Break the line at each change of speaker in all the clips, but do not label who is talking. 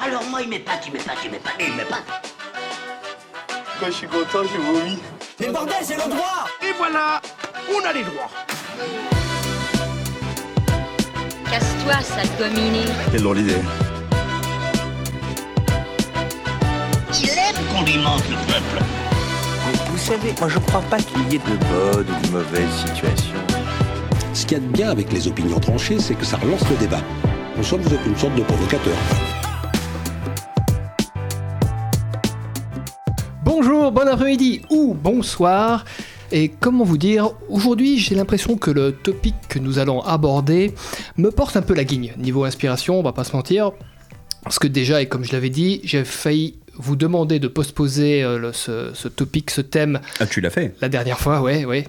Alors moi, il m'épate, il m'épate, il m'épate, il m'épate.
Quand je suis content, je vomis.
Mais bordel, j'ai le droit
Et voilà, on a les droits.
Casse-toi, sale dominé.
Quelle drôle d'idée.
Il aime qu'on lui mente, le peuple.
Vous savez, moi je crois pas qu'il y ait de bonnes ou de mauvaises situations.
Ce qu'il y a de bien avec les opinions tranchées, c'est que ça relance le débat. Nous sommes une sorte de provocateur.
Bonjour, bon après-midi ou bonsoir. Et comment vous dire, aujourd'hui j'ai l'impression que le topic que nous allons aborder me porte un peu la guigne. Niveau inspiration, on va pas se mentir. Parce que déjà, et comme je l'avais dit, j'ai failli vous demander de postposer euh, le- ce, ce topic, ce thème
Ah, tu l'as fait
la dernière fois, ouais, ouais.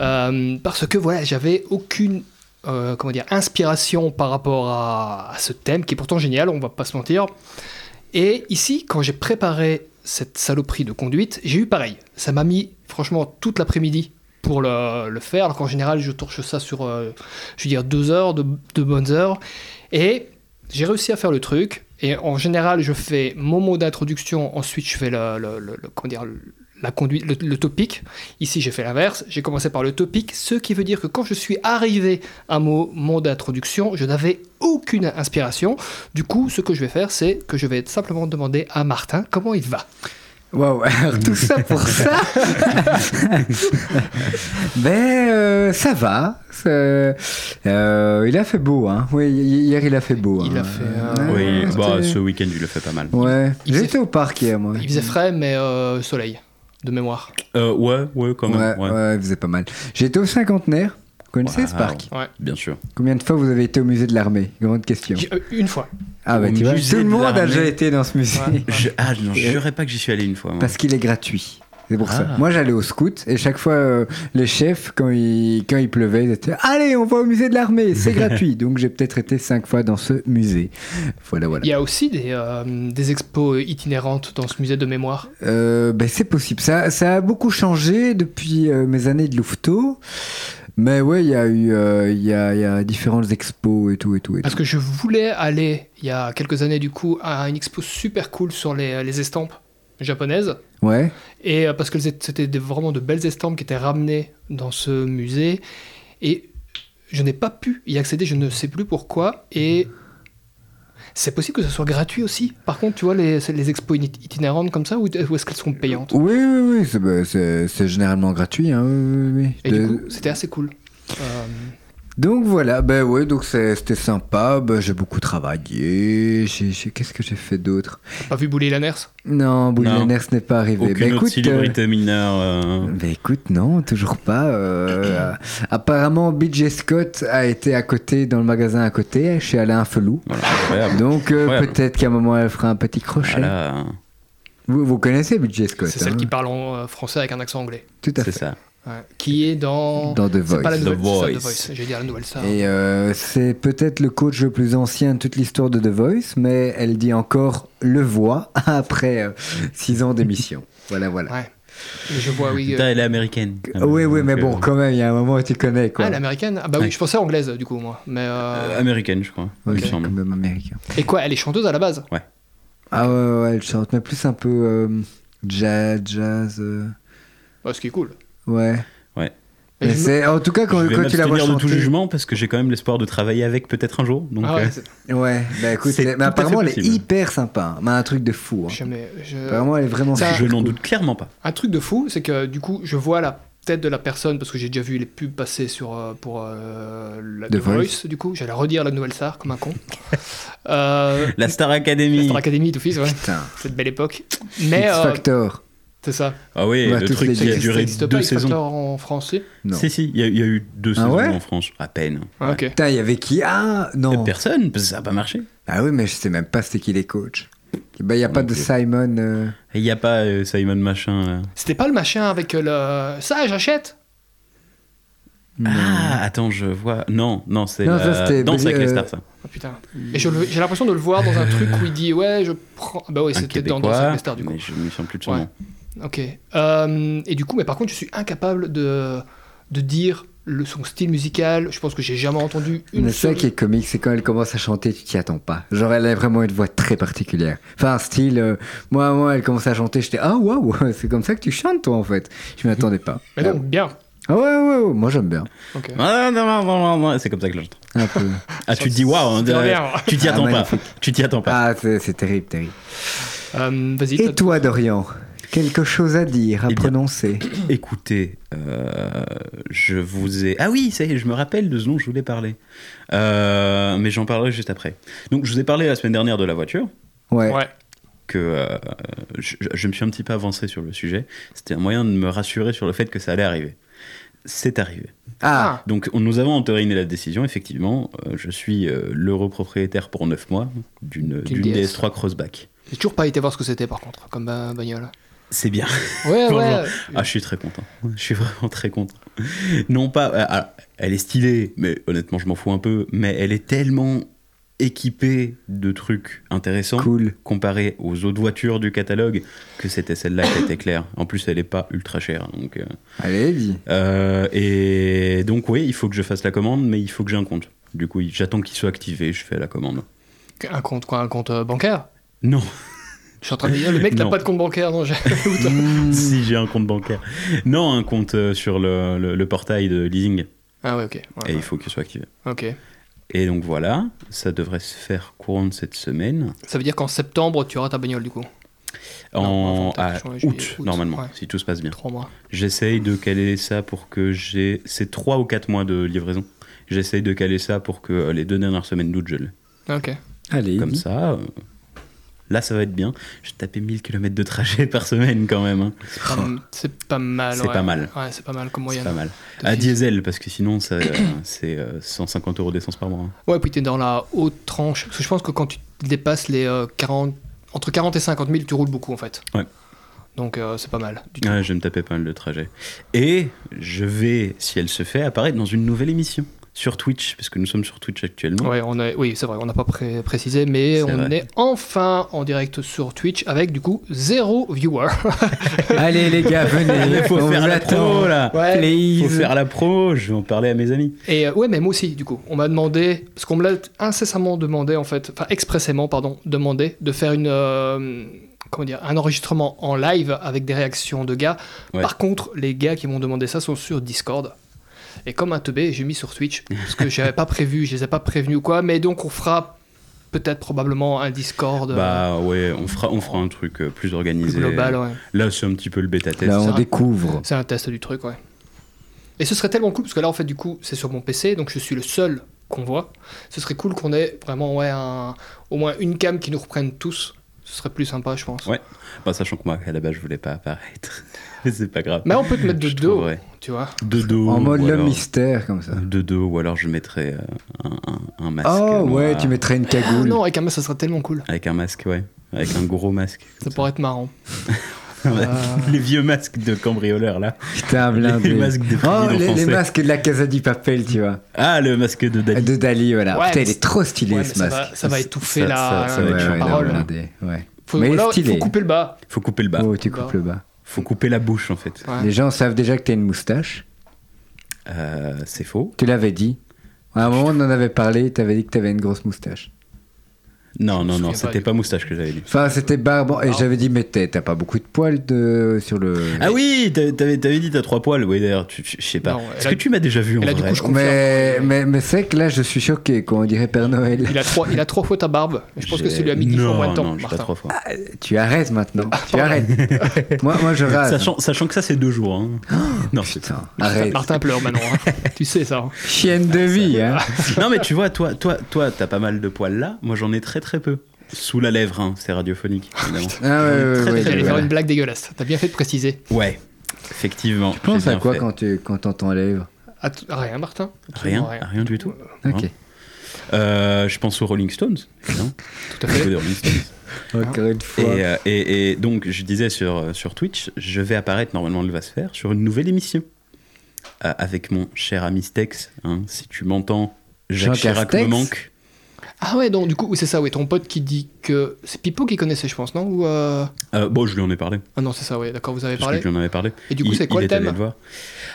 Euh, parce que voilà, j'avais aucune euh, comment dire inspiration par rapport à, à ce thème qui est pourtant génial, on va pas se mentir. Et ici, quand j'ai préparé cette saloperie de conduite, j'ai eu pareil. Ça m'a mis franchement toute l'après-midi pour le, le faire, alors qu'en général, je torche ça sur, euh, je veux dire, deux heures, de, de bonnes heures. Et j'ai réussi à faire le truc. Et en général, je fais mon mot d'introduction, ensuite je fais le, le- le- le- comment dire, la conduite, le, le topic. Ici, j'ai fait l'inverse. J'ai commencé par le topic, ce qui veut dire que quand je suis arrivé à mon mot d'introduction, je n'avais aucune inspiration. Du coup, ce que je vais faire, c'est que je vais simplement demander à Martin comment il va.
Waouh, alors tout ça pour ça Ben, euh, ça va. Ça- euh, il a fait beau, hein. Oui, hi- hier il a fait beau.
Il
hein.
a fait, euh,
Oui,
c'était-
bah, ce week-end, il le fait pas mal.
Ouais,
Il faisait-
j'étais au parc hier, moi.
Il faisait frais, mais euh, soleil, de mémoire.
Euh, ouais, ouais, quand
ouais,
même. ouais.
ouais, il faisait pas mal. J'étais au cinquantenaire. Vous connaissez ce
Wow.
parc
Ouais.
Bien sûr.
Combien de fois vous avez été au musée de l'armée Grande question.
J- euh, Une fois.
Ah, bah,
Au
tu vois,
musée
tout le
de
monde a
l'armée.
déjà été dans ce musée.
Ouais.
Je, ah, non, je
Et-
jurais pas que j'y suis allé une fois. moi.
Parce qu'il est gratuit. C'est pour ça.
Ah.
Moi, j'allais au scout et chaque fois, euh, les chefs, quand il, quand il pleuvait, ils étaient Allez, on va au musée de l'armée, c'est gratuit. Donc, j'ai peut-être été cinq fois dans ce musée. Voilà, voilà.
Il y a aussi des, euh, des expos itinérantes dans ce musée de mémoire.
Euh, ben, c'est possible. Ça, ça a beaucoup changé depuis euh, mes années de Louveteau. Mais ouais, il y a eu euh, il y a, il y a différentes expos et tout. Et tout, et tout.
Parce que je voulais aller, il y a quelques années du coup, à une expo super cool sur les, les estampes japonaises.
Ouais.
Et euh, parce que c'était des- vraiment de belles estampes qui étaient ramenées dans ce musée. Et je n'ai pas pu y accéder, je ne sais plus pourquoi. Et c'est possible que ce soit gratuit aussi. Par contre, tu vois, les, les expos init- itinérantes comme ça, ou, ou est-ce qu'elles sont payantes
Oui, oui, oui. C'est, ben, c'est- c'est généralement gratuit. Hein, oui, oui, oui.
Et
De-
du coup, c'était assez cool. Euh,
Donc voilà, ben ouais, donc c'est- c'était sympa, ben j'ai beaucoup travaillé, j'ai- j'ai- qu'est-ce que j'ai fait d'autre
pas vu bouler la nerf
Non, Boulianer ce n'est pas arrivé.
Aucune
Ben
autre
écoute, euh,
célébrité mineure. euh,
ben écoute, non, toujours pas. euh, apparemment, BJ Scott a été à côté, dans le magasin à côté, chez Alain Felou.
Voilà, incroyable.
Donc euh,
Incroyable.
peut-être qu'à un moment, elle fera un petit crochet.
Voilà, euh,
Vous, vous connaissez BJ Scott
C'est celle
hein
qui parle en euh, français avec un accent anglais.
Tout à
c'est
fait.
ça.
Ouais. Qui est dans.
Dans The
C'est pas la nouvelle,
Voice.
The
c'est ça,
Voice.
Voice. J'ai dit la nouvelle
Ah.
ça.
Et euh, c'est peut-être le coach le plus ancien de toute l'histoire de The Voice, mais elle dit encore le voix après euh, six ans d'émission. voilà, voilà.
Ouais. Mais Je vois, oui. euh,
Putain, elle est américaine.
oui,
Donc,
oui, ah mais bon,
euh,
quand même, il y a un moment où tu connais, quoi.
Ah, l'américaine Ah, bah
Ouais.
oui, je pensais anglaise du coup, moi. Mais. euh,
euh, américaine, je crois. Il
Ok,
me semble.
quand même américain.
Et quoi Elle est chanteuse à la base
Ah ouais, ouais, ouais, elle chante, mais plus un peu euh, jazz, jazz. euh,
Bah, Ce qui est cool.
ouais.
Ouais.
Mais
Mais
je me-
c'est, en tout cas, quand,
je vais
quand tu la vois
m'abstenir de tout
chanter.
jugement parce que j'ai quand même l'espoir de travailler avec peut-être un jour. Donc,
Ah ouais,
euh,
c'est-
Ouais, bah écoute,
C'est
elle-
tout
mais
à
apparemment,
fait
elle est
possible.
hyper sympa. hein. Mais un truc de fou. hein.
jamais- je-
Bah,
Apparemment, elle est vraiment
Ça-
je
super
n'en
cool.
doute clairement pas.
Un truc de fou, c'est que du coup, je vois la tête de la personne parce que j'ai déjà vu les pubs passer sur euh, pour euh, la
The
The Voice.
Voice.
Du coup, j'allais redire la nouvelle star comme un con. euh,
La Star Academy.
la Star Academy, tout fils, ouais.
Putain.
Cette belle époque.
X
Mais euh,
Factor.
c'est ça.
Ah oui,
Ouais,
le
toutes
truc
les
qui a
dix-
duré
n'existe
deux
pas, X Factor
saisons.
en français.
Non.
Si, si, il y, a- il y a eu deux
Ah
saisons
ouais
en France, à peine.
Ah, ok.
Putain, il y avait qui Ah, non.
Et Personne, parce que ça n'a pas marché.
Ah oui, mais je sais même pas c'était qui les coachs. Bah, Il n'y a pas de
Ok.
Simon. euh,
Et Il n'y a pas euh, Simon Machin. là.
C'était pas le machin avec le. Ça, j'achète
Ah, attends, je vois. Non, non, c'est
Non, ça,
la...
c'était-
Danse avec
euh,
les stars, ça.
Oh putain. Et je le- j'ai l'impression de le voir dans un truc où il dit Ouais, je prends. Ah Bah ouais,
Un
c'était dans
Québécois,
Dancing with the Stars, du coup.
Mais je ne me souviens plus de son
Ouais.
nom.
Ok. Euh, et du coup, mais par contre, je suis incapable de, de dire le, son style musical, je pense que j'ai jamais entendu une
Mais ça
seule...
qui est comique, c'est quand elle commence à chanter, tu t'y attends pas. Genre, elle a vraiment une voix très particulière. Enfin, un style. euh, moi, moi, elle commence à chanter, j'étais ah waouh, c'est comme ça que tu chantes toi en fait. Je m'y attendais pas.
Mais donc, bien.
Ah ouais, ouais, ouais, moi j'aime bien.
Ok.
Ah, C'est comme ça que je l'entends.
Un peu.
Ah, tu te dis waouh, hein,
Super
euh,
bien.
tu t'y
Ah,
attends pas.
magnifique.
Tu t'y attends pas.
Ah, c'est c'est terrible, terrible.
Euh, Vas-y.
Et
t'as-
toi, Dorian, quelque chose à dire, à
Eh bien-
prononcer
Écoutez, euh, je vous ai. Ah oui, ça y est, je me rappelle de ce dont je voulais parler. Euh, mais j'en parlerai juste après. Donc, je vous ai parlé la semaine dernière de la voiture.
Ouais.
Ouais.
que euh, je, je- je me suis un petit peu avancé sur le sujet. C'était un moyen de me rassurer sur le fait que ça allait arriver. C'est arrivé.
Ah,
Donc on- nous avons entériné la décision, effectivement. Euh, je suis euh, l'heureux propriétaire pour 9 mois d'une
D'une
d'une
DS.
DS3 Crossback.
J'ai toujours pas été voir ce que c'était par contre, comme ba- bagnole.
C'est bien.
Ouais, ouais.
Bonjour. Ah, je suis très content. Je suis vraiment très content. Non pas... euh, ah, elle est stylée, mais honnêtement, je m'en fous un peu. Mais elle est tellement équipée de trucs intéressants.
cool.
comparée aux autres voitures du catalogue que c'était celle-là qui était claire. En plus, elle n'est pas ultra chère. Donc, euh,
Allez, dis.
euh, et donc, oui, il faut que je fasse la commande, mais il faut que j'ai un compte. Du coup, il- j'attends qu'il soit activé, je fais la commande. Ah.
Un compte quoi Un compte euh, bancaire
Non,
Je suis en train de dire, le mec n'a
Non.
pas de compte bancaire, non, j'ai Hmm.
si j'ai un compte bancaire. Non, un compte euh, sur le, le- le portail de leasing.
Ah ouais, ok. ouais,
et il faut qu'il soit activé.
Ok.
Et donc voilà, ça devrait se faire courant de cette semaine.
Ça veut dire qu'en septembre, tu auras ta bagnole du coup
En
enfin, peut-être
ah,
juin,
août,
juillet, août,
normalement,
ouais.
si tout se passe bien.
Trois mois.
J'essaye de caler ça pour que j'ai. C'est 3 ou 4 mois de livraison. J'essaye de caler ça pour que euh, les deux dernières semaines d'août, je l'ai.
Mhm. Ok.
Allez,
Comme
dis.
ça, euh, là, ça va être bien. Je tapé 1000 km de trajet par semaine quand même. hein.
C'est pas, c'est pas mal.
C'est
ouais.
pas mal.
Ouais, c'est pas mal comme
C'est
moyenne.
pas mal.
de
À
fil.
diesel, parce que sinon, ça, euh, c'est euh, 150 euros d'essence par mois. hein.
Ouais, puis t'es dans la haute tranche. Parce que je pense que quand tu dépasses les euh, 40, entre 40 et 50 000, tu roules beaucoup en fait.
Ouais. Ah
Donc euh, c'est pas mal. Du
Ouais, je vais me taper pas mal de trajets. Et je vais, si elle se fait, apparaître dans une nouvelle émission sur Twitch, parce que nous sommes sur Twitch actuellement.
Ouais, on est, oui, c'est vrai, on n'a pas pré- précisé, mais
C'est
on
vrai.
est enfin en direct sur Twitch avec du coup zéro viewer.
Allez, les gars, venez.
Mais faut
on
faire
vous
la
attend.
promo là!
Ouais.
Please.
Faut faire la promo, je vais en parler à mes amis.
Et euh, ouais, mais moi aussi, du coup, on m'a demandé, parce qu'on me l'a incessamment demandé, en fait, enfin expressément, pardon, demandé de faire une, euh, comment dire, un enregistrement en live avec des réactions de gars.
Ouais.
Par contre, les gars qui m'ont demandé ça sont sur Discord. Et comme un teubé, j'ai mis sur Twitch, parce que j'avais pas prévu, je les ai pas prévenus ou quoi, mais donc on fera peut-être probablement un Discord euh,
Bah ouais, on fera, on fera un truc euh, plus
plus
organisé.
global, ouais.
Là, c'est un petit peu le bêta test.
Là,
Ça
on
va.
découvre.
C'est un test du truc, ouais. Et ce serait tellement cool, parce que là, en fait, du coup, c'est sur mon PC, donc je suis le seul qu'on voit. Ce serait cool qu'on ait vraiment, ouais, un- au moins une cam qui nous reprenne tous. Ce serait plus sympa, je pense.
Ouais. Bah, sachant que moi, à la base, je voulais pas apparaître. Mais c'est pas grave.
Mais on peut te mettre de
Je
dos,
trouverai.
tu vois.
De dos.
En mode
ou
l'homme
alors-
mystère, comme ça.
De dos, ou alors je mettrais euh, un, un- un masque.
Oh,
noir.
ouais, tu mettrais une
Ah
cagoule.
non, avec un masque, ça serait tellement cool.
Avec un masque, ouais. Avec un gros masque.
Ça pourrait être marrant. Ah.
Les vieux masques de cambrioleurs, là.
Putain, blindé.
Les masques des
Oh,
présidents
les, les
français.
masques de la Casa di Papel, tu vois.
Ah, le masque de Dali.
De Dali, voilà.
Ouais,
Putain,
mais
il est trop stylé,
Ouais, mais
ce
ça,
masque.
va, ça va étouffer
Ça-
la,
ça- ça va
la
être chaud.
parole.
Ouais, ouais,
blindé, ouais.
Faut,
Mais il est
là, il
stylé.
faut couper le bas.
Faut couper le bas.
Oh, tu
Bah.
coupes le bas.
Faut couper la bouche, en fait.
Ouais.
Les gens savent déjà que t'as une moustache.
Euh, c'est faux.
Tu l'avais dit. À un moment, on en avait parlé, t'avais dit que t'avais une grosse moustache.
Non, non,
me
non,
souviens pas,
c'était
du
pas moustache que j'avais dit.
Enfin, c'était barbe. Et
Barbe.
j'avais dit, mais t'es- t'as pas beaucoup de poils de... sur le.
Ah oui, t'a- t'avais t'avais dit t'as trois poils. Oui, d'ailleurs, tu- tu- je sais pas.
Non, elle
Est-ce
a-
que tu m'as déjà vu en
elle a du
vrai
coup, je confirme.
mais mais, mais c'est que là, je suis choqué, quand on dirait Père Noël.
Il a, trois, il a trois fois ta barbe. Je pense que
J'ai-
c'est lui a mis dix fois
Non,
moins de temps.
Non, j'ai pas
Martin.
trois fois.
Tu arrêtes maintenant. tu arrêtes. moi, moi, je rase.
Sachant, sachant que ça, c'est deux jours. hein. non, c'est-
Putain, arrête.
Martin pleure maintenant. hein. tu sais ça. hein.
Chienne de vie, hein.
non, mais tu vois, toi, toi, toi, t'as pas mal de poils là. Moi, j'en ai très, très peu. Sous la lèvre, hein, c'est radiophonique. évidemment.
Ah ouais, ouais, ouais,
J'allais
ouais.
faire une blague dégueulasse. T'as bien fait de préciser.
ouais, effectivement.
Tu penses
j'ai
à
bien
quoi
fait.
quand tu quand t'entends lèvres
À t- à rien, Martin.
Rien,
Absolument
rien, du tout.
Hein
Hein.
Ok.
Euh, je pense aux Rolling Stones. Non
Tout à fait.
Aux Rolling Stones.
Encore une fois.
Et, euh, et- et donc, je disais sur, euh, sur Twitch, je vais apparaître, normalement, le va se faire, sur une nouvelle émission. Euh, avec mon cher ami Stex. hein, si tu m'entends, Jacques
Jean
Chirac me
Castex
manque.
Ah ouais, donc du coup, oui, c'est ça, ouais, ton pote qui dit que. C'est Pipo qui connaissait, je pense, non Ou, euh,
Euh, bon, je lui en ai parlé.
Ah non, c'est ça, ouais, d'accord, vous avez
Parce que
parlé.
je lui en avais parlé.
Et du coup,
Il-
c'est quoi
il
le
est allé
thème
le voir.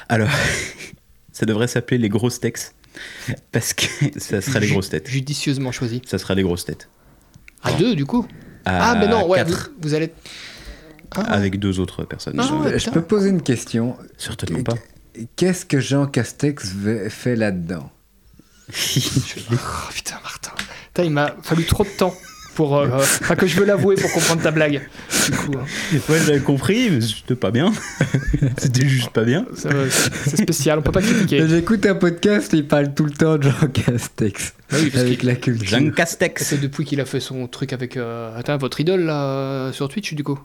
Alors, Ça devrait s'appeler les grosses textes. Parce que ça sera les grosses têtes.
Judicieusement choisi.
Ça sera les grosses têtes.
À deux, du coup.
À
ah, mais non, ouais, vous,
quatre,
vous allez. Ah,
Avec deux autres personnes.
Ah ouais.
Je peux poser une question.
Certainement pas.
Qu'est-ce que Jean Castex ve- fait là-dedans
Oh, putain, Martin. Putain, il m'a fallu trop de temps pour. euh, euh, Enfin, que je veux l'avouer pour comprendre ta blague. Du coup, hein,
Ouais, j'avais compris, mais c'était pas bien. c'était juste pas bien.
ça, euh, c'est spécial, on peut pas critiquer.
J'écoute un podcast, il parle tout le temps de Jean Castex.
Ah oui, parce
avec
qu'il-
la culture.
Jean Castex.
C'est depuis qu'il a fait son truc avec. euh, Attends, votre idole là, euh, sur Twitch, du coup.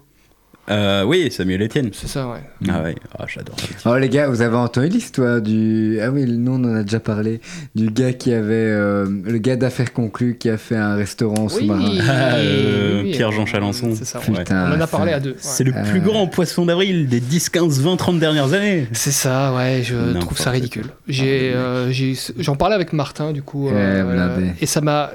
Euh, oui, Samuel Etienne.
C'est ça, ouais.
Ah ouais, ah, j'adore.
Oh les gars, vous avez entendu l'histoire du... Ah oui, le nom, on en a déjà parlé. Du gars qui avait... euh, le gars d'affaires conclues qui a fait un restaurant sous-marin.
Ah, euh,
oui, oui,
Pierre-Jean
euh,
Chalençon.
C'est ça, on-
Putain,
on en a
ça-
parlé à deux. ouais.
C'est le
Ouais.
plus grand poisson d'avril des 10, 15, 20, 30 dernières années.
C'est ça, ouais, je
N'importe
trouve ça ridicule.
quoi.
J'ai,
Ah, Eh,
euh, j'ai- j'en parlais avec Martin, du coup, euh,
Ouais, blindé.
et ça m'a,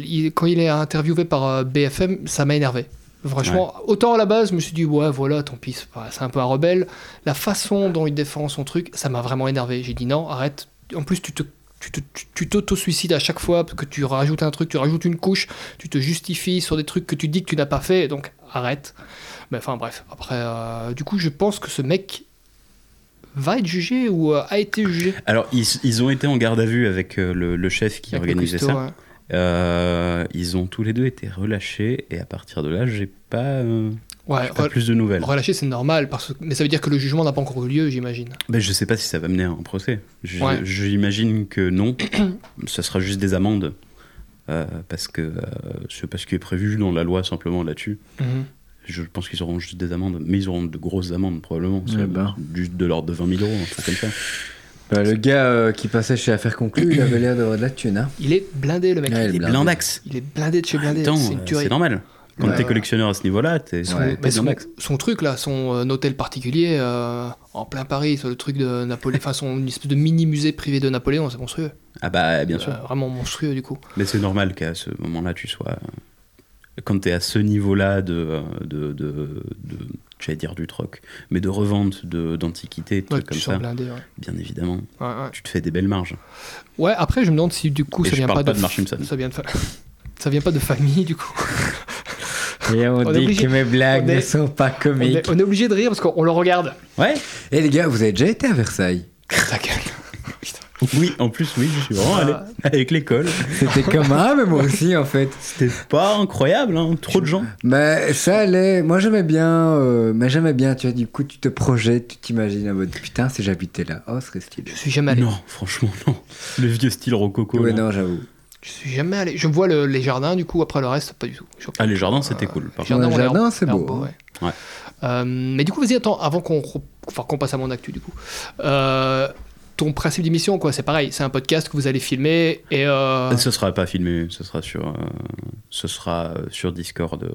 il- quand il est interviewé par euh, BFM, ça m'a énervé. Franchement, autant à la base, je me suis dit, ouais, voilà, tant pis, c'est pas- c'est un peu un rebelle. La façon dont il défend son truc, ça m'a vraiment énervé. J'ai dit, non, arrête. En plus, tu te tu te- tu- tu t'auto-suicides à chaque fois parce que tu rajoutes un truc, tu rajoutes une couche, tu te justifies sur des trucs que tu dis que tu n'as pas fait, donc arrête. Mais enfin bref, après, euh, du coup, je pense que ce mec va être jugé ou euh, a été jugé.
Alors, ils, ils ont été en garde à vue avec euh, le, le chef qui
Avec le
organisait
cuistot,
ça.
ouais.
Euh, ils ont tous les deux été relâchés et à partir de là, j'ai pas, euh,
Ouais,
j'ai pas
rel-
plus de nouvelles.
relâché, c'est normal, parce... que- mais ça veut dire que le jugement n'a pas encore eu lieu, j'imagine.
Ben, je sais pas si ça va mener à un procès. Je-
Ouais.
J'imagine que non. ça sera juste des amendes. Euh, parce que euh, c'est pas ce qui est prévu dans la loi simplement là-dessus. Je pense qu'ils auront juste des amendes, mais ils auront de grosses amendes probablement.
Eh
C'est
ben.
Juste de l'ordre de 20 000 euros, un truc comme ça.
Bah, le gars euh, qui passait chez affaires conclues, il avait l'air d'avoir de la thune. Hein.
Il est blindé, le mec.
Ouais,
Les
blindé.
blindax.
Il est blindé de chez
En même
blindé.
temps,
c'est une
euh,
tuerie.
c'est normal. Quand
Ouais.
t'es collectionneur à ce niveau-là, t'es
Son,
Ouais.
t'es
mais son-
blindax.
son truc là, son euh, hôtel particulier euh, en plein Paris, sur le truc de Napoléon, enfin son espèce de mini musée privé de Napoléon, c'est monstrueux.
Ah bah bien sûr.
Euh, vraiment monstrueux du coup.
Mais c'est normal qu'à ce moment-là, tu sois. Quand t'es à ce niveau-là de. euh, de, de, de- j'allais dire du troc, mais de revente de- d'antiquités, de
Ouais,
trucs
tu
comme
sens
ça,
blindé. Ouais.
bien évidemment,
Ouais, ouais.
tu te fais des belles marges.
Ouais, après je me demande si du coup
Et
ça
je
vient
parle
pas,
pas
de
de Mark Simpson.
ça vient de fa- ça vient pas de famille du coup.
Et on,
On est
dit
obligé-
que mes blagues
on est-
ne sont pas
On
comiques.
est, on est obligé de rire parce qu'on on le regarde.
Ouais
Eh les gars, vous avez déjà été à Versailles
Ta gueule.
Oui, en plus, oui, je suis vraiment allé
Ah.
avec l'école.
C'était comme ah mais moi aussi en fait.
C'était pas incroyable, hein, trop de gens.
Mais ça allait. Moi j'aimais bien, euh, mais j'aimais bien. Tu vois du coup tu te projettes, tu t'imagines en mode putain si j'habitais là, oh ce serait stylé.
Je suis jamais allé.
Non, franchement, non. Le vieux style rococo.
ouais
là.
non j'avoue.
Je suis jamais allé. Je vois le- les jardins du coup. Après le reste, pas du tout. Je-
Ah, les jardins, c'était cool. par
Les jardins
Ouais,
ont
le
l'air-
jardin, c'est
l'air
beau,
beaux,
hein.
ouais.
Ouais.
Euh, mais du coup, vas-y, attends, avant qu'on re- enfin, qu'on passe à mon actu, du coup. Euh, ton principe d'émission, quoi, c'est pareil. C'est un podcast que vous allez filmer et. euh,
contre. Ce sera pas filmé, ce sera sur, euh, ce sera euh, sur Discord euh,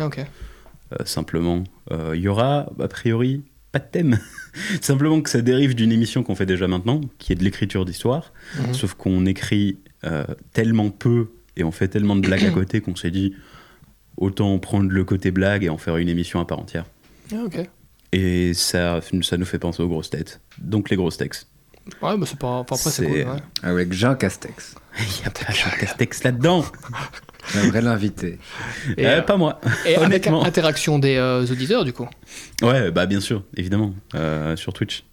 ah, ok.
euh, simplement. Euh, Il y aura, a priori, pas de thème. simplement que ça dérive d'une émission qu'on fait déjà maintenant, qui est de l'écriture d'histoire.
Mhm.
Sauf qu'on écrit euh, tellement peu et on fait tellement de blagues à côté qu'on s'est dit autant prendre le côté blague et en faire une émission à part entière.
Ah, ok.
Et ça, ça nous fait penser aux grosses têtes. Donc les grosses textes.
Ouais, bah c'est pas. Enfin, après, c'est
C'est-
cool. ouais.
Avec Jean Castex.
Il n'y a pas Jean Castex là-dedans.
J'aimerais l'inviter.
Et,
Euh,
euh,
pas moi.
et avec
honnêtement.
interaction des euh, auditeurs, du coup.
Ouais, bah bien sûr, évidemment. Euh, sur Twitch.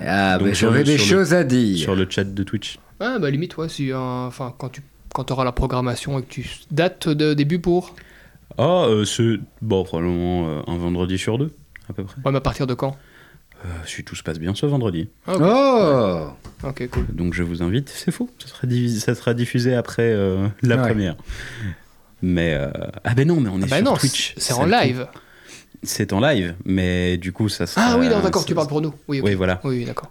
Ah
Donc,
mais
sur le-
j'aurais des
sur le-
choses à dire.
Sur le chat de Twitch.
Ah, bah limite, ouais, si. euh, Enfin, quand tu. Quand t'auras la programmation et que tu date de début pour.
Ah, euh, c'est. Bon, probablement euh, un vendredi sur deux, à peu près.
Ouais, mais à partir de quand
Euh, si tout se passe bien ce vendredi.
Ah, ok.
Oh
Ok, cool.
Donc je vous invite. C'est faux. Ça sera, divisé- ça sera diffusé après euh, la
Ouais.
première. Mais. euh, Ah, ben non, mais on est
Ah, bah
sur
non,
Twitch.
c'est c'est en
le truc.
live.
C'est en live, mais du coup, ça sera.
Ah oui, non, d'accord,
ça-
tu parles pour nous. Oui, ok.
Oui, voilà.
Oui, oui, d'accord.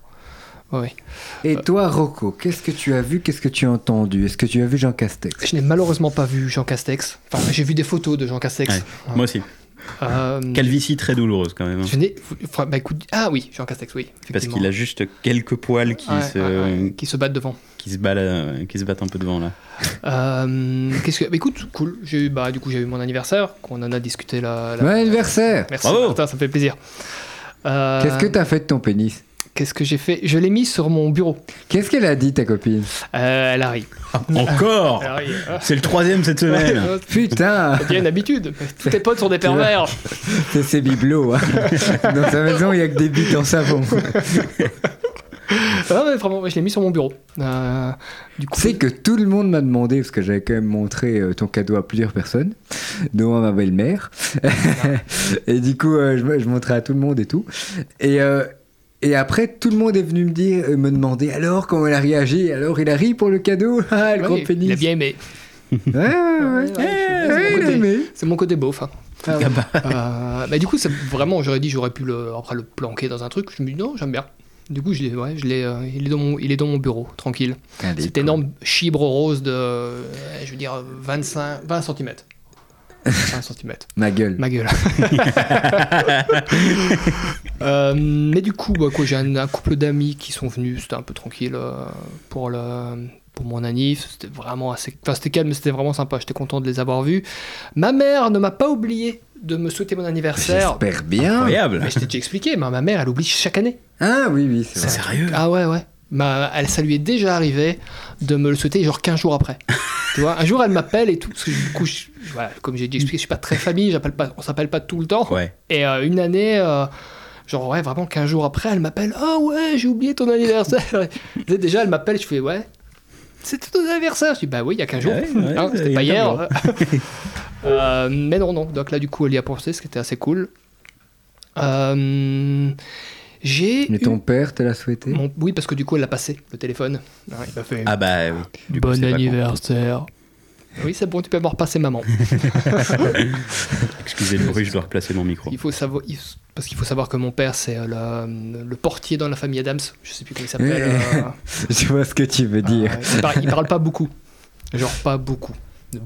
Ouais, ouais.
Et toi Rocco, qu'est-ce que tu as vu, qu'est-ce que tu as entendu Est-ce que tu as vu Jean Castex
Je n'ai malheureusement pas vu Jean Castex. Enfin, j'ai vu des photos de Jean Castex.
Ouais,
Ah.
Moi aussi.
Euh,
Calvitie très douloureuse quand même. hein.
je n'ai- enfin, bah, écoute, ah oui, Jean Castex, oui.
Parce
effectivement.
qu'il a juste quelques poils qui,
Ouais,
se,
ouais, ouais, qui se battent devant.
Qui, se baladent- qui se battent un peu devant là.
Euh, Qu'est-ce que, bah, écoute, cool. J'ai eu, bah, du coup, j'ai eu mon anniversaire, qu'on en a discuté là. là.
Bon anniversaire
Merci,
Bravo.
Martin, ça me fait plaisir. Euh,
Qu'est-ce que t'as fait de ton pénis
Qu'est-ce que j'ai fait Je l'ai mis sur mon bureau.
Qu'est-ce qu'elle a dit, ta copine
Euh, elle arrive.
Encore
Elle arrive. Ah.
C'est le troisième cette semaine
Ouais,
Putain
Il y a une habitude. Tous tes potes sont des pervers.
C'est ses bibelots. hein. Dans sa maison, il n'y a que des bites en savon.
Ah ouais, vraiment, ouais, je l'ai mis sur mon bureau. Euh, du coup,
C'est que tout le monde m'a demandé, parce que j'avais quand même montré euh, ton cadeau à plusieurs personnes, dont à ma belle-mère.
Ah.
et du coup, euh, je, je montrais à tout le monde et tout. Et, euh, et après, tout le monde est venu me dire, euh, me demander alors comment elle a réagi. Alors, il a ri pour le cadeau. Ah, le
ouais,
grand
il a
pénis.
bien aimé.
Ouais, ouais, ouais. Eh,
Ouais, ouais, c'est
Ouais, il
mon
a
côté.
aimé.
C'est mon côté beauf. hein.
Ah ouais.
Euh, bah, du coup, c'est vraiment, j'aurais dit, j'aurais pu le, après le planquer dans un truc. Je me dis non, j'aime bien. Du coup, je l'ai, ouais, je l'ai, euh, il, est dans mon, il est dans mon bureau, tranquille.
Allez,
Cette
cool.
énorme chibre rose de, euh, je veux dire, 25, 20 cm. 20 cm.
Ma gueule.
Ma gueule. Euh, mais du coup, bah, quoi, j'ai un, un couple d'amis qui sont venus, c'était un peu tranquille euh, pour le pour mon anniv, c'était vraiment assez, enfin c'était calme, mais c'était vraiment sympa. J'étais content de les avoir vus. Ma mère ne m'a pas oublié de me souhaiter mon anniversaire.
J'espère bien.
Incroyable
Mais je t'ai déjà expliqué, mais ma mère, elle oublie chaque année.
Ah oui, oui, c'est
C'est
vrai.
sérieux
Ah ouais, ouais. Ma, elle, ça lui est déjà arrivé de me le souhaiter genre 15 jours après. tu vois, un jour elle m'appelle et tout, parce que du coup, je- voilà, comme j'ai déjà expliqué, je suis pas très famille, j'appelle pas, on s'appelle pas tout le temps.
Ouais.
Et euh, une année, euh, genre ouais, vraiment 15 jours après, elle m'appelle Ah ouais, j'ai oublié ton anniversaire. Tu sais, déjà, elle m'appelle, je fais Ouais, c'était ton anniversaire. Je dis Bah oui, il y a 15 jours.
Ah ouais, ouais,
Hein,
il
c'était
y a
pas
15
hier.
jours.
Euh, mais non, non. Donc là, du coup, elle y a pensé, ce qui était assez cool. Euh, j'ai.
Mais
eu-
ton père te l'a souhaité
mon- Oui, parce que du coup, elle l'a passé, le téléphone. Ah, il m'a fait
Ah bah oui. Du coup,
Bon
c'est pas con.
anniversaire. Oui, c'est bon, tu peux avoir passé maman.
Excusez le bruit, je dois replacer mon micro.
Il faut savoir, il- parce qu'il faut savoir que mon père, c'est euh, le, le portier dans la famille Adams. Je sais plus comment il s'appelle.
Eh,
euh,
Je vois ce que tu veux dire.
euh, il, parle, il parle pas beaucoup. Genre pas beaucoup.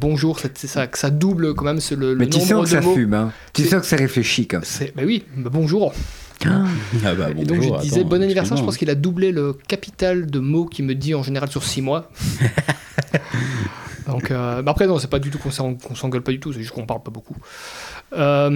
Bonjour, c'est c'est ça, que ça double quand même c'est le, le
Mais tu
nombre
sens que
de
ça
mots.
fume, hein. Tu
C'est-
sens que ça réfléchit comme ça.
C'est- Bah oui, bah bonjour.
Ah bah
Et donc
bonjour,
je disais
attends,
bon anniversaire, je
excuse-moi,
pense qu'il a doublé le capital de mots qu'il me dit en général sur 6 mois. donc euh, bah après non, c'est pas du tout qu'on s'en- qu'on s'engueule pas du tout, c'est juste qu'on parle pas beaucoup. Euh,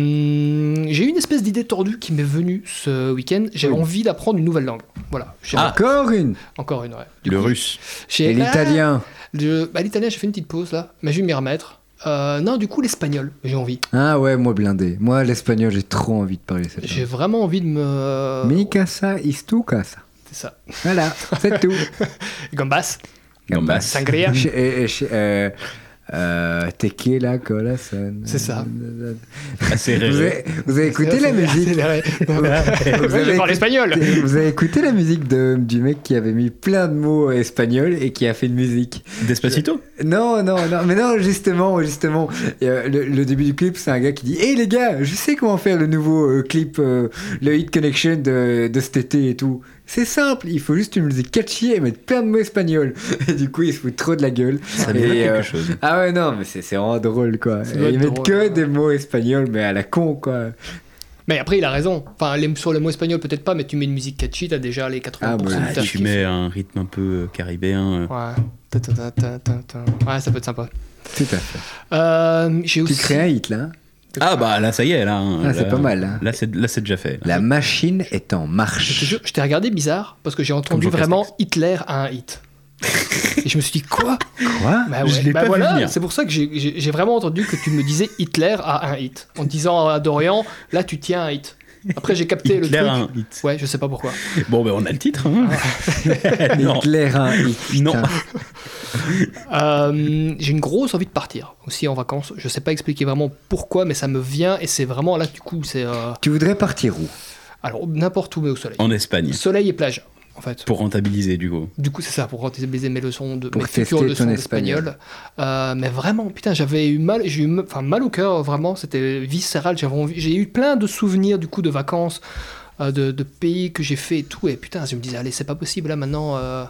j'ai eu une espèce d'idée tordue qui m'est venue ce week-end. J'avais
Oui. Ah.
envie d'apprendre une nouvelle langue. Voilà, J'ai-
Encore une
encore une. Ouais. Du
Le
coup,
russe.
j'ai-
Et l'italien
Ah, je- bah, l'italien, j'ai fait une petite pause là, mais je vais m'y remettre. Euh, non, du coup l'espagnol, j'ai envie.
Ah ouais, moi blindé. Moi, l'espagnol, j'ai trop envie de parler cette
J'ai
langue.
vraiment envie de me.
Mi casa is tu casa.
C'est ça.
Voilà, c'est tout.
Gambas,
Gambas.
sangria.
Chez- et- et chez- euh, euh, tequila, cola, son.
C'est ça.
Assez
Vous avez, vous avez écouté la musique Vous
je parle
écouté-
espagnol.
Vous avez écouté la musique de, du mec qui avait mis plein de mots espagnols et qui a fait une musique
Despacito
Non, non, non, mais non, justement, justement. Et, euh, le, le début du clip, c'est un gars qui dit Hé les gars, je sais comment faire le nouveau euh, clip, euh, le Hit Connection de, de cet été et tout. C'est simple, il faut juste une musique catchy et mettre plein de mots espagnols. Et du coup, il se fout trop de la gueule.
Ça me dit
Et,
quelque
euh,
chose.
Ah ouais, non, mais c'est c'est vraiment drôle quoi.
Ça doit
Et Ils
être
mettent
drôle,
que
ouais.
des mots espagnols, mais à la con quoi.
Mais après, il a raison. Enfin, les- sur les mots espagnols, peut-être pas, mais tu mets une musique catchy, t'as déjà les 80%
Ah, bah,
de
Ah,
ta
tu
kiff.
mets un rythme un peu euh, caribéen. euh.
Ouais. Ta, ta, ta, ta, ta, ta. Ouais, ça peut être sympa.
Tout à fait.
Euh, j'ai
Tu
aussi.
crées un hit là. hein.
Ah bah là ça y est là. hein,
Ah,
là-
c'est pas mal, hein.
Là c'est là, c'est déjà fait.
La machine est en
Je te
marche.
jure, je t'ai regardé bizarre parce que j'ai entendu
Jean
vraiment Hitler à un hit. Et je me suis dit quoi
Quoi
Bah
Je l'ai pas vu
voilà,
venir.
c'est pour ça que j'ai- j'ai j'ai vraiment entendu que tu me disais Hitler à un hit. En disant à Dorian, là tu tiens un hit. Après j'ai capté le
Hitler
truc.
a un hit.
Ouais, je sais pas pourquoi.
Bon ben on a le titre. hein.
Ah.
non.
Hitler, un hit.
Non.
putain.
Euh, j'ai une grosse envie de partir aussi en vacances. Je sais pas expliquer vraiment pourquoi, mais ça me vient et c'est vraiment là du coup c'est euh,
Tu voudrais partir où
alors n'importe où mais au soleil.
En Espagne.
Soleil et plage en fait.
Pour rentabiliser du coup.
Du coup c'est ça pour rentabiliser mes leçons de
Pour
mes futures
tester
leçons
ton
d'espagnol. Euh, mais vraiment putain j'avais eu mal j'ai eu me- enfin mal au cœur vraiment c'était viscéral j'avais envie- j'ai eu plein de souvenirs du coup de vacances euh, de, de pays que j'ai fait et tout et putain je me disais allez c'est pas possible là maintenant euh,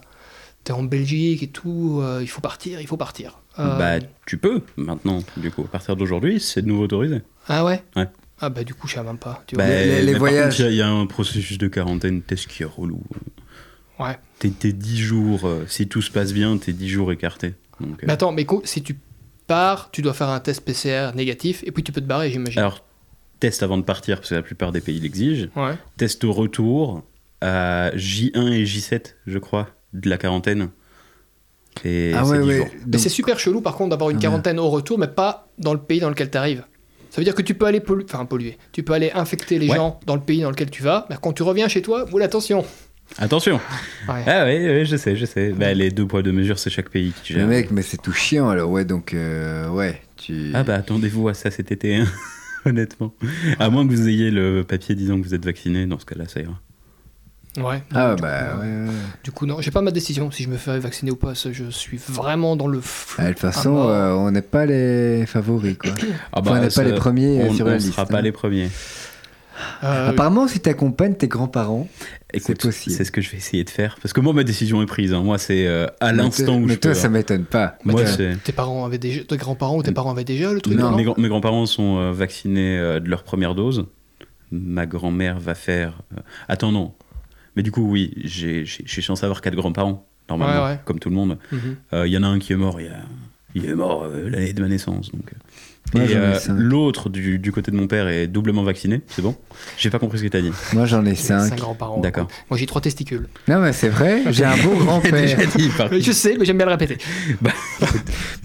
t'es en Belgique et tout euh, il faut partir il faut partir. Euh,
Bah tu peux maintenant du coup. À partir d'aujourd'hui c'est de nouveau autorisé.
Ah ouais
Ouais.
Ah bah du coup, je savais même pas. Tu
Bah,
les- les
mais par contre,
voyages.
Il y a- il y, a un processus de quarantaine test qui est relou.
vois. Ouais.
euh.
T'es t'es 10 jours, euh, si tout se passe bien, t'es 10 jours écarté. Donc, euh,
Mais attends, mais co- si tu pars, tu dois faire un test PCR négatif et puis tu peux te barrer, j'imagine.
alors, test avant de partir, parce que la plupart des pays l'exigent.
Ouais.
Test au retour, à J1 et J7, je crois, de la quarantaine. Et
Ah
c'est
ouais,
dix
ouais.
jours.
Mais
Donc,
c'est super chelou par contre d'avoir une
Ouais.
quarantaine au retour, mais pas dans le pays dans lequel tu arrives. Ça veut dire que tu peux aller polluer, enfin polluer, tu peux aller infecter les
Ouais.
gens dans le pays dans lequel tu vas, mais quand tu reviens chez toi, oula, attention.
Attention
Ouais.
Ah oui, oui, je sais, je sais. Bah, les deux poids, deux mesures, c'est chaque pays qui
mais
gère.
mec, mais c'est tout chiant alors, ouais, donc, euh, ouais, tu.
Ah bah attendez-vous à ça cet été, hein, honnêtement. À moins que vous ayez le papier disant que vous êtes vacciné, dans ce cas-là, ça ira.
Ouais.
Ah
Du
bah,
coup,
ouais,
euh,
ouais.
Du coup, non, j'ai pas ma décision si je me fais vacciner ou pas. ça, Je suis vraiment dans le flou.
Ah, de toute façon,
mort.
euh, on n'est pas les favoris, quoi.
Ah
Enfin, on n'est pas
ça-
les premiers euh,
on
sur la
ne
liste.
sera pas
hein.
les premiers.
Euh,
Apparemment, si t'accompagnes tes grands-parents,
Écoute,
C'est possible.
C'est ce que je vais essayer de faire. Parce que moi, ma décision est prise. hein. Moi, c'est euh,
mais
à
toi-
l'instant où
mais
je
toi,
peux. hein.
ça m'étonne pas.
Moi,
Toi,
c'est.
Tes parents avaient déjà, tes grands-parents ou tes parents avaient déjà le truc
Mm. Non.
Mes, grands- mes grands-parents sont euh, vaccinés euh, de leur première dose. Ma grand-mère va faire. euh, Attends, non. Mais du coup, oui, j'ai j'ai- j'ai chance d'avoir quatre grands-parents, normalement,
Ouais, ouais.
comme tout le monde.
Mhm.
Euh, Il y en a un qui est mort il, y a- il est mort euh, l'année de ma naissance. Donc.
Moi,
Et
j'en ai
euh,
cinq.
l'autre du, du côté de mon père est doublement vacciné, c'est bon J'ai pas compris ce que t'as dit.
Moi, j'en ai
J'ai cinq
cinq.
grands-parents.
D'accord.
Moi, j'ai trois testicules.
Non, mais c'est vrai, j'ai un beau
J'ai
grand-père.
déjà dit, par-
Je sais, mais j'aime bien le répéter.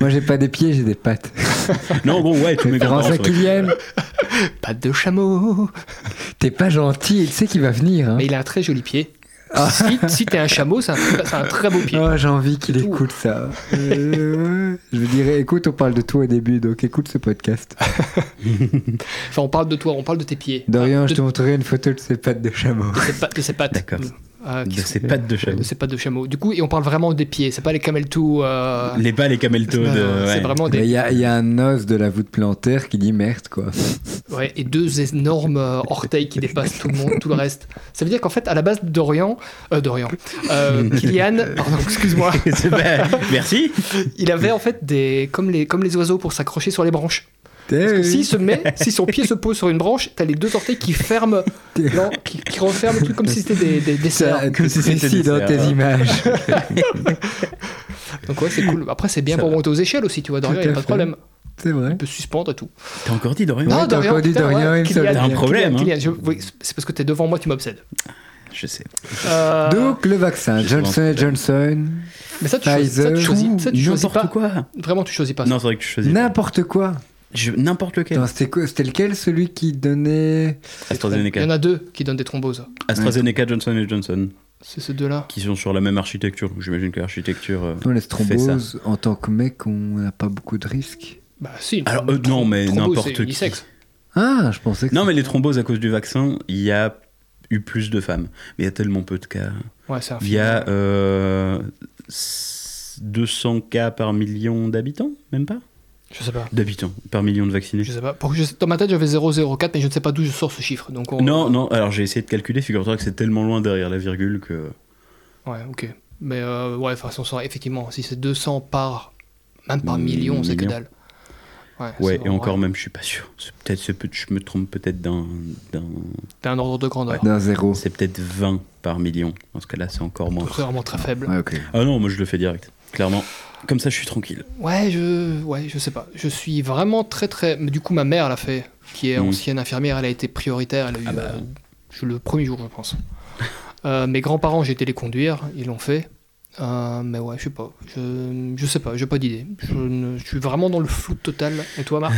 Moi, j'ai pas des pieds, j'ai des pattes.
Non, bon, ouais, tous mes
Référence
grands-parents
à
sont vaccinés.
Kylian.
Pas de chameau.
T'es pas gentil, et tu sais qu'il va venir. hein.
Mais il a un très joli pied.
Ah.
Si, si t'es un chameau, c'est un, c'est un très beau pied.
Oh, j'ai envie qu'il
C'est tout.
écoute ça. Euh, je lui dirais, écoute, on parle de toi au début, donc écoute ce podcast.
Enfin, on parle de toi, on parle de tes pieds.
Dorian,
Ah,
je
de,
te montrerai une photo de ses pattes de chameau.
de ses pa- de ses pattes.
D'accord.
Euh, qui
De
sont-
ses pattes de chameau.
de ses pattes de chameau. Du coup, et on parle vraiment des pieds. C'est pas les camel toe. euh,
Les balles et camelto
non,
de.
non, C'est
ouais.
vraiment
Mais
des.
il y a, il y a un os de la voûte plantaire qui dit merde, quoi.
Ouais, et deux énormes euh, orteils qui dépassent tout le monde, tout le reste. Ça veut dire qu'en fait, à la base, Dorian, euh, Dorian, euh, Kylian, pardon, excuse-moi,
C'est pas- Merci.
il avait en fait des comme les comme les oiseaux pour s'accrocher sur les branches.
Eh oui.
S'il se met, si son pied se pose sur une branche, t'as les deux orteils qui ferment, non, qui, qui referment tout comme si c'était des des, des serres.
Ça,
que
t'es
si c'était
précis
des
dans
serres.
tes images.
Donc ouais, c'est cool. Après, c'est bien pour monter aux échelles aussi, tu vois, Dorian, il
Tout
a
à
pas de
fait.
problème.
C'est vrai.
Il peut suspendre et tout.
T'as encore dit Dorian
Non. t'as encore dit
putain,
Dorian, il me
Kylian,
semble
T'as un
Kylian,
problème, hein.
Kylian, je- oui, c'est parce que t'es devant moi, tu m'obsèdes.
Je sais.
Euh,
Donc, le vaccin,
J'ai souvent
Johnson
ce
Johnson,
mais ça, tu choisis, ça, tu
Pfizer,
choisis, ça, tu choisis
N'importe
pas.
quoi.
Vraiment, tu choisis pas. ça.
Non, c'est vrai que tu choisis.
n'importe quoi.
Je- N'importe lequel.
Attends, C'était quoi- c'était lequel celui qui donnait.
Il y en
AstraZeneca.
a deux qui donnent des thromboses.
AstraZeneca, Johnson et Johnson,
C'est ces deux-là.
qui sont sur la même architecture. J'imagine que l'architecture. euh,
Non, les
Fais ça.
thromboses, en tant que mec, on n'a pas beaucoup de risques.
Bah si. une
Alors,
throm-
euh, non, mais
thrombose,
n'importe
c'est
qui.
unisexe.
Ah, je pensais que.
Non, mais les thromboses à cause du vaccin, il y a eu plus de femmes. Mais il y a tellement peu de cas.
Ouais, c'est un
Il y a euh, s- 200 cas par million d'habitants, même pas
Je sais pas.
D'habitants, par million de vaccinés.
Je sais pas. Pour- je- Dans ma tête, j'avais 0,04, mais je ne sais pas d'où je sors ce chiffre. Donc on-
Non, non, alors j'ai essayé de calculer, figure-toi que c'est tellement loin derrière la virgule que.
Ouais, ok. Mais euh, ouais, de toute façon, ça- effectivement, si c'est 200 par, même par million, c'est que
Million.
dalle. Ouais, c'est
Ouais, et
vraiment-
encore même, je suis pas sûr. C'est peut-être, c'est peut- je me trompe peut-être d'un. d'un-
T'as un ordre de grandeur.
D'un zéro.
C'est peut-être 20 par million. Dans ce cas-là, c'est encore moins.
Donc, C'est vraiment très faible.
Ouais, ok.
Ah non, moi je le fais direct, clairement. Comme ça, je suis tranquille.
Ouais, je, ouais, je sais pas. Je suis vraiment très très. Mais du coup, ma mère l'a fait, qui est
Mhm.
ancienne infirmière. Elle a été prioritaire. Elle a eu
Ah bah.
euh, je- le premier jour, je pense. Euh, mes grands-parents, j'ai été les conduire. Ils l'ont fait. Euh, mais ouais, je sais pas. Je, je sais pas. J'ai pas d'idée. Je, ne- je suis vraiment dans le flou total. Et toi, Marc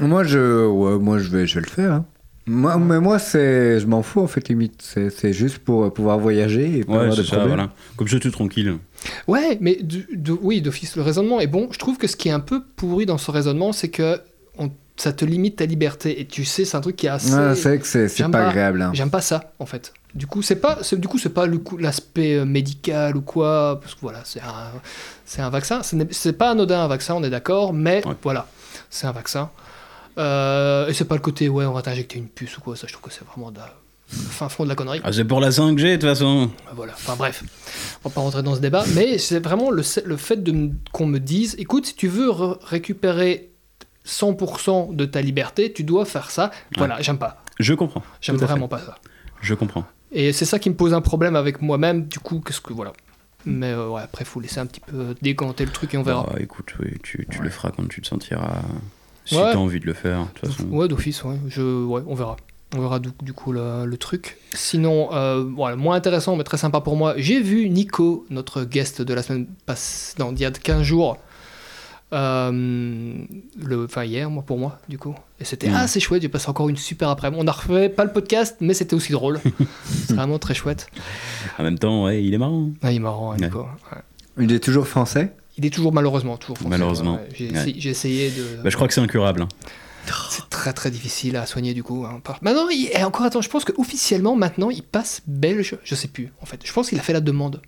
Moi, je, ouais, moi, je vais, je vais le faire. hein. Moi, mais moi, c'est, je m'en fous en fait limite. C'est, c'est juste pour euh, pouvoir voyager et pas
Ouais,
avoir de
c'est ça,
problème.
voilà. Comme ça, tu es tranquille.
Ouais, mais du- de- oui, d'office, le raisonnement est bon. Je trouve que ce qui est un peu pourri dans ce raisonnement, c'est que on- ça te limite ta liberté. Et tu sais, c'est un truc qui est assez.
Ouais, Ah, c'est vrai que c'est, c'est
J'aime
pas,
pas.
agréable. hein.
J'aime pas ça en fait. Du coup, c'est pas c'est- du coup c'est pas le coup- l'aspect euh, médical ou quoi parce que voilà, c'est un c'est un vaccin, Ce n'est- c'est pas anodin un vaccin, on est d'accord, mais
Ouais.
voilà, c'est un vaccin. Euh, et c'est pas le côté ouais, on va t'injecter une puce ou quoi, ça je trouve que c'est vraiment de la- le fin fond de la connerie.
Ah, c'est pour la 5G, de toute façon.
Bah, Voilà, enfin bref, on va pas rentrer dans ce débat, mais c'est vraiment le, le fait de m- qu'on me dise écoute, si tu veux re- récupérer 100% de ta liberté, tu dois faire ça. Voilà, j'aime pas.
Je comprends.
J'aime
Tout à fait.
vraiment pas ça.
Je comprends.
Et c'est ça qui me pose un problème avec moi-même, du coup, qu'est-ce que voilà. Mais euh, ouais, après, faut laisser un petit peu décanter le truc et on verra.
Bah, écoute, oui, tu, tu le feras quand tu te sentiras. Si
Ouais.
t'as envie de le faire, de toute façon.
Ouais, d'office, ouais, je, ouais, on verra. On verra du, du coup le, le truc. Sinon, euh, voilà, moins intéressant, mais très sympa pour moi. J'ai vu Nico, notre guest de la semaine passée, non, d'il y a 15 jours. Euh, le, enfin, hier, moi, pour moi, du coup. Et c'était
Mhm.
assez chouette. J'ai passé encore une super après-midi. On n'a refait pas le podcast, mais c'était aussi drôle. C'est vraiment très chouette.
En même temps, ouais, il est marrant.
Ah, il est marrant, hein,
Ouais.
Nico. Ouais.
Il est toujours français
Il est toujours malheureusement toujours. français,
Malheureusement.
ouais. J'ai
Ouais.
essayé- j'ai essayé de.
Bah, je crois que c'est incurable. hein.
C'est très très difficile à soigner du coup. hein, par- Maintenant, il... et encore attends, je pense que officiellement maintenant il passe belge, je sais plus en fait. Je pense qu'il a fait la demande.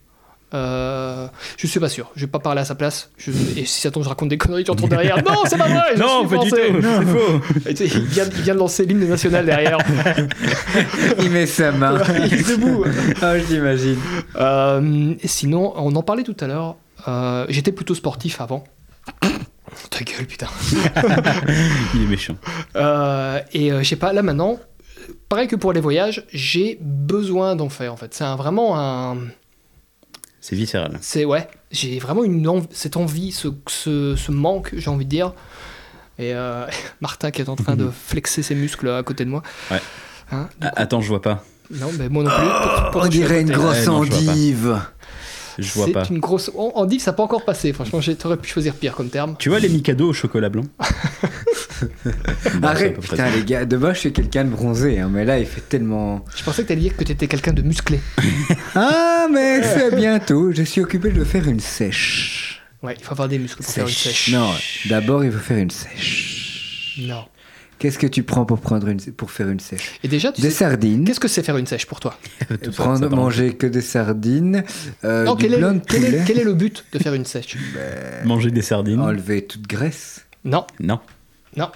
Euh, je suis pas sûr, je vais pas parler à sa place. Je- Et si ça tombe, je raconte des conneries, tu entends derrière. Non, c'est pas vrai! Eh, je
non,
suis
pas du tout,
français.
c'est faux.
Et tu sais, Il vient, il vient de lancer l'hymne national derrière.
Il met sa main.
il est debout.
Ah, je l'imagine.
Euh, et sinon, on en parlait tout à l'heure. euh, J'étais plutôt sportif avant. Ta gueule, putain.
Il est méchant.
Euh, et euh, je sais pas, là maintenant, pareil que pour les voyages, j'ai besoin d'en faire en fait. C'est un- vraiment un.
C'est viscéral.
C'est ouais, j'ai vraiment une env- cette envie, ce, ce, ce manque, j'ai envie de dire. Et euh, Martin qui est en train de flexer ses muscles à côté de moi.
Ouais.
Hein
Ah, attends, je vois pas.
non, mais moi non plus. Pour- pour-
Oh, On
je suis à
dirait une
côté.
grosse
Ouais, Eh, non, je vois pas.
endive.
Je vois
C'est
pas.
une grosse. En, en div, ça n'a pas encore passé. Franchement, j'ai- t'aurais pu choisir pire comme terme.
Tu vois les Mikado au chocolat blanc Bon, c'est à
Arrête,
peu près
putain,
ça.
les gars. De base, je suis quelqu'un de bronzé, hein, mais là, il fait tellement.
Je pensais que t'allais dire que t'étais quelqu'un de musclé.
Ah, mais c'est bientôt. Je suis occupé de faire une sèche.
Ouais, il faut avoir des muscles pour faire une sèche.
Non, d'abord, il faut faire une sèche.
Non.
Qu'est-ce que tu prends pour, prendre une, pour faire une sèche
Et déjà, tu
Des
sais-
sardines.
qu'est-ce que c'est faire une sèche pour toi
Tout ça,
Prendre,
ça part en-
manger que des sardines, euh,
Non,
du
quel est,
blanc
le,
de
quel,
poulet,
est, quel est le but de faire une sèche
Manger des sardines
enlever toute graisse.
Non,
Non.
non.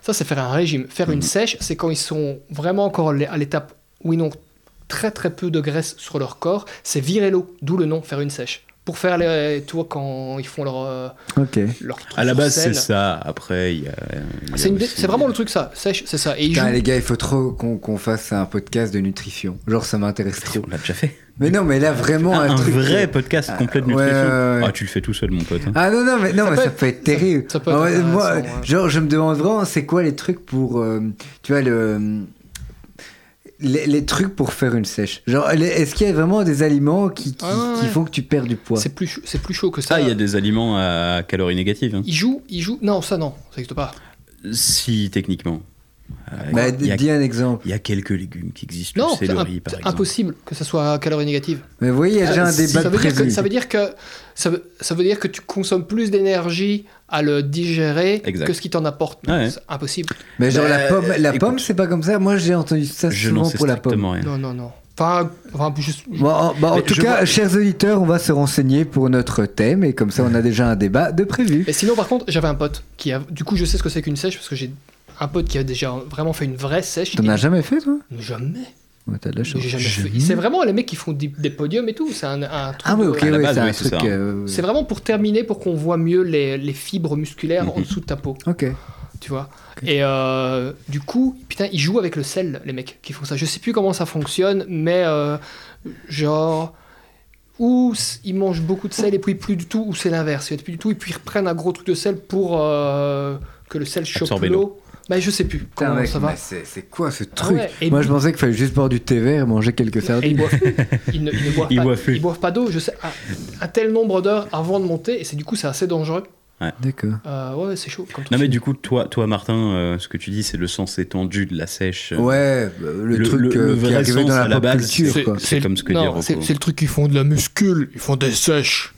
Ça, c'est faire un régime. Faire une
Mm.
sèche, c'est quand ils sont vraiment encore à l'étape où ils n'ont très très peu de graisse sur leur corps. C'est virer l'eau, d'où le nom faire une sèche. Pour faire les, tu vois, quand ils font leur euh,
Ok.
leur
À la
sur
base, c'est
scène.
ça. Après, il y a. il y a
C'est une dé-
aussi-
c'est vraiment le truc ça. Sèche, c'est ça. Et ils
Putain,
jouent-
les gars, il faut trop qu'on qu'on fasse un podcast de nutrition. Genre, ça m'intéresse trop.
On l'a déjà fait.
Mais non, mais là, vraiment,
Ah,
un,
un
truc.
vrai podcast complet de
ouais,
nutrition.
ouais, ouais.
Ah, tu le fais tout seul, mon pote. hein.
Ah non, non, mais, non, mais
peut
ça
être-
peut être terrible.
ça peut être
Ah ouais, moi,
intéressant, ouais.
genre, je me demande vraiment, c'est quoi les trucs pour. euh, tu vois, le. Les, les trucs pour faire une sèche. Genre, les- est-ce qu'il y a vraiment des aliments qui, qui,
Ouais, Ah, ouais,
qui
ouais.
font que tu perds du poids
c'est plus chou- c'est plus chaud que ça.
Ça, il y a des aliments à calories négatives. hein.
Ils jouent, ils jouent. Non, ça non, ça n'existe pas.
Si, techniquement. Euh,
Bah,
il y a-
Dis un exemple.
il y a quelques légumes qui existent.
Non,
le
c'est
céleri,
imp-
par exemple.
impossible que ça soit à calories négatives.
Mais vous voyez, il y a déjà un
Ah, Si, ça
débat de
veut dire que
prévu.
ça veut dire que ça veut, ça veut dire que tu consommes plus d'énergie à le digérer
Exact.
que ce qui t'en apporte.
Ouais, ouais.
C'est impossible.
Mais genre, la
Bah,
Euh,
pomme, la
écoute.
pomme c'est pas comme ça. Moi, j'ai entendu ça
Je n'en
souvent
sais
pour la pomme.
strictement rien.
Non, non, non. Enfin, enfin, juste-
Bon, en, bah, en
Mais
tout
je
cas,
vois-
chers auditeurs, on va se renseigner pour notre thème et comme ça, on a déjà un débat de prévu.
Mais sinon, par contre, j'avais un pote qui a. Du coup, je sais ce que c'est qu'une sèche parce que j'ai un pote qui a déjà vraiment fait une vraie sèche.
T'en as jamais fait, toi
Mais Jamais.
Ouais, T'as de la chance.
J'ai jamais fait. C'est vraiment les mecs qui font des, des podiums et tout. C'est un, un truc
Ah oui,
de-
ok,
À la
ouais,
base,
c'est un
oui, c'est
truc.
ça. hein.
euh,
C'est vraiment pour terminer, pour qu'on voit mieux les, les fibres musculaires
Mhm.
en dessous de ta peau,
Ok.
tu vois. Et euh, du coup, putain, ils jouent avec le sel, les mecs qui font ça. Je sais plus comment ça fonctionne, mais euh, genre, ou s- ils mangent beaucoup de sel et puis plus du tout, ou c'est l'inverse. Il y a plus du tout, et puis ils reprennent un gros truc de sel pour euh, que le sel chope
Absorber
l'eau. Bah, je sais plus comment
Putain, mec,
ça va. Ah
mais C'est c'est quoi ce truc
ouais, et
Moi,
puis-
je pensais qu'il fallait juste boire du thé vert et manger quelques
Et ils
sardines.
boivent plus. Ils ne, ils ne boivent,
Ils
pas,
boivent plus.
ils boivent pas d'eau. Je sais un, un tel nombre d'heures avant de monter, et c'est du coup c'est assez dangereux.
D'accord.
Euh, ouais, c'est chaud. Comme
Non, mais
truc.
du coup, toi, toi Martin, euh, ce que tu dis, c'est le sens étendu de la sèche. euh,
Ouais, le,
le-
truc euh,
le- le
qui est
vrai
arrivé
sens
dans
à
la
la
pop
base,
culture, quoi.
C'est comme ce que dit
non,
Rocco.
c'est, c'est le truc qu'ils font de la muscule, ils font des sèches.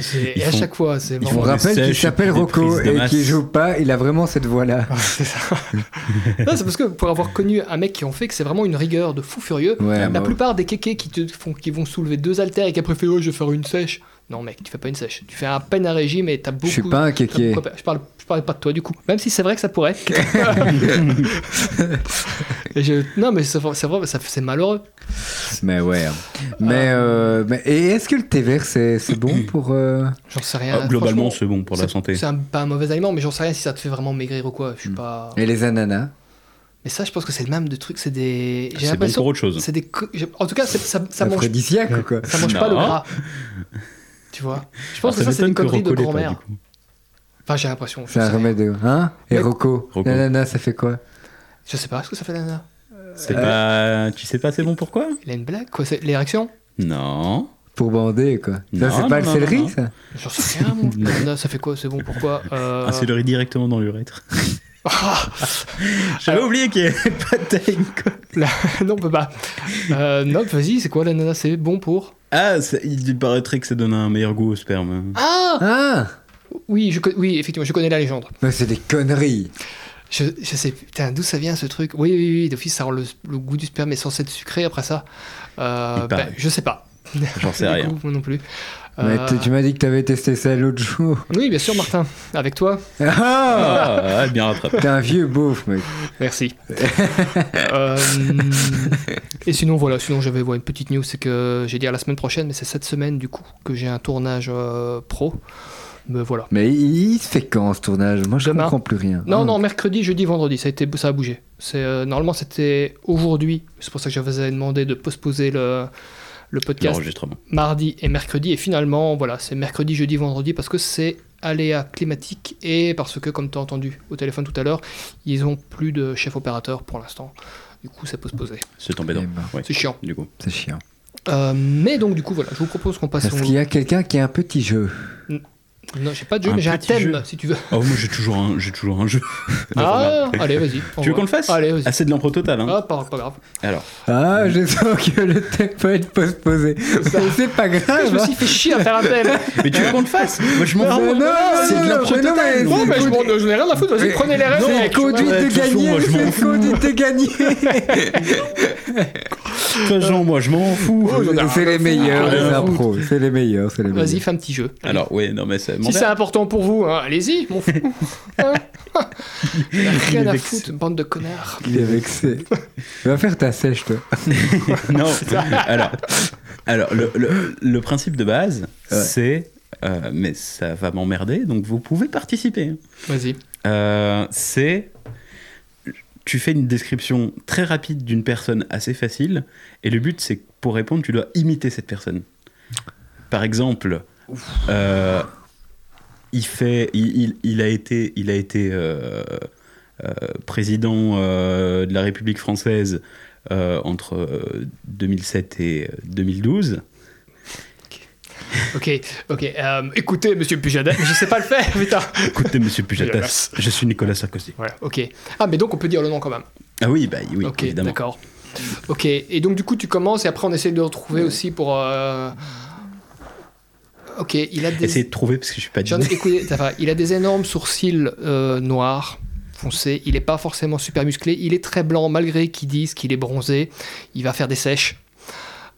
C'est-
Ils
et à
font-
chaque fois, c'est
On
font
vraiment.
des
rappelle qu'il
sèches,
s'appelle
des
Rocco
prises de
et
masse.
qu'il joue pas, il a vraiment cette voix-là.
c'est ça. Non, c'est parce que pour avoir connu un mec qui en fait, que c'est vraiment une rigueur de fou furieux.
Ouais,
La
bah,
plupart des kékés qui, te font, qui vont soulever deux haltères et qui après fait oh, je vais faire une sèche. Non, mec, tu fais pas une sèche. Tu fais à peine un régime et t'as beaucoup.
Je suis pas un
t'as
kéké.
beaucoup à perdre. Je parle, je parle pas de toi du coup. Même si c'est vrai que ça pourrait. Et je- non, mais c'est, c'est vrai, ça- c'est malheureux.
Mais ouais. hein.
Ah.
Mais, euh, mais- et est-ce que le thé vert c'est c'est bon pour euh,
J'en sais rien.
Ah, globalement,
Franchement,
c'est bon pour la santé. Mm.
C'est un- pas un mauvais aliment, mais j'en sais rien si ça te fait vraiment maigrir ou quoi. Je suis pas.
et les ananas
Mais ça, je pense que c'est le même de truc. C'est des. J'ai
C'est bon
l'impression.
pour autre chose.
c'est des. co- j'ai- En tout cas, c'est- ça, ça mange.
Aphrodisiaque ou quoi
Ça mange pas le
Non.
gras. Tu vois. Je pense
Alors,
que ça, c'est
Ah, m'étonne
des conneries de
Rocco l'ait pas,
grand-mère.
du coup.
Enfin, j'ai l'impression. Je,
C'est un
sais rien.
remède de hein Et
Mais-
Rocco,
Rocco.
L'ananas ça fait quoi
Je sais pas ce que ça fait l'ananas.
C'est pas. Tu sais pas, c'est bon pourquoi
Il a une blague Quoi c'est- L'érection
Non.
Pour bander, quoi.
Non,
Ça, c'est
non,
pas le
non, non, non.
céleri, ça
J'en sais rien, moi. Non, ça fait quoi C'est bon, pourquoi Euh,
Ah, c'est le riz directement dans l'urètre.
ah,
J'avais oublié qu'il y avait pas de time, quoi.
Non, bah, bah. Euh, non, vas-y, c'est quoi l'ananas C'est bon pour
Ah, c'est- il paraîtrait que ça donne un meilleur goût au sperme. hein.
Ah
Ah
oui, je, co- oui, effectivement, je connais la légende.
Mais c'est des conneries
Je, je sais, putain, d'où ça vient ce truc Oui, oui, oui, d'office, ça rend le, le goût du sperme est censé être sucré après ça. Euh,
Il
bah,
paraît.
je sais pas.
J'en sais
Du
rien.
coup, moi non plus.
Mais
Euh,
t- Tu m'as dit que t'avais testé ça l'autre jour.
Oui, bien sûr, Martin, avec toi.
Ah
Ah, ouais, bien rattrapé.
T'es un vieux beauf, mec.
Merci. Euh, et sinon, voilà, sinon j'avais voilà, une petite news, c'est que j'ai dit à la semaine prochaine, mais c'est cette semaine du coup que j'ai un tournage euh, pro. Mais voilà.
Mais il, il se fait quand ce tournage Moi, je
Demain.
comprends plus rien.
Non,
Ah.
non, mercredi, jeudi, vendredi, ça a, été, ça a bougé. C'est, euh, normalement, c'était aujourd'hui. C'est pour ça que j'avais demandé de postposer le, le podcast
L'enregistrement.
mardi et mercredi. Et finalement, voilà, c'est mercredi, jeudi, vendredi parce que c'est aléa climatique et parce que, comme tu as entendu au téléphone tout à l'heure, ils ont plus de chef opérateur pour l'instant. Du coup, ça peut se poser.
C'est embêtant.
Eh ben.
Ouais,
C'est chiant.
du coup.
C'est chiant.
Euh, mais donc, du coup, voilà, je vous propose qu'on passe.
Parce
au-
qu'il y a quelqu'un qui a un petit jeu.
Non, j'ai pas de jeu,
Un
mais j'ai un
petit
thème,
jeu.
si tu veux.
Oh, moi j'ai toujours un, j'ai toujours un jeu.
Ah, allez, vas-y. on
tu veux
va.
qu'on le fasse
Allez, vas-y.
Ah, c'est de l'impro total. Hein.
Ah, pas, pas grave.
Alors,
Ah, je sens que le thème va être postposé. Mais c'est pas grave.
Je me suis fait chier à faire un thème.
mais tu veux qu'on le fasse Moi je m'en
hein.
fous.
Mais non,
C'est de
non,
l'impro
mais non,
totale.
mais
Non,
c'est
mais je
conduite-
m'en- je n'ai rien à foutre, vas-y,
Mais-
prenez les rênes.
C'est
mec,
une conduite
ouais,
de
tu te fous, Eh, moi,
gagner,
je m'en
c'est une conduite de gagner.
De toute façon, moi je m'en fous.
C'est les meilleurs,
rien
les
à foutre.
impros. C'est les meilleurs, c'est les meilleurs.
Vas-y, fais un petit jeu.
Alors, ouais, non, mais ça.
Si c'est important pour vous, hein, allez-y, mon fou. Hein Rien à foutre, bande de connards.
Il est vexé. Va faire ta sèche, toi.
non. Alors, alors le, le- le principe de base,
Ouais.
c'est. euh, mais ça va m'emmerder, donc vous pouvez participer.
Vas-y.
Euh, c'est. Tu fais une description très rapide d'une personne assez facile, et le but, c'est que pour répondre, tu dois imiter cette personne. Par exemple, euh, il, fait, il, il- il a été, il a été euh, euh, président euh, de la République française euh, entre euh, 2007 et euh, 2012.
Ok, ok. euh, écoutez, monsieur Pujadas, mais je sais pas le faire, putain.
Écoutez, monsieur Pujadas, je suis Nicolas Sarkozy.
Voilà, ok. Ah, mais donc on peut dire le nom quand même.
Ah oui, bah oui,
ok,
évidemment.
d'accord. Ok, et donc du coup, tu commences et après on essaie de le retrouver aussi pour. euh, Ok, il a des.
Essayez de trouver parce que je
Ah,
suis pas
J'en
dit.
ai- écoutez, ça va. Il a des énormes sourcils euh, noirs, foncés. Il n'est pas forcément super musclé. Il est très blanc, malgré qu'ils disent qu'il est bronzé. Il va faire des sèches.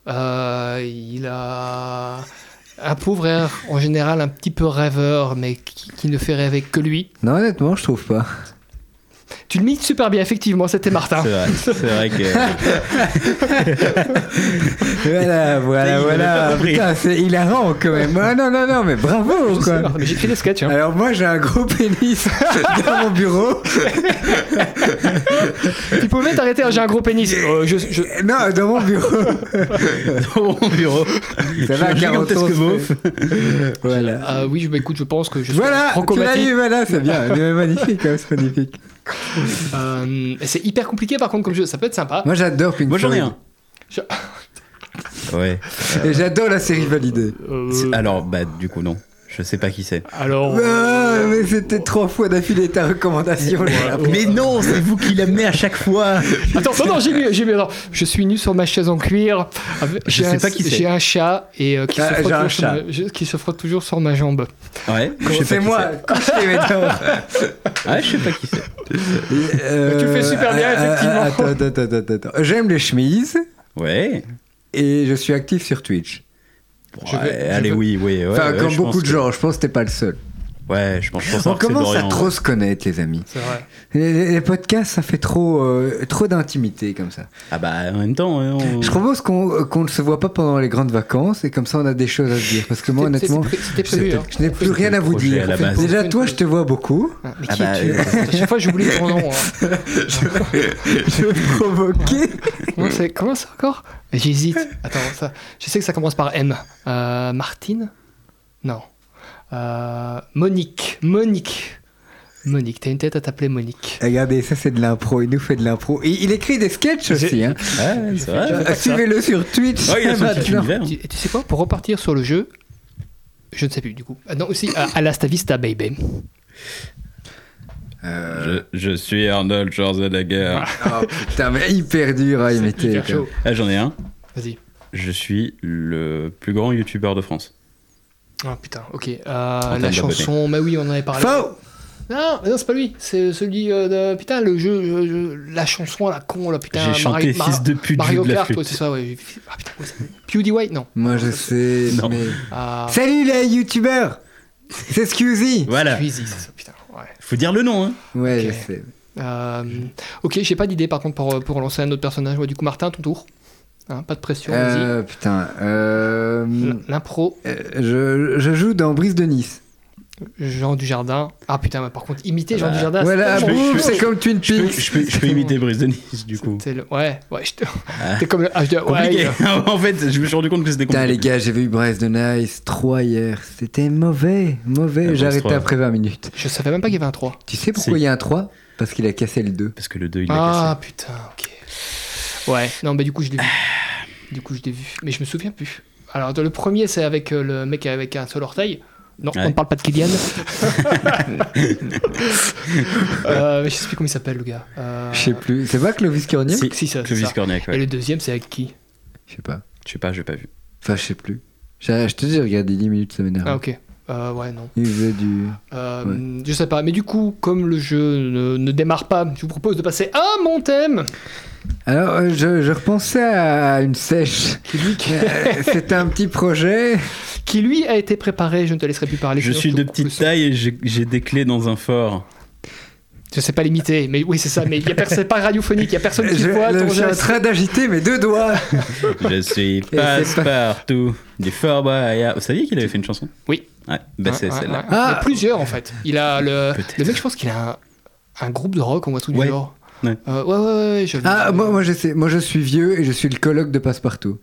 Euh, il a un pauvre air, en général, un petit peu rêveur, mais qui, qui ne fait rêver que lui.
Non, honnêtement, je trouve pas.
Tu le mites super bien, effectivement, c'était Martin.
C'est vrai, c'est vrai que.
Voilà, voilà,
Il avait pas
voilà.
compris.
Putain, c'est hilarant quand même. Ah, non, non, non, mais bravo,
C'est
quoi.
Martin, Mais j'écris des sketchs. hein.
Alors moi j'ai un gros pénis dans mon bureau. Euh,
Tu pouvais t'arrêter, j'ai un gros pénis. Euh, je- je-
Non, dans mon bureau.
Dans mon bureau.
Ça va,
Je suis un gigantesque
Carotos.
beauf.
Voilà.
Ah oui, je m'écoute, je pense que je suis
Voilà, tu l'as
francomatique.
eu, voilà, c'est bien. C'est magnifique, hein, c'est magnifique.
Euh, c'est hyper compliqué par contre comme jeu, ça peut être sympa.
Moi j'adore Pink
Moi j'en ai
Floyd.
un.
Je-
Ouais.
Et j'adore la série validée.
Euh,
C'est- Alors, bah, du coup, non. Je sais pas qui c'est.
Alors.
Ah, mais c'était trois fois d'affilée ta recommandation. là.
Mais non, c'est vous qui l'amenez à chaque fois.
Attends, non, non, j'ai mis, j'ai mis, attends. Je suis nu sur ma chaise en cuir. avec-
Je
j'ai
sais
un-
pas qui c'est.
J'ai un chat et euh, qui,
Ah,
se frotte
j'ai un
toujours sur
chat.
ma- je- qui se frotte toujours sur ma jambe.
Ouais, je sais pas
C'est
qui
moi, couché, mais non.
Ouais, je sais pas qui c'est.
Euh,
Tu le fais super bien,
ah, ah,
effectivement.
Attends, attends, attends, attends, attends. J'aime les chemises
Ouais.
et je suis actif sur Twitch.
Je
Ouais,
vais- je
allez,
vais-
oui, oui. Ouais,
enfin,
ouais,
comme
je pense
beaucoup de
que-
gens, je pense que t'es pas le seul.
Ouais, je pense, je pense
On
que c'est
commence à
Dorian.
trop se connaître, les amis.
C'est vrai.
Les, les- les podcasts, ça fait trop, euh, trop d'intimité comme ça.
Ah bah, en même temps, ouais, on...
Je propose qu'on euh, qu'on ne se voit pas pendant les grandes vacances et comme ça on a des choses à se dire. Parce que moi,
C'était-
honnêtement,
c'était- c'était prévu,
je-
hein.
je n'ai plus
C'était
rien à
le
vous
projet
dire.
à la base.
Déjà, toi, je te vois beaucoup.
Ah, Mais
Ah
qui
bah,
es-tu
euh,
À chaque fois, j'oublie ton nom. hein.
Je vais provoquer.
Comment, c'est- comment ça encore J'hésite. Attends, ça. Je sais que ça commence par M. Euh, Martine Non. Euh, Monique. Monique. Monique, t'as une tête à t'appeler Monique.
Regardez, ça c'est de l'impro, il nous fait de l'impro. Il, il écrit des sketchs
J'ai- Ah, bah,
aussi. Hein.
Ouais, c'est vrai.
Euh, Suivez-le sur Twitch.
Ouais, il a son petit
maintenant.
univers.
Tu, tu sais quoi Pour repartir sur le jeu, je ne sais plus du coup. Ah non, aussi, à, à la Stavista Baby.
Je, je suis Arnold Schwarzenegger.
Oh putain, mais hyper dur à imiter.
Hyper
quoi.
chaud.
Ah, j'en ai un.
Vas-y.
Je suis le plus grand youtubeur de France.
Ah putain, ok. Euh,
termes
la
d'abonnés.
chanson, mais oui, on en avait parlé.
Faux
Non, mais non, c'est pas lui, c'est celui euh, de. Putain, le jeu, je- je- la chanson, la con, là, putain.
J'ai chanté
Mari-
fils de pute
Mario
de la
Kart,
flûte.
ouais, c'est ça, ouais. Ah putain, comment ça s'appelle PewDiePie, non.
Moi je sais,
Non.
mais.
Ah,
Salut les youtubeurs C'est Squeezie
Voilà.
Squeezie, c'est ça, putain, ouais.
Faut dire le nom, hein.
Ouais,
Ok.
je sais.
Euh, ok, j'ai pas d'idée par contre pour, pour lancer un autre personnage. Ouais, du coup, Martin, ton tour. Hein, pas de pression, vas-y.
Euh, putain. euh,
L- L'impro,
euh, je, je joue dans Brise de Nice.
Jean du Jardin. Ah putain, mais par contre, imiter Jean
Bah,
du Jardin,
voilà,
je peux-
boum,
je peux-
c'est comme Twin
Je peux,
Peaks.
je peux- je peux imiter Brice de Nice, du coup.
le... Ouais, ouais, je te- t'es comme le. Ah, je dis- ouais,
Compliqué.
euh,
en fait, je me suis rendu compte que c'était
Putain, les
compliqué.
gars, j'ai vu Brise de Nice 3 hier. C'était mauvais, mauvais.
Ah,
J'ai arrêté
Brise
après 20 minutes.
je savais même pas qu'il y avait un 3.
Tu sais pourquoi
Si.
il y a un 3 Parce qu'il a cassé le 2.
Parce que le 2, il l'a
Ah putain, ok. Ouais, non, mais du coup, je l'ai vu. Du coup, je l'ai vu. Mais je me souviens plus. Alors, dans le premier, c'est avec euh, le mec avec un seul orteil. Non, on
Ouais.
ne parle pas de Kylian. euh, mais je sais plus comment il s'appelle, le gars. Euh,
Je sais plus. C'est pas Clovis Cornier
Si.
Si, ça,
cassé.
c'est ça.
Clovis Cornillac, ouais.
Et le deuxième, c'est avec qui
Je sais pas.
Je sais pas, j'ai pas vu.
Enfin, je sais plus. J'ai- Je te dis, j'ai regardé 10 minutes, ça m'énerve.
Ah, ok. Euh, ouais, non.
Il faisait du.
Euh, Je sais pas. Mais du coup, comme le jeu ne, ne démarre pas, je vous propose de passer à mon thème.
Alors, euh, je, je repensais à une sèche. Euh, C'était un petit projet.
Qui lui a été préparé, je ne te laisserai plus parler.
Je
sinon
suis
te
de
coupe le
petite
son.
taille et j'ai j'ai des clés dans un fort.
Je sais pas l'imiter, mais oui, c'est ça, mais il y a pers- c'est pas radiophonique, il y a personne qui
Je,
voit
là,
ton
je suis en
geste.
train d'agiter mes deux doigts.
Je suis passe-partout du Fort Boyard. Vous saviez qu'il avait fait une chanson
Oui.
Ouais, bah
Ouais,
c'est
ouais, ouais.
celle-là.
Il y a
Ah.
plusieurs en fait. Il a le,
Peut-être.
le mec, je pense qu'il a un, un groupe de rock, on voit tout du
Ouais.
genre.
Ouais.
Euh, ouais, ouais, ouais, je-
Ah, moi, moi, je sais. Moi, je suis vieux et je suis le colloque de Passepartout.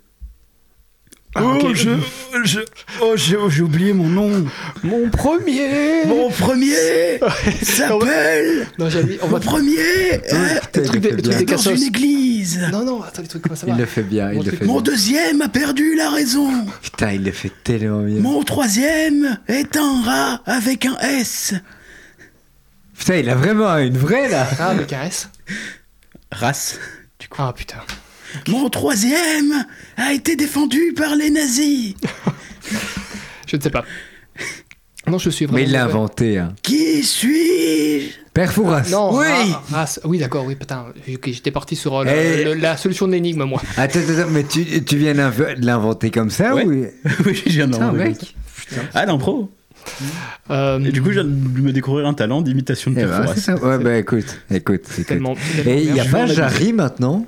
Ah, ok.
Oh, je, oh, j'ai j'ai oublié mon nom.
Mon premier
premier s'appelle
Non, j'ai mis- on va
premier
Putain,
le truc
il
des-
le fait
le truc
bien.
des cassos.
église.
Non, non, attends, les trucs, comment ça va
Il le fait
Mon
bien. Il le
truc-
fait bien.
deuxième a perdu la raison.
Putain, il le fait tellement bien.
troisième est un rat avec un S.
Putain, il a vraiment une vraie là.
Ah, avec un S
Race.
Ah, putain.
Mon troisième a été défendu par les nazis.
Je ne sais pas. Non, je suis vraiment.
Mais il l'a inventé. Hein.
Qui suis-je
Père Fouras.
Non,
Oui.
ah, ah, ah, oui, d'accord, oui, putain. Ok, j'étais parti sur euh, le-
Eh.
le- la solution de l'énigme, moi.
Attends, attends, attends, mais tu, tu viens d'inv- de l'inventer comme ça
Ouais.
oui
Oui, je viens d'en
Putain,
rendre
mec.
compte. Ah, l'impro.
Euh,
Et du coup, je viens de me découvrir un talent d'imitation de
Eh
Père
ben, c'est
Fouras.
ça. Ouais, bah écoute, écoute, écoute.
tellement. tellement
Et Eh, il n'y a
bien.
pas Jarry maintenant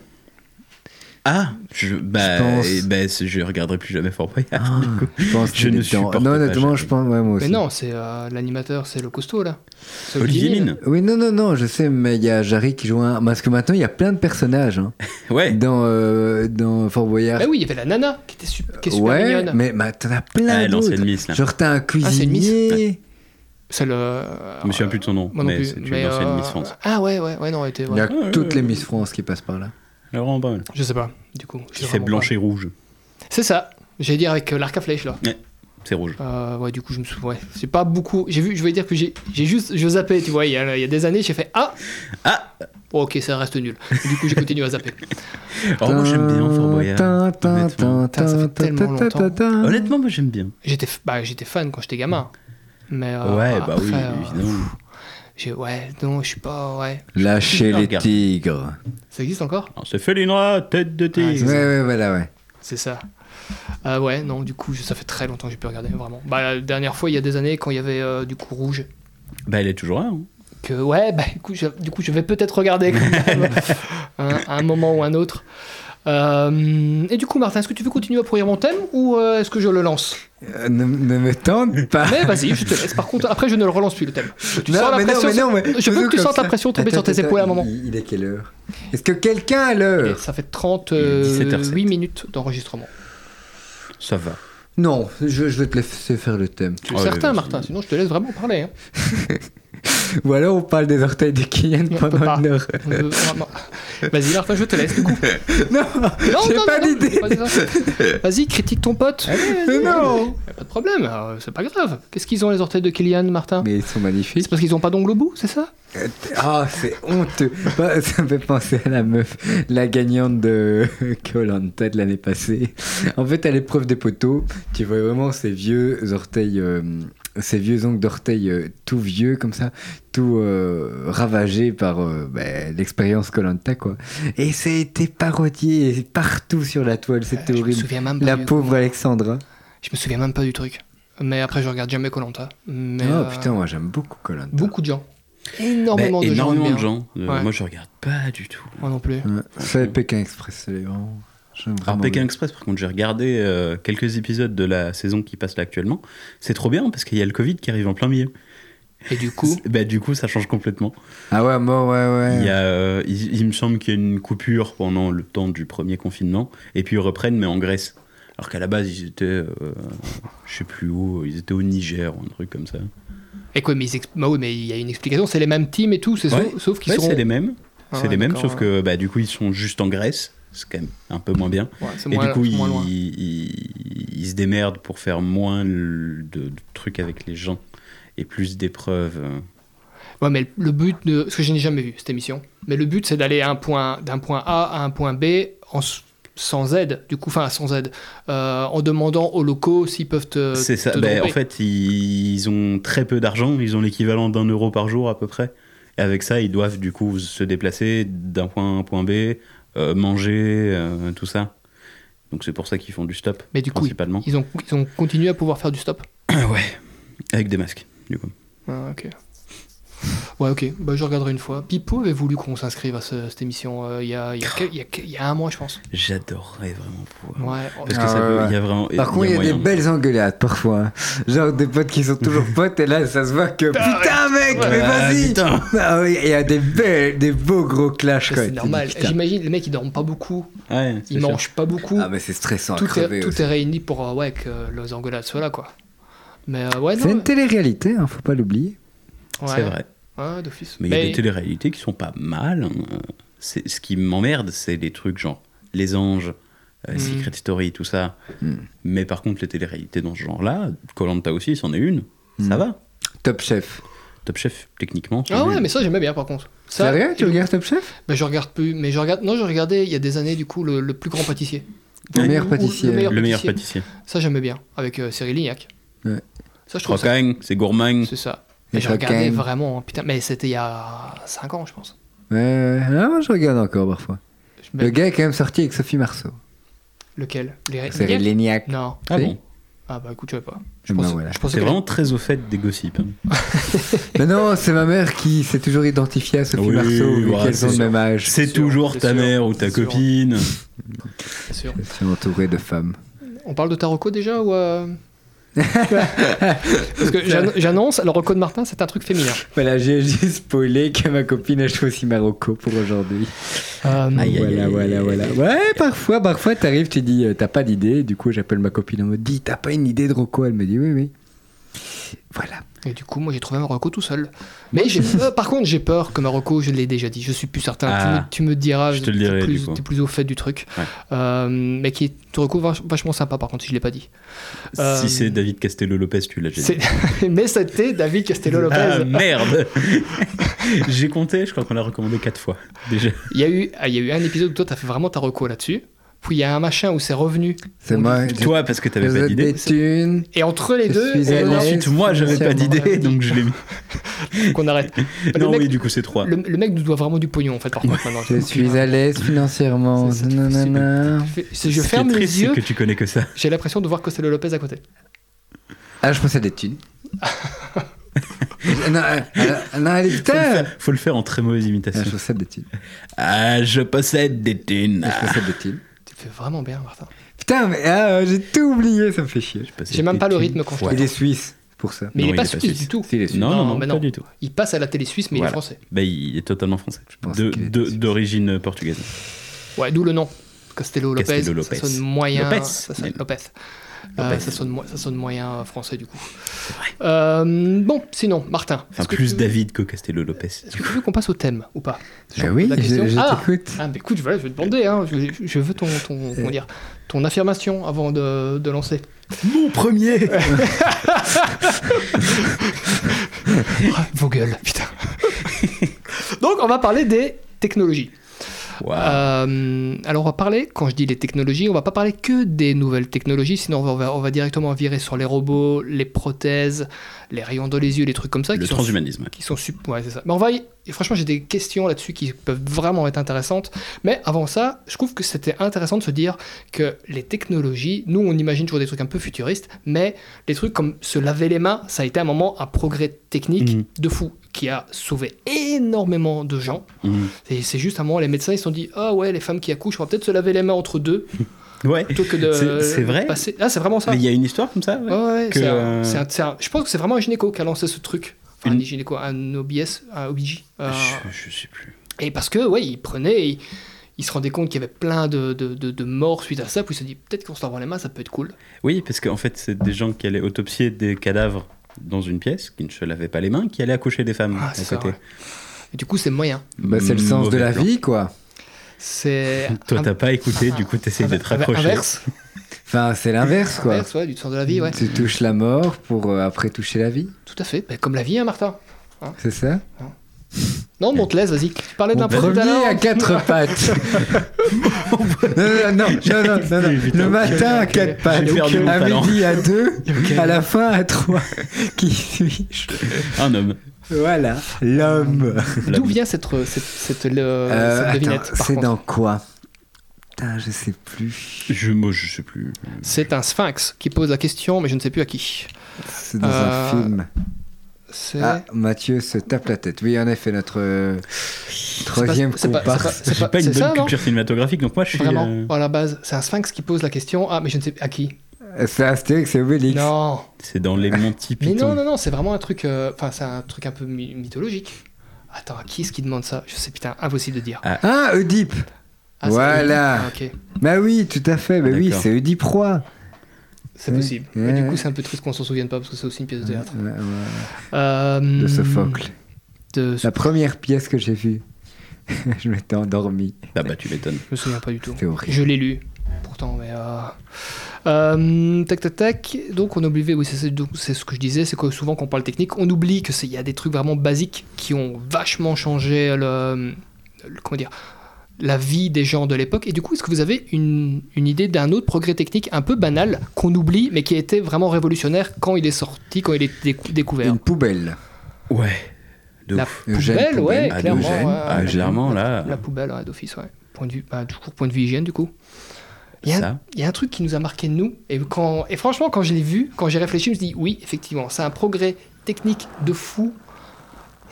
Ah, je, bah,
Je pense.
eh ben, c'est- je regarderai plus jamais Fort Boyard. du coup.
Ah, Je pense
Ah, Je
qu'il
ne
est dedans.
supporte
Non,
pas
honnêtement,
Jarry.
je pense. Ouais, moi aussi.
Mais non, c'est euh, l'animateur, c'est le costaud là. C'est
Olivier Mine.
Oui, non, non, non, je sais, mais il y a Jarry qui joue un. Parce que maintenant, il y a plein de personnages hein,
Ouais.
dans, euh, dans Fort Boyard.
Bah oui, il y avait la nana qui était su- qui est super
ouais,
mignonne.
mais bah, t'en as plein
Ah,
d'autres.
l'ancienne Miss, là.
Genre, t'as un
Ah, c'est une Miss
cuisinier.
C'est le. euh,
Je me souviens plus de son nom,
Moi non
mais
plus.
c'est une
mais,
ancienne
euh,
Miss France.
Ah ouais, ouais, ouais, non, elle était.
il y
ouais.
a
ouais, ouais,
toutes les
ouais.
Miss France qui passent par là.
Elle est vraiment pas mal.
Je sais pas, du coup. je sais
Qui fait
vraiment
blanc
pas.
et rouge.
C'est ça. J'allais dire avec euh, l'arc à flèche là.
C'est rouge.
Euh, ouais, du coup, je me souviens. Ouais, j'ai pas beaucoup. J'ai vu, je vais dire que j'ai j'ai juste. Je zappais, tu vois. Il y a, il y a des années, j'ai fait Ah
Ah
Bon, ok, ça reste nul. Du coup, j'ai continué à zapper.
Oh, moi, j'aime bien Fort Boyard.
Tin, tin,
honnêtement.
tin,
Putain, ça fait
tin,
tellement
tin, tin,
longtemps.
tin.
Honnêtement, moi, j'aime bien.
J'étais f- bah, j'étais fan quand j'étais gamin. Mais, euh,
ouais, bah oui,
après, euh,
évidemment.
j'ai- ouais, non, je Ah, suis pas. Ouais.
Lâchez les
Regarde.
tigres.
Ça existe encore
Alors, c'est Felina, tête de
Ah,
Ouais,
tigre.
ouais, voilà, ouais.
C'est ça. Euh, ouais, non, du coup, je- ça fait très longtemps que j'ai pu regarder, vraiment. Bah, la dernière fois, il y a des années, quand il y avait euh, du coup rouge,
bah, elle est toujours là. hein.
que ouais, bah, du coup, je, du coup, je vais peut-être regarder quand même, hein, à un moment ou un autre. Euh, et du coup, Martin, est-ce que tu veux continuer à produire mon thème ou euh, est-ce que je le lance
Euh, Ne, ne me tente pas.
Mais vas-y, je te laisse. Par contre, après, je ne le relance plus le thème. Tu
Non,
sens la
mais non,
pression
mais non, mais
Je veux
faisons
que tu
comme
sentes la
ça.
pression tomber sur
Attends,
tes
attends,
épaules à un moment.
Il, il est quelle heure Est-ce que quelqu'un a l'heure
Et ça fait 38
17h07.
minutes d'enregistrement.
Ça va.
Non, je, je vais te laisser faire le thème.
Tu es
Ah ouais,
certain,
vas-y.
Martin, sinon je te laisse vraiment parler. hein.
Ou alors on parle des orteils de Kylian
On peut
pendant
pas.
une heure.
Euh, On peut- non, non. Vas-y, Lartin, je te laisse du coup.
Non, j'ai
non,
pas
non,
d'idée.
c'est pas ça. Vas-y, critique ton pote.
Mais non.
Y a Pas de problème, euh, c'est pas grave. Qu'est-ce qu'ils ont les orteils de Kylian, Martin
Mais ils sont magnifiques.
C'est parce qu'ils ont pas d'ongle au bout, c'est ça
Ah, c'est honteux. Bah, ça me fait penser à la meuf, la gagnante de Colanta de l'année passée. En fait, à l'épreuve des poteaux, tu vois vraiment ces vieux orteils, euh, ces vieux ongles d'orteil euh, tout vieux comme ça, tout euh, ravagés par euh, bah, l'expérience Colanta quoi. Et ça a été parodié partout sur la toile. C'était
Euh, Je me
horrible.
souviens même pas.
La
du...
pauvre hein. Alexandra.
Je me souviens même pas du truc. Mais après, je regarde jamais Colanta. Mais
oh
euh,
putain, moi j'aime beaucoup Colanta.
beaucoup de gens, énormément
Bah,
de gens. aiment
énormément de
bien.
gens. Euh,
Ouais.
Moi, je regarde pas du tout.
Moi non plus.
C'est Pékin Express, c'est vraiment. j'aime
Ah,
Alors,
vraiment
Pékin
bien.
Express, par contre, j'ai regardé euh, quelques épisodes de la saison qui passe là actuellement. C'est trop bien parce qu'il y a le Covid qui arrive en plein milieu.
Et du coup,
Bah, du coup, ça change complètement.
Ah ouais, moi, ouais, ouais.
Il, y a, euh, il, il me semble qu'il y a une coupure pendant le temps du premier confinement, et puis ils reprennent, mais en Grèce. Alors qu'à la base, ils étaient, euh, je sais plus où, ils étaient au Niger ou un truc comme ça.
et quoi, mais ils exp- bah oui, mais il y a une explication. C'est les mêmes teams et tout, c'est sauf-
Ouais.
sauf qu'ils
Ouais,
seront.
c'est les mêmes,
Ah
c'est
ouais,
les mêmes,
d'accord,
sauf que bah, du coup, ils sont juste en Grèce, c'est quand même un peu moins bien.
Ouais, c'est
Et
moins,
du coup,
c'est
ils,
moins loin.
ils- ils se démerdent pour faire moins le- de, de trucs avec les gens et plus d'épreuves. euh.
Ouais, mais le- le but de. Parce que je n'ai jamais vu cette émission. Mais le but, c'est d'aller à un point- d'un point, A à un point B en s- sans aide, du coup, enfin, sans aide, euh, en demandant aux locaux s'ils peuvent te.
C'est ça.
te
bah, en
domper.
fait, ils, ils ont très peu d'argent. Ils ont l'équivalent d'un euro par jour à peu près. Et avec ça, ils doivent du coup se déplacer d'un point A à un point B, euh, manger, euh, tout ça. Donc c'est pour ça qu'ils font du stop
Mais du coup, ils,
principalement. Ah
ils ont, ils ont continué à pouvoir faire du stop.
ouais. Avec des masques. Du coup.
Ah, ok. Ouais, ok, bah, je regarderai une fois. Pipo avait voulu qu'on s'inscrive à ce- cette émission euh, il y, a, il, y a, quel- il y a- il y a un mois, je pense.
J'adorerais vraiment pouvoir.
Ouais, oh,
Parce que
Ah
ça
ouais,
peut-
ouais.
il y a vraiment.
Par contre, il y a
moyen.
des belles engueulades parfois. hein. Genre des potes qui sont toujours potes et là, ça se voit que putain, mec, mais
Ah,
vas-y.
putain.
Ah oui, il y a des belles, des beaux gros clashs. quoi.
c'est
Tu
normal.
dis, putain.
J'imagine, les mecs, ils dorment pas beaucoup,
Ouais, c'est
ils
sûr.
mangent pas beaucoup.
Ah mais c'est stressant à
tout,
crever.
est, tout
aussi.
est réuni pour euh, ouais, que les engueulades soient là, quoi. Mais euh, ouais, non.
C'est une télé-réalité, hein, faut pas l'oublier.
ouais.
C'est vrai.
Ouais, d'office.
Mais il y a des téléréalités qui sont pas mal. hein. C'est, ce qui m'emmerde, c'est des trucs genre Les Anges, euh,
Mm.
Secret Story, tout ça.
Mm.
Mais par contre, les téléréalités dans ce genre-là, Colanta aussi, c'en est une. Ça
Mm.
va.
Top Chef.
Top Chef, techniquement. c'est
Ah
nul.
ouais, mais ça j'aimais bien par contre. Ça,
Sérieux, tu regardes Top Chef
bah, je regarde plus, mais je regarde. Non, je regardais il y a des années du coup le, le plus grand pâtissier.
Le
Ouais.
meilleur
Ou- ou
pâtissier.
le meilleur-
le meilleur
pâtissier.
pâtissier.
Ça j'aimais bien avec euh, Cyril Lignac.
Ouais.
Ça je trouve ça.
Croquin, c'est gourmand.
C'est ça.
Les
Mais je regardais
croquins.
vraiment, hein, putain, mais c'était il y a 5 ans, je pense.
Ouais, ouais, ouais. Ah, moi, je regarde encore parfois.
Je
Le
me-
gars est quand même sorti avec Sophie Marceau.
Lequel Les
C'est
Lignac
Léniac.
Non.
Ah
Si.
bon
Ah bah écoute, je savais pas. Je
Eh ben
pensais,
voilà.
je pensais
C'est
que-
vraiment très au fait des gossips. hein.
Mais non, c'est ma mère qui s'est toujours identifiée à Sophie
Oui,
Marceau, vu
ouais,
qu'elles
c'est
ont le
sûr.
même âge.
C'est
sûr,
toujours
c'est
ta
sûr,
mère ou ta
c'est sûr.
copine.
Bien sûr.
Je suis entouré de femmes.
On parle de ta reco déjà ou. euh, Parce que j'ann- j'annonce, le reco de Martin, c'est un truc féminin.
Voilà, j'ai juste spoilé que ma copine a choisi Marocco pour aujourd'hui.
Euh,
Aïe, aïe,
voilà,
aïe,
voilà,
aïe,
voilà.
aïe,
Ouais, parfois, parfois, t'arrives, tu dis, euh, t'as pas d'idée. Du coup, j'appelle ma copine, on me dit, t'as pas une idée de Rocco Elle me dit, oui, oui. Voilà.
Et du coup, moi, j'ai trouvé un Marocco tout seul. Mais j'ai euh, par contre, j'ai peur que Marocco, je l'ai déjà dit, je suis plus certain. Tu,
Ah.
me, tu me diras,
Je te le
t'es
dirai,
plus-
du coup.
t'es plus au fait du truc.
Ouais.
Euh, mais qui est un recours vach- vachement sympa, par contre, si je l'ai pas dit. Euh,
Si c'est David Castello-Lopez, tu l'as déjà dit.
C'est- mais c'était David Castello-Lopez.
Ah merde J'ai compté, je crois qu'on l'a recommandé quatre fois déjà.
Il y, a eu, ah, il y a eu un épisode où toi, t'as fait vraiment ta Rocco là-dessus. Puis il y a un machin où c'est revenu.
C'est
On
moi. je-
Toi, parce que t'avais
vous
pas
êtes
d'idée.
des thunes.
Et entre les
Je
deux, on
suis à
Et
Ouais,
a-
ensuite, moi, j'avais pas
financièrement.
d'idée, donc je l'ai mis.
qu'on arrête. Le
Non,
mec-
oui, du coup, c'est 3.
Le, le mec nous doit vraiment du pognon, en fait, par contre, maintenant.
Je suis à l'aise financièrement.
C'est- c'est-
Nanana.
Fais- Si je ferme les yeux,
que tu connais que ça.
j'ai l'impression de voir Costello-Lopez à côté.
Ah, je pensais à des thunes. non, euh, euh, non, allez,
Faut le,
putain.
faire, faut le faire en très mauvaise
Ah, je
imitation.
pensais à des thunes.
Ah, je possède des thunes. Ah,
Je pensais à des thunes.
Tu fais vraiment bien, Martin.
Putain, mais ah, j'ai tout oublié, ça me fait chier.
J'ai même pas le rythme quand je
Ouais.
Il est suisse, pour ça.
Mais
Non,
il est pas suisse du tout.
Si, il est suisse.
Non, non, non,
mais
pas du tout.
Il passe à la télé suisse, mais il
Voilà.
est français.
Bah, il est totalement français.
pense
De-
qu'il est
de-
suisse.
D'origine euh, portugaise.
Ouais, d'où le nom. Castello Lopez.
Castello Lopez.
Ça sonne moyen.
Lopez,
ça sonne
même.
Lopez. Euh,
Lopez.
ça, sonne, mo- ça sonne moyen français du coup. Euh, bon, sinon, Martin.
Enfin,
est-ce que
plus
tu-
David que Castello Lopez.
Est-ce que tu veux qu'on passe au thème ou pas
Bah oui,
la
je,
question.
je
Ah
t'écoute. Euh.
Ah, bah écoute, voilà, je vais te demander, hein, je, je veux ton, ton, comment dire, ton affirmation avant de, de lancer.
Mon premier
Ah, Vos gueules, putain. Donc, on va parler des technologies. Euh, alors, on va parler, quand je dis les technologies, on va pas parler que des nouvelles technologies, sinon on va, on va directement virer sur les robots, les prothèses, les rayons dans les yeux, les trucs comme ça.
Le
qui sont-
transhumanisme.
qui sont sup- ouais, c'est ça. Mais on va y- et franchement, j'ai des questions là-dessus qui peuvent vraiment être intéressantes. Mais avant ça, je trouve que c'était intéressant de se dire que les technologies, nous, on imagine toujours des trucs un peu futuristes, mais les trucs comme se laver les mains, ça a été un moment un progrès technique
Mhm.
de fou qui a sauvé énormément de gens.
Mhm.
Et c'est juste un moment, les médecins, ils se sont dit, ah ouais, les femmes qui accouchent, on va peut-être se laver les mains entre deux
Ouais.
plutôt que de
C'est- c'est vrai
passer. Ah, c'est vraiment ça.
Mais il y a une histoire comme ça ouais.
Ouais, ouais,
que-
c'est un- c'est un- c'est un- je pense que c'est vraiment un gynéco qui a lancé ce truc. Enfin,
Une- Ah,
Un gynéco, un OBS, un OBJ. euh,
je, je sais plus.
et parce que, ouais, il prenait, il, il se rendait compte qu'il y avait plein de, de, de- de morts suite à ça. Puis il se dit, peut-être qu'on se lavant les mains, ça peut être cool.
Oui, parce qu'en fait, c'est des gens qui allaient autopsier des cadavres dans une pièce, qui ne se lavaient pas les mains, qui allaient accoucher des femmes
Ah,
à
c'est
côté.
ça, ouais. Et du coup, c'est moyen.
Bah, c'est le sens de
Mauvais
la
plan.
vie, quoi.
C'est.
Toi,
un-
t'as pas écouté, du coup, t'essayes d'être raccroché.
Inverse,
Enfin, c'est l'inverse, quoi.
inverse, ouais, du sens de la vie, ouais.
Tu touches la mort pour euh, après toucher la vie,
Tout à fait. Ben, comme la vie, hein, Martin.
c'est ça
Bah, Non, Montelez, vas-y. Tu parlais
Mon
d'un pro tout à
premier
l'heure.
ben, à quatre pattes. non, non, non, non, non, non, non. Le matin à quatre pattes,
vais perdre mon
à
talent.
midi à deux, à la fin à trois. Qui suis-je
Un homme.
Voilà, l'homme.
D'où vient cette, re- cette, cette, le-
Euh,
cette
attends,
devinette par
c'est
contre
dans quoi Putain, je sais plus.
Je, moi, je sais plus.
C'est un sphinx qui pose la question, mais je ne sais plus à qui.
C'est dans
Euh,
un film.
C'est.
Ah, Mathieu se tape la tête. Oui, en effet, notre euh, troisième
c'est pas- c'est pas-
comparse.
c'est
J'ai pas une
c'est
bonne
ça, non
culture cinématographique, donc moi, je suis.
Vraiment,
euh,
à la base, c'est un sphinx qui pose la question. Ah, mais je ne sais à qui.
C'est Astérix et Obélix.
Non.
C'est dans les Monty
Mais non,
Python.
non, non, c'est vraiment un truc. euh, Enfin, c'est un truc un peu my- mythologique. Attends, à qui est-ce qui demande ça Je sais, putain, impossible de dire.
Ah, Oedipe.
Ah, c'est-
Voilà.
Ah, ok,
Bah oui, tout à fait. Bah oui,
Ah, D'accord.
c'est Oedipe Roy.
c'est
Oui.
possible.
Ouais,
Mais du
ouais.
coup, c'est un peu triste qu'on s'en souvienne pas parce que c'est aussi une pièce de théâtre.
Ouais, ouais.
Euh,
de Sophocle.
de- je
La première pièce que j'ai vue, je m'étais endormi.
Ah bah, tu m'étonnes.
me souviens pas du tout.
C'était horrible.
Je l'ai lu, pourtant, mais. euh, euh, tac, tac, tac. Donc, on oublie, oui, c'est- c'est donc, c'est ce que je disais, c'est que souvent, quand on parle technique, on oublie que c'est- il y a des trucs vraiment basiques qui ont vachement changé le. le- comment dire la vie des gens de l'époque. Et du coup, est-ce que vous avez une, une idée d'un autre progrès technique un peu banal qu'on oublie, mais qui a été vraiment révolutionnaire quand il est sorti, quand il est décou- découvert
Une poubelle.
Ouais. De
La
ouf.
Eugène
poubelle, ouais,
Poubelle.
Ah,
clairement.
d'Eugène.
ouais.
Ah, clairement, là.
La poubelle, ouais, d'office, ouais. Point de vue, bah, toujours point de vue hygiène, du coup. Il y, a,
Ça.
il y a un truc qui nous a marqué de nous. Et, quand, et franchement, quand je l'ai vu, quand j'ai réfléchi, je me suis dit, oui, effectivement, c'est un progrès technique de fou.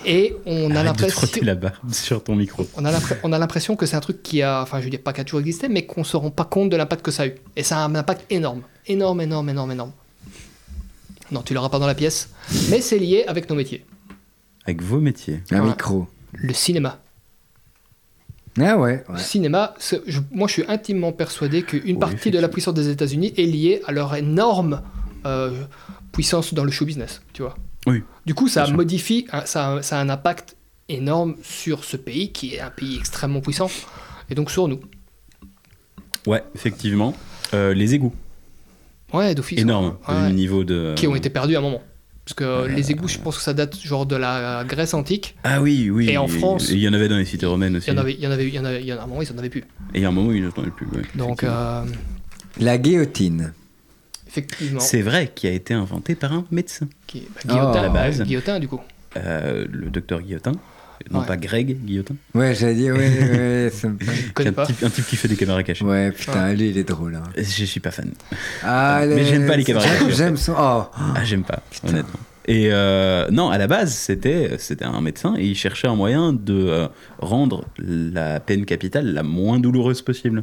Et on a
Arrête de
l'impression.
frotter la barbe sur ton micro.
On a, l'impr- on a l'impression que c'est un truc qui a, enfin je veux dire pas qui a toujours existé, mais qu'on se rend pas compte de l'impact que ça a eu. Et ça a un impact énorme, énorme, énorme, énorme, énorme. Non, tu l'auras pas dans la pièce, mais c'est lié avec nos métiers.
Avec vos métiers.
Un
Voilà.
micro.
Le cinéma.
Ah ouais. ouais.
Le cinéma, c'est- je- moi je suis intimement persuadé qu'une
Oui,
partie de la puissance des États-Unis est liée à leur énorme euh, puissance dans le show business, tu vois.
Oui.
Du coup, ça
Bien sûr.
modifie, hein, ça, a- ça a un impact énorme sur ce pays qui est un pays extrêmement puissant, et donc sur nous.
Ouais, effectivement. Euh, les égouts.
Ouais, d'office.
Énorme. euh,
Ouais,
Le
ouais.
niveau de.
Qui ont été perdus à un moment. Parce que les égouts, je pense que ça date genre de la Grèce antique.
Ah oui, oui.
Et en France,
et Il y en avait dans les cités romaines aussi.
Il y en avait, il y en avait, il y en avait, il y en a un moment, ils en avaient plus.
Et il y a un moment où ils n'en avaient plus. ouais,
Donc,
effectivement.
euh,
La guillotine.
effectivement,
C'est vrai qu'il a été inventé par un médecin.
qui- bah,
Oh, la
guillotin,
base.
guillotin, du coup.
Euh, le docteur Guillotin. Non
Ouais.
pas Greg Guillotin.
Ouais, j'allais dire, ouais, ouais, ça me
Je
plaît.
connais
un,
pas.
Type, un type qui fait des caméras cachées.
Ouais,
Ah.
putain, lui, il est drôle. hein.
Je suis pas fan.
Ah,
Mais
les-
j'aime pas les cabarets.
J'aime- J'aime son. Oh,
Ah, j'aime pas, honnêtement. Et euh, non, à la base, c'était c'était un médecin et il cherchait un moyen de euh, rendre la peine capitale la moins douloureuse possible.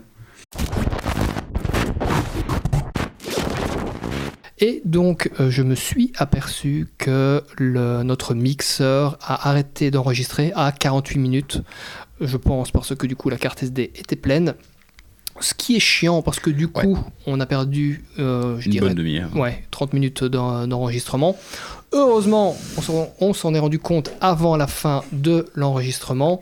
Et donc, euh, je me suis aperçu que le, notre mixeur a arrêté d'enregistrer à 48 minutes. Je pense parce que du coup, la carte SD était pleine. Ce qui est chiant parce que du coup,
Ouais.
on a perdu, euh, je
Une
dirais,
bonne demi-heure.
ouais, 30 minutes d'en- d'enregistrement. Heureusement, on s'en- on s'en est rendu compte avant la fin de l'enregistrement.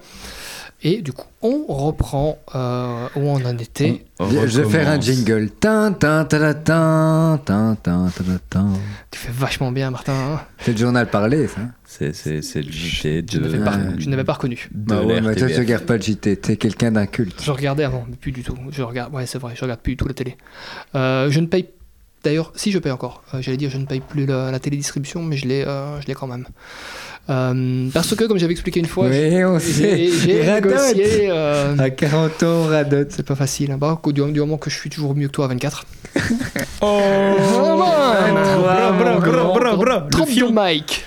Et du coup, on reprend euh, où on en était.
On
Je vais faire un
recommence.
jingle. Tin, tin, ta tin, tin, tin, ta tin.
Tu fais vachement bien, Martin. hein.
C'est le journal parlé, ça.
C'est, c'est, c'est le JT de.
je n'avais pas,
euh,
je n'avais pas reconnu.
de
Bah ouais,
la
mais toi, tu
RTBF.
regardes pas le JT. T'es quelqu'un d'un culte.
Je regardais avant, mais plus du tout. Je regarde, ouais, c'est vrai, je regarde plus du tout la télé. Euh, je ne paye. D'ailleurs, si je paye encore, Euh, j'allais dire, je ne paye plus la, la télédistribution, mais je l'ai, euh, je l'ai quand même. Euh, parce que, comme j'avais expliqué une fois, j'ai-
Oui, on
j'ai
sait.
j'ai
Il radote. Ah.
négocié. euh,
À 40 ans, on radote.
c'est pas facile, hein. Bah, du, du moment que je suis toujours mieux que toi à 24.
Trois, mon grand.
Trompe de Mike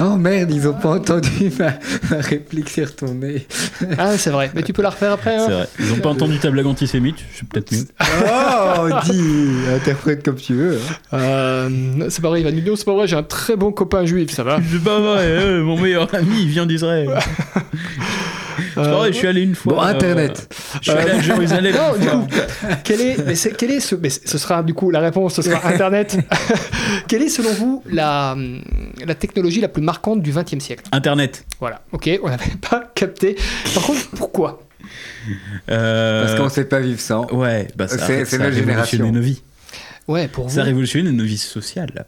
Oh merde, ils ont pas entendu ma, ma réplique s'est retournée.
Ah, c'est vrai, mais tu peux la refaire après. hein.
C'est vrai. Ils n'ont pas entendu ta blague antisémite, c'est peut-être mieux.
Oh, dis, interprète comme tu veux. hein.
Euh, c'est pas vrai, il va nous dire, c'est pas vrai, j'ai un très bon copain juif, ça va.
C'est pas vrai, euh, mon meilleur ami il vient d'Israël. C'est pas vrai, je suis allé une fois.
Bon,
euh,
Internet. Euh,
Je suis allé à Jérusalem.
Non,
une
du
fois.
coup, quel est, mais c'est- quel est ce, mais ce sera du coup la réponse, ce sera Internet. Quelle est selon vous la, la technologie la plus marquante du XXe siècle
Internet.
Voilà, ok, on n'avait pas capté. Par contre, pourquoi
Euh,
Parce qu'on sait pas vivre sans.
Ouais, bah ça,
C'est-
ça
c'est
a
notre génération.
révolutionné nos vies.
Ouais, pour vous.
Ça a révolutionné nos vies sociales.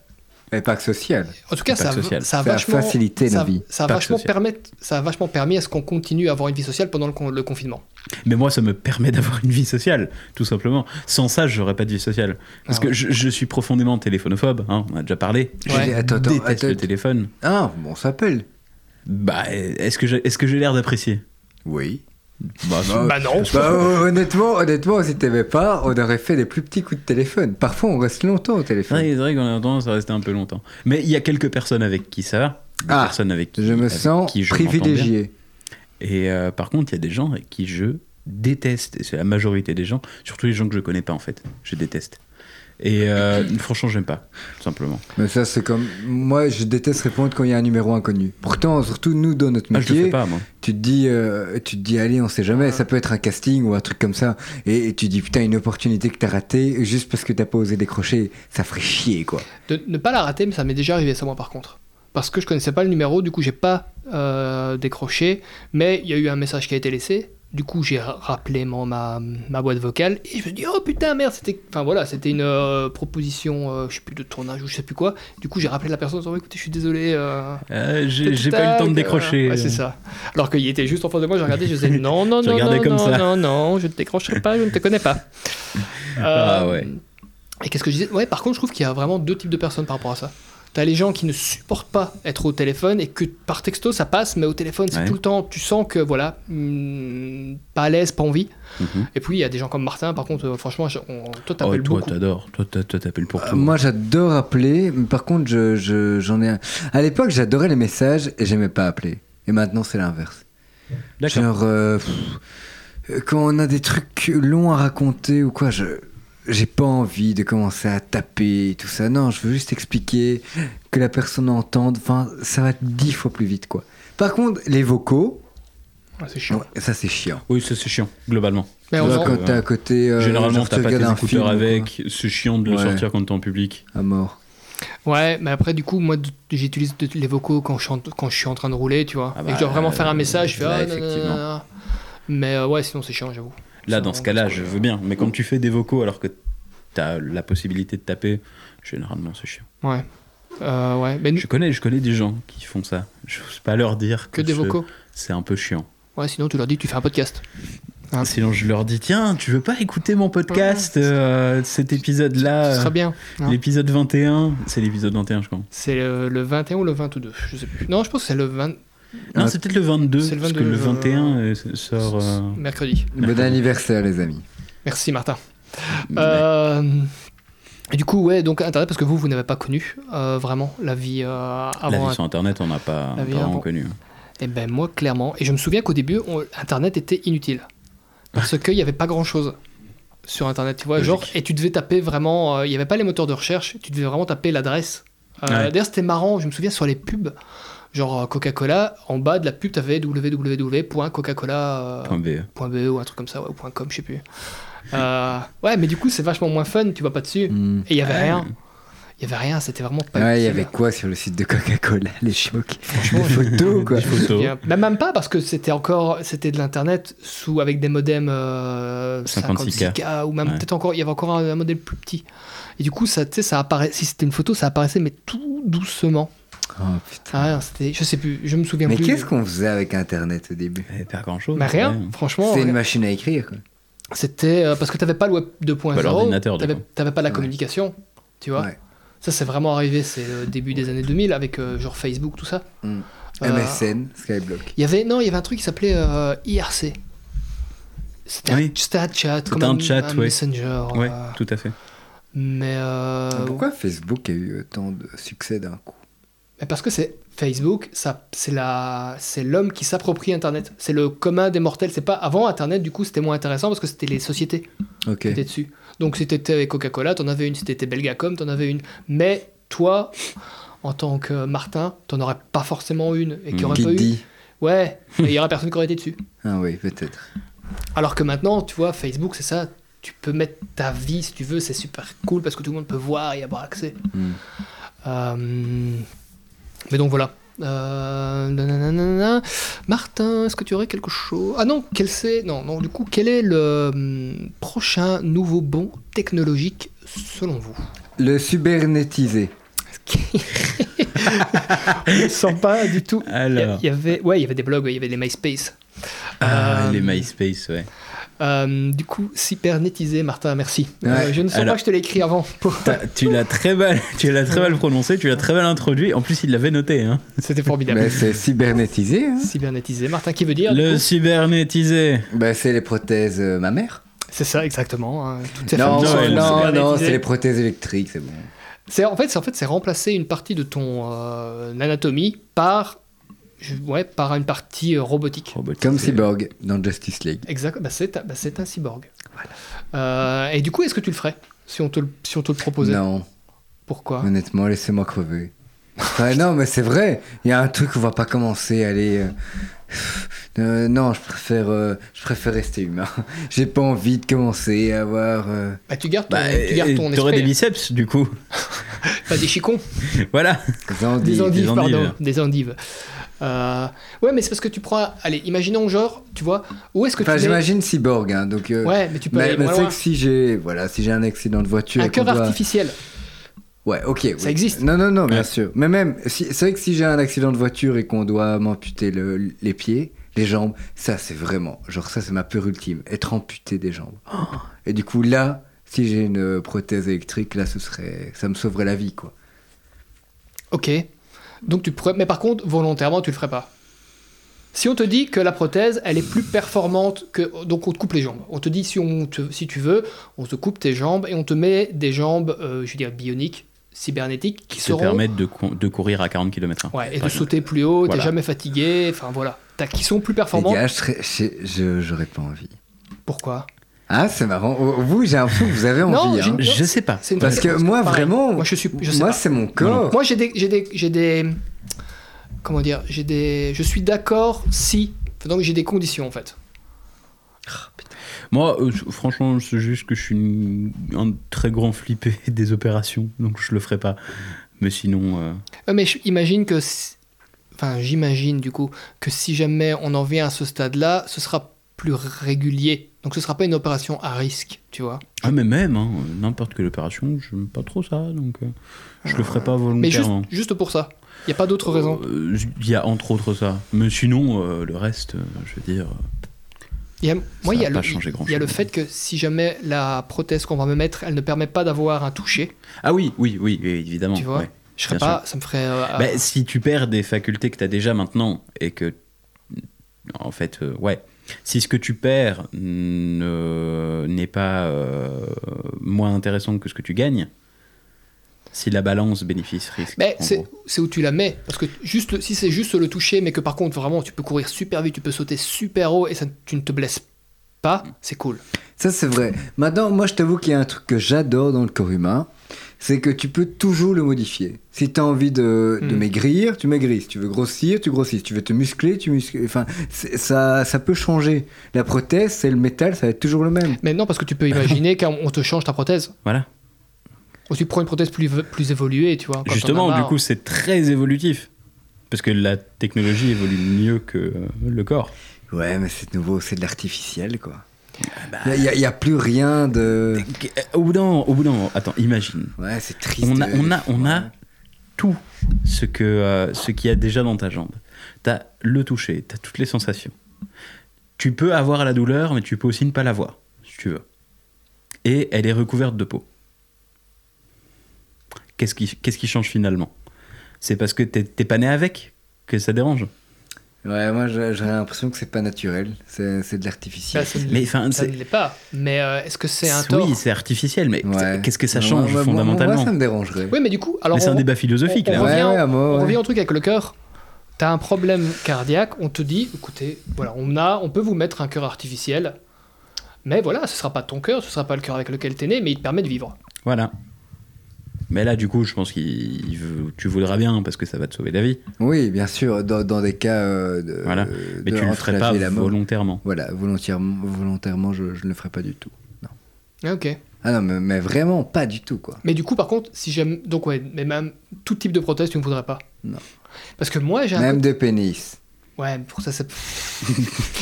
Mais pas que social.
En tout cas,
Impact
ça, a-
social.
ça a
Ça a
vachement
facilité
ça,
nos vies.
Ça a,
Impact
vachement
social.
permis, ça a vachement permis à ce qu'on continue à avoir une vie sociale pendant le, con- le confinement.
Mais moi, ça me permet d'avoir une vie sociale, tout simplement. Sans ça, j'aurais pas de vie sociale. Parce
Ah
que
ouais.
je, je suis profondément téléphonophobe, hein, on a déjà parlé.
Ouais.
J'ai dit, attends, attends,
déteste
attends.
le téléphone.
Ah, bon, on s'appelle.
Bah, est-ce que j'ai, est-ce que j'ai l'air d'apprécier
Oui.
Bah non.
Bah non.
Bah, honnêtement, honnêtement, si t'aimais pas, on aurait fait des plus petits coups de téléphone. Parfois, on reste longtemps au
C'est
téléphone.
vrai, c'est vrai qu'on a tendance à rester un peu longtemps. Mais il y a quelques personnes avec qui ça va. Des
Ah,
personnes avec qui
Je me
avec
sens
qui je m'entends bien.
privilégié.
Et euh, par contre, il y a des gens avec qui je déteste, et c'est la majorité des gens, surtout les gens que je connais pas en fait, je déteste. Et euh, franchement, j'aime pas, tout simplement.
Mais ça, c'est comme. Moi, je déteste répondre quand il y a un numéro inconnu. Pourtant, surtout nous, dans notre
Ah, je le
métier,
fais pas, moi.
tu te dis, euh, tu te dis, allez, on sait
Ah.
jamais, ça peut être un casting ou un truc comme ça. Et, et tu dis, putain, une opportunité que t'as ratée juste parce que t'as pas osé décrocher, ça ferait chier, quoi.
De ne pas la rater, mais ça m'est déjà arrivé ça moi par contre. Parce que je connaissais pas le numéro, du coup j'ai pas euh, décroché, mais il y a eu un message qui a été laissé. Du coup j'ai ra- rappelé mon- ma, ma boîte vocale et je me dis oh putain merde c'était enfin voilà c'était une euh, proposition euh, je sais plus de tournage ou je sais plus quoi. Du coup j'ai rappelé la personne en disant Ouais, écoutez je suis désolé. euh,
Euh, j'ai
tac,
j'ai
tac,
pas eu le temps de
euh,
décrocher.
ouais, c'est ça. Alors qu'il était juste en face de moi j'ai regardé je disais non non
Je
non
regardais
non
comme
non,
ça.
non non je ne décrocherai pas je ne te connais pas. Euh,
Ah ouais.
Et qu'est-ce que je disais Ouais, par contre, je trouve qu'il y a vraiment deux types de personnes par rapport à ça. T'as les gens qui ne supportent pas être au téléphone et que par texto ça passe, mais au téléphone c'est
Ouais.
tout le temps, tu sens que voilà, hmm, pas à l'aise, pas envie.
Mhm.
Et puis il y a des gens comme Martin, par contre, euh, franchement, je- on, toi
Oh,
t'appelles
toi,
beaucoup.
t'adores. Toi, t'as- toi, t'appelles pour
Euh,
tout.
Moi, j'adore appeler, mais par contre, je- je- j'en ai un. À l'époque, j'adorais les messages et j'aimais pas appeler. Et maintenant, c'est l'inverse.
D'accord.
Genre, euh, pff, euh, quand on a des trucs longs à raconter ou quoi, je. J'ai pas envie de commencer à taper et tout ça. Non, je veux juste expliquer que la personne entende. Enfin, ça va dix fois plus vite, quoi. Par contre, les vocaux,
Ouais, c'est chiant.
ouais, ça c'est chiant.
Oui, ça c'est chiant, globalement.
Mais
Tu
on
vois,
en-
que-
quand t'es à côté, euh,
Généralement,
genre,
t'as
tu
pas tes
regardes un
écouteurs
film ou
avec, c'est chiant de le
Ouais.
sortir quand t'es en public.
quoi, à mort.
Ouais, mais après, du coup, moi d- j'utilise de- les vocaux quand je, suis en- quand je suis en train de rouler, tu vois.
Ah
et
bah,
que je dois vraiment
euh,
faire un message, je fais
là,
ah, nanana.
effectivement.
Mais euh, ouais, sinon c'est chiant, j'avoue.
Là,
Ça,
dans ce
on-
cas-là, je veux bien. Mais quand tu fais des vocaux alors que t'as la possibilité de taper, généralement, c'est chiant.
Ouais. Euh, ouais, mais
Je connais, je connais des gens qui font ça. Je sais pas leur dire
que des
je-
vocaux.
C'est un peu chiant.
Ouais, sinon tu leur dis, tu fais un podcast. Ah.
Sinon, je leur dis tiens, tu veux pas écouter mon podcast, euh, cet
Ce
épisode-là,
sera
euh,
bien. hein.
l'épisode 21. C'est l'épisode 21, je crois.
C'est le, le 21 ou le 22, je sais plus. Non, je pense que c'est le 20
Non,
Ah,
c'est peut-être le 22.
c'est le
Parce que le
22,
21 euh, sort. euh,
mercredi.
Bon ben, anniversaire, les amis.
Merci Martin. Euh, et du coup, ouais, donc Internet, parce que vous, vous n'avez pas connu euh, vraiment la vie euh,
La
avant.
vie sur Internet, on n'a pas,
La
on n'a
vie
pas vraiment
avant.
connu.
Et ben moi, clairement, et je me souviens qu'au début, on- Internet était inutile. Parce qu'il n'y avait pas grand-chose sur Internet, tu vois.
Logique.
Genre, et tu devais taper vraiment, euh, il n'y avait pas les moteurs de recherche, tu devais vraiment taper l'adresse. Euh,
Ouais.
D'ailleurs, c'était marrant, je me souviens sur les pubs. Genre euh, Coca-Cola, en bas de la pub, t'avais www.coca-cola. euh, E
Point B. E.
.be ou un truc comme ça, ouais, ou .com, je sais plus. Euh, ouais, mais du coup, c'est vachement moins fun, tu vas pas dessus.
Hmm.
Et il y avait rien. Il y avait rien, c'était vraiment pas
Ouais, il y
utile.
avait quoi sur le site de Coca-Cola à l'époque Des photos, quoi.
photos.
Bien. Bah, même pas parce que c'était encore c'était de l'internet sous avec des modems euh,
56K.
56K, ou même
Ouais.
peut-être encore il y avait encore un, un modèle plus petit et du coup ça tu sais ça apparaît si c'était une photo ça apparaissait mais tout doucement
Oh, putain.
ah, rien, c'était je sais plus je me souviens
Mais
plus
qu'est-ce qu'on faisait avec Internet au début
Eh, Pas grand chose.
mais rien franchement
C'était une
rien.
machine à écrire, quoi.
c'était euh, parce que t'avais pas le web 2.0
Pas Bah, l'ordinateur, du
t'avais,
coup.
t'avais pas la
Ouais.
communication tu vois
Ouais.
ça c'est vraiment arrivé c'est le début des années 2000 avec euh, genre Facebook tout ça
Hmm.
Euh,
MSN, Skyblock.
Il y avait non, il y avait un truc qui s'appelait euh, IRC. C'était un-
Oui.
c'était un, chat, comme
un chat, ouais.
messenger.
Ouais,
euh,
Ah, tout à fait.
mais, euh,
Pourquoi Facebook a eu autant de succès d'un coup
mais parce que c'est Facebook, ça, c'est la, c'est l'homme qui s'approprie Internet. C'est le commun des mortels. C'est pas avant Internet, du coup, c'était moins intéressant parce que c'était les sociétés
Ok.
qui étaient dessus. Donc si t'étais avec Coca-Cola, t'en avais une. Si t'étais Belgacom, t'en avais une. Mais toi, en tant que Martin, t'en aurais pas forcément une et qu'il y aurait pas eu.
Guidi.
Ouais, mais il y aurait personne qui aurait été dessus.
Ah oui, peut-être.
Alors que maintenant, tu vois, Facebook, c'est ça. Tu peux mettre ta vie si tu veux, c'est super cool parce que tout le monde peut voir et avoir accès.
Hmm.
Mm.
Euh, mais donc voilà. Euh, nananana. Martin, est-ce que tu aurais quelque chose Ah non, quel c'est Non, non. Du coup, quel est le hum, prochain nouveau bond technologique selon vous
Le cybernétisé.
Je sens pas du tout. Il y a-
Alors,
il y avait, ouais, il y avait des blogs, il y avait les MySpace.
Ah,
Euh,
les MySpace, ouais.
euh, du coup, cybernétisé, Martin, merci. Euh,
Ouais.
je ne sens
Alors-
pas que je te l'ai écrit avant. pour-
T'as- tu l'as très mal, tu l'as très mal prononcé, tu l'as très mal introduit. En plus, il l'avait noté. Hein.
C'était formidable.
Bah, c'est cybernétisé. Hein.
Cybernétisé. Martin, qui veut dire
Le
du coup
cybernétisé.
Bah, c'est les prothèses euh, mammaires.
C'est ça, exactement. hein. Toutes ces
Non,
familles sont
Noël.
non,
cybernétisées.
non, c'est les prothèses électriques, c'est bon.
C'est en fait, c'est en fait, c'est remplacer une partie de ton euh, anatomie par, je- ouais, par une partie euh, robotique.
Comme Cyborg dans Justice League.
Exact. Bah, c'est, bah, c'est un cyborg. Euh, et du coup, est-ce que tu le ferais si on te le, si on te le proposait
Non,
Pourquoi
honnêtement, laissez-moi crever. Enfin, non, mais c'est vrai, il y a un truc on va pas commencer à aller. euh, euh, non, je préfère, euh, je préfère rester humain. J'ai pas envie de commencer à avoir. euh,
bah, tu gardes ton,
Bah,
tu gardes ton
et t'aurais
esprit,
des biceps du coup.
hein. Pas des chicons,
voilà.
des endives.
des endives,
des endives.
pardon, des endives. Euh, ouais, mais c'est parce que tu prends. Allez, imaginons genre, tu vois, où est-ce que
Enfin,
tu mets-
j'imagine Cyborg, hein, donc. euh,
Ouais, mais tu peux
mais
aller
mais
moins
c'est
loin.
que si j'ai voilà, si j'ai un accident de voiture. et
Un
qu'on
cœur
doit-
artificiel.
Ouais, ok. oui.
existe.
Non, non, non, bien
Ouais.
sûr. Mais même, si- c'est vrai que si j'ai un accident de voiture et qu'on doit m'amputer le- les pieds, les jambes, ça c'est vraiment, genre ça c'est ma peur ultime, être amputé des jambes. Oh Et du coup là, si j'ai une euh, prothèse électrique, là ce serait, ça me sauverait la vie quoi.
Ok. Donc tu pourrais, mais par contre, volontairement, tu le ferais pas. Si on te dit que la prothèse, elle est plus performante que, donc on te coupe les jambes. On te dit si on te- si tu veux, on te coupe tes jambes et on te met des jambes, euh, je veux dire bioniques, cybernétiques, qui
Qui te
seront
permettent de, cou- de courir à 40 km/h.
ouais, et de
par exemple.
sauter plus haut.
Voilà.
T'es jamais fatigué. Enfin voilà. T'as qui sont plus
Les
performants.
gars, je serais- je- je- j'aurais pas envie.
Pourquoi
Ah, c'est marrant. Oh, Vous, j'ai l'impression que vous avez
Non,
envie.
j'ai-
hein.
Je sais pas.
C'est une
Parce que
question,
moi,
pareil.
vraiment,
Moi je suis, je sais
moi
pas.
c'est mon corps.
Moi, j'ai des, j'ai des, j'ai des, comment dire, j'ai des, je suis d'accord si, donc j'ai des conditions en fait.
Moi, euh, je- franchement, c'est juste que je suis une- un très grand flippé des opérations, donc je le ferai pas. Mais sinon, euh,
Ouais, mais je- imagine que, si- enfin, j'imagine du coup que si jamais on en vient à ce stade-là, ce sera plus régulier. Donc ce sera pas une opération à risque, tu vois.
ah mais même, hein, n'importe quelle opération, je n'aime pas trop ça, donc euh, je le ferai pas
Mais juste,
volontairement.
juste pour ça. Il y a pas d'autre raison.
Euh, Il y a entre autres ça. Mais sinon, euh, le reste, euh, je veux dire.
Il y a- moi, il y a
va
le,
pas
il
changer
y a
grand-chose.
le fait que si jamais la prothèse qu'on va me mettre, elle ne permet pas d'avoir un toucher,
Ah oui, oui, oui, évidemment.
tu vois.
ouais.
Je serais
bien
pas, ça me ferait. euh, euh,
Bah, si tu perds des facultés que tu as déjà maintenant et que. En fait, euh, ouais. Si ce que tu perds ne- n'est pas euh, moins intéressant que ce que tu gagnes, si la balance bénéfice-risque.
Mais
en
c'est
gros.
c'est où tu la mets. Parce que juste le- si c'est juste le toucher, mais que par contre, vraiment, tu peux courir super vite, tu peux sauter super haut et ça, tu ne te blesses pas, c'est cool.
Ça, c'est vrai. Maintenant, moi, je t'avoue qu'il y a un truc que j'adore dans le corps humain. c'est que tu peux toujours le modifier. Si tu as envie de, de
Hmm.
Mm.
maigrir, tu maigris. Si tu veux grossir, tu grossis. Si tu veux te muscler, tu muscles. Enfin, c'est- ça, ça peut changer. La prothèse, c'est le métal, ça va être toujours le même.
Mais non, parce que tu peux imaginer qu'on te change ta prothèse.
Voilà.
Ou tu prends une prothèse plus, plus évoluée, tu vois. quand t'en as
Justement, du
marre.
coup, c'est très évolutif. Parce que la technologie évolue mieux que euh, le corps.
Ouais, mais c'est de nouveau, c'est de l'artificiel, quoi.
Bah,
Il n'y a, y a plus rien de.
Au bout d'un moment- au bout d'un moment, attends, imagine.
Ouais, c'est triste.
On a, on a, on
Ouais.
a tout ce que euh, ce qu'il y a déjà dans ta jambe. T'as le toucher, t'as toutes les sensations. Tu peux avoir la douleur, mais tu peux aussi ne pas l'avoir, si tu veux. Et elle est recouverte de peau. Qu'est-ce qui, qu'est-ce qui change finalement C'est parce que t'es, t'es pas né avec que ça dérange.
Ouais, moi j'ai j'ai l'impression que c'est pas naturel, c'est c'est de
Bah,
l'artificiel.
ça ne
Mais enfin,
ça
c'est,
ne l'est pas. Mais euh, est-ce que c'est un
c'est-
tort
oui, c'est artificiel, mais
Ouais.
qu'est-ce que ça
Moi,
change
moi, moi,
fondamentalement
Moi, ça me dérangerait.
Oui, mais du coup, alors
Mais c'est un
on-
débat philosophique
on- on
là.
revient-
Ouais, ouais, à moi,
On
ouais.
revient au truc avec le cœur. T'as un problème cardiaque, on te dit, écoutez, voilà, on a, on peut vous mettre un cœur artificiel, mais voilà, ce sera pas ton cœur, ce sera pas le cœur avec lequel t'es né, mais il te permet de vivre.
Voilà. Mais là, du coup, je pense qu'il il veut- tu voudras bien parce que ça va te sauver la vie.
Oui, bien sûr, dans, dans des cas euh, de,
Voilà.
euh,
Mais
de
tu le
entre
ferais
la
pas
vie et la mort.
volontairement.
Voilà, volontairement, volontairement je, je ne le ferais pas du tout. Non.
Ok.
Ah non, mais, mais vraiment pas du tout, quoi.
Mais du coup, par contre, si j'aime, donc ouais, mais même tout type de prothèse, tu ne voudrais pas.
Non.
Parce que moi, j'ai un.
Même de pénis.
côté- Ouais, pour ça, c'est.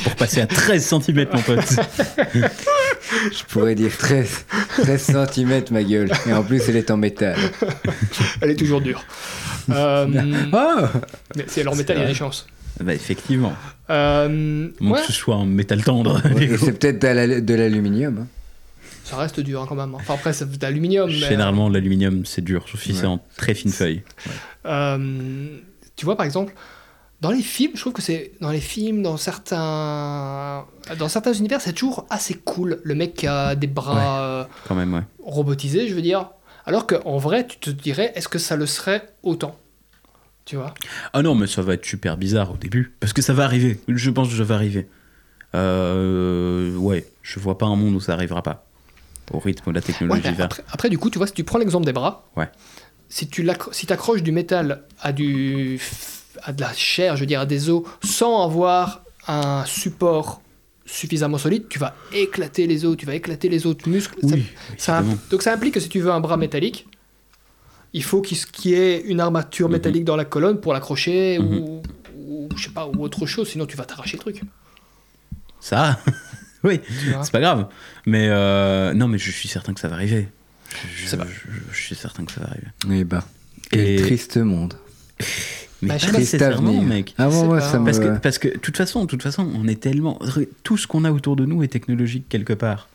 Pour passer à 13 cm, mon pote.
Je pourrais dire 13, 13 cm, ma gueule. Et en plus, elle est en métal.
Elle est toujours dure. Euh,
Oh
mais c'est leur métal, il y a des chances.
bah, effectivement.
Euh,
Mon
ouais,
que ce soit en métal tendre.
Et C'est peut-être de la- de l'aluminium. hein.
ça reste dur hein, quand même. Enfin, après, c'est d'aluminium. mais-
Généralement, l'aluminium, c'est dur, sauf si
Ouais.
c'est en très fine feuille.
Euh, tu vois, par exemple, dans les films, je trouve que c'est. Dans les films, dans certains. Dans certains univers, c'est toujours assez cool. Le mec qui a des bras euh,
Quand même, ouais.
robotisés, je veux dire. Alors qu'en vrai, tu te dirais, est-ce que ça le serait autant Tu vois
Ah non, mais ça va être super bizarre au début. Parce que ça va arriver. Je pense que ça va arriver. Euh, ouais, je vois pas un monde où ça arrivera pas. Au rythme de la
Ouais,
technologie
mais
va.
après, après, du coup, tu vois, si tu prends l'exemple des bras,
Ouais.
si tu l'accro- si accroches du métal à, du, à de la chair, je veux dire, à des os, sans avoir un support suffisamment solide, tu vas éclater les os, tu vas éclater les autres muscles. Ça-
Oui,
ça impl-
évidemment.
donc ça implique que si tu veux un bras métallique, il faut qu'il s- qu'il y ait une armature
Mhm.
métallique dans la colonne pour l'accrocher ou, ou je sais pas ou autre chose, sinon tu vas t'arracher le truc.
Ça, oui,
vois.
c'est pas grave. Mais euh, non, mais je suis certain que ça va arriver. Je,
C'est pas-
je- je suis certain que ça va arriver.
Eh ben, quel
Et- Ah,
triste monde.
Mais
Bah, je sais
pas
pas
Triste
nécessairement,
avenir.
mec.
Ah
Je
bon,
sais
moi,
pas.
ça me...
Parce que, parce que, de toute façon, de toute façon, on est tellement. Tout ce qu'on a autour de nous est technologique quelque part.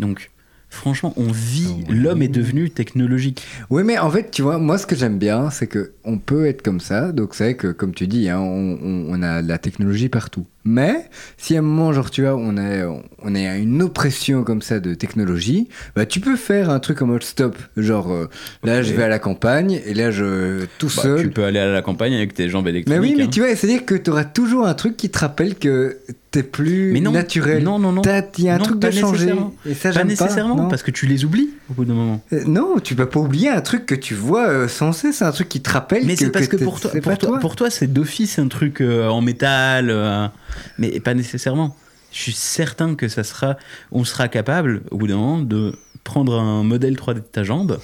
Donc, franchement, on vit.
Ah Ouais.
L'homme est devenu technologique.
Oui, mais en fait, tu vois, moi, ce que j'aime bien, c'est que on peut être comme ça. Donc, c'est vrai que, comme tu dis, hein, on, on- on a de la technologie partout. Mais si à un moment, genre, tu vois, on est on est à une oppression comme ça de technologie, bah, tu peux faire un truc en mode stop. Genre, euh, là,
Ok.
je vais à la campagne et là, je tout
Bah,
seul.
tu peux aller à la campagne avec tes jambes électriques.
Mais oui, mais
hein.
tu vois, c'est-à-dire que tu auras toujours un truc qui te rappelle que t'es plus
Mais non,
naturel.
non, non, non.
T'as- Il y a un
Non,
truc de
pas
changer.
nécessairement.
Et ça,
Pas
j'aime
nécessairement,
non.
parce que tu les oublies au bout d'un moment.
Euh, Non, tu peux pas oublier un truc que tu vois euh, sans cesse, un truc qui te rappelle.
Mais c'est parce que,
t'es-
pour toi,
c'est
pour
pas
toi, pour toi, c'est d'office un truc euh, en métal, euh, mais pas nécessairement. Je suis certain que ça sera, on sera capable au bout d'un moment de prendre un modèle 3D de ta jambe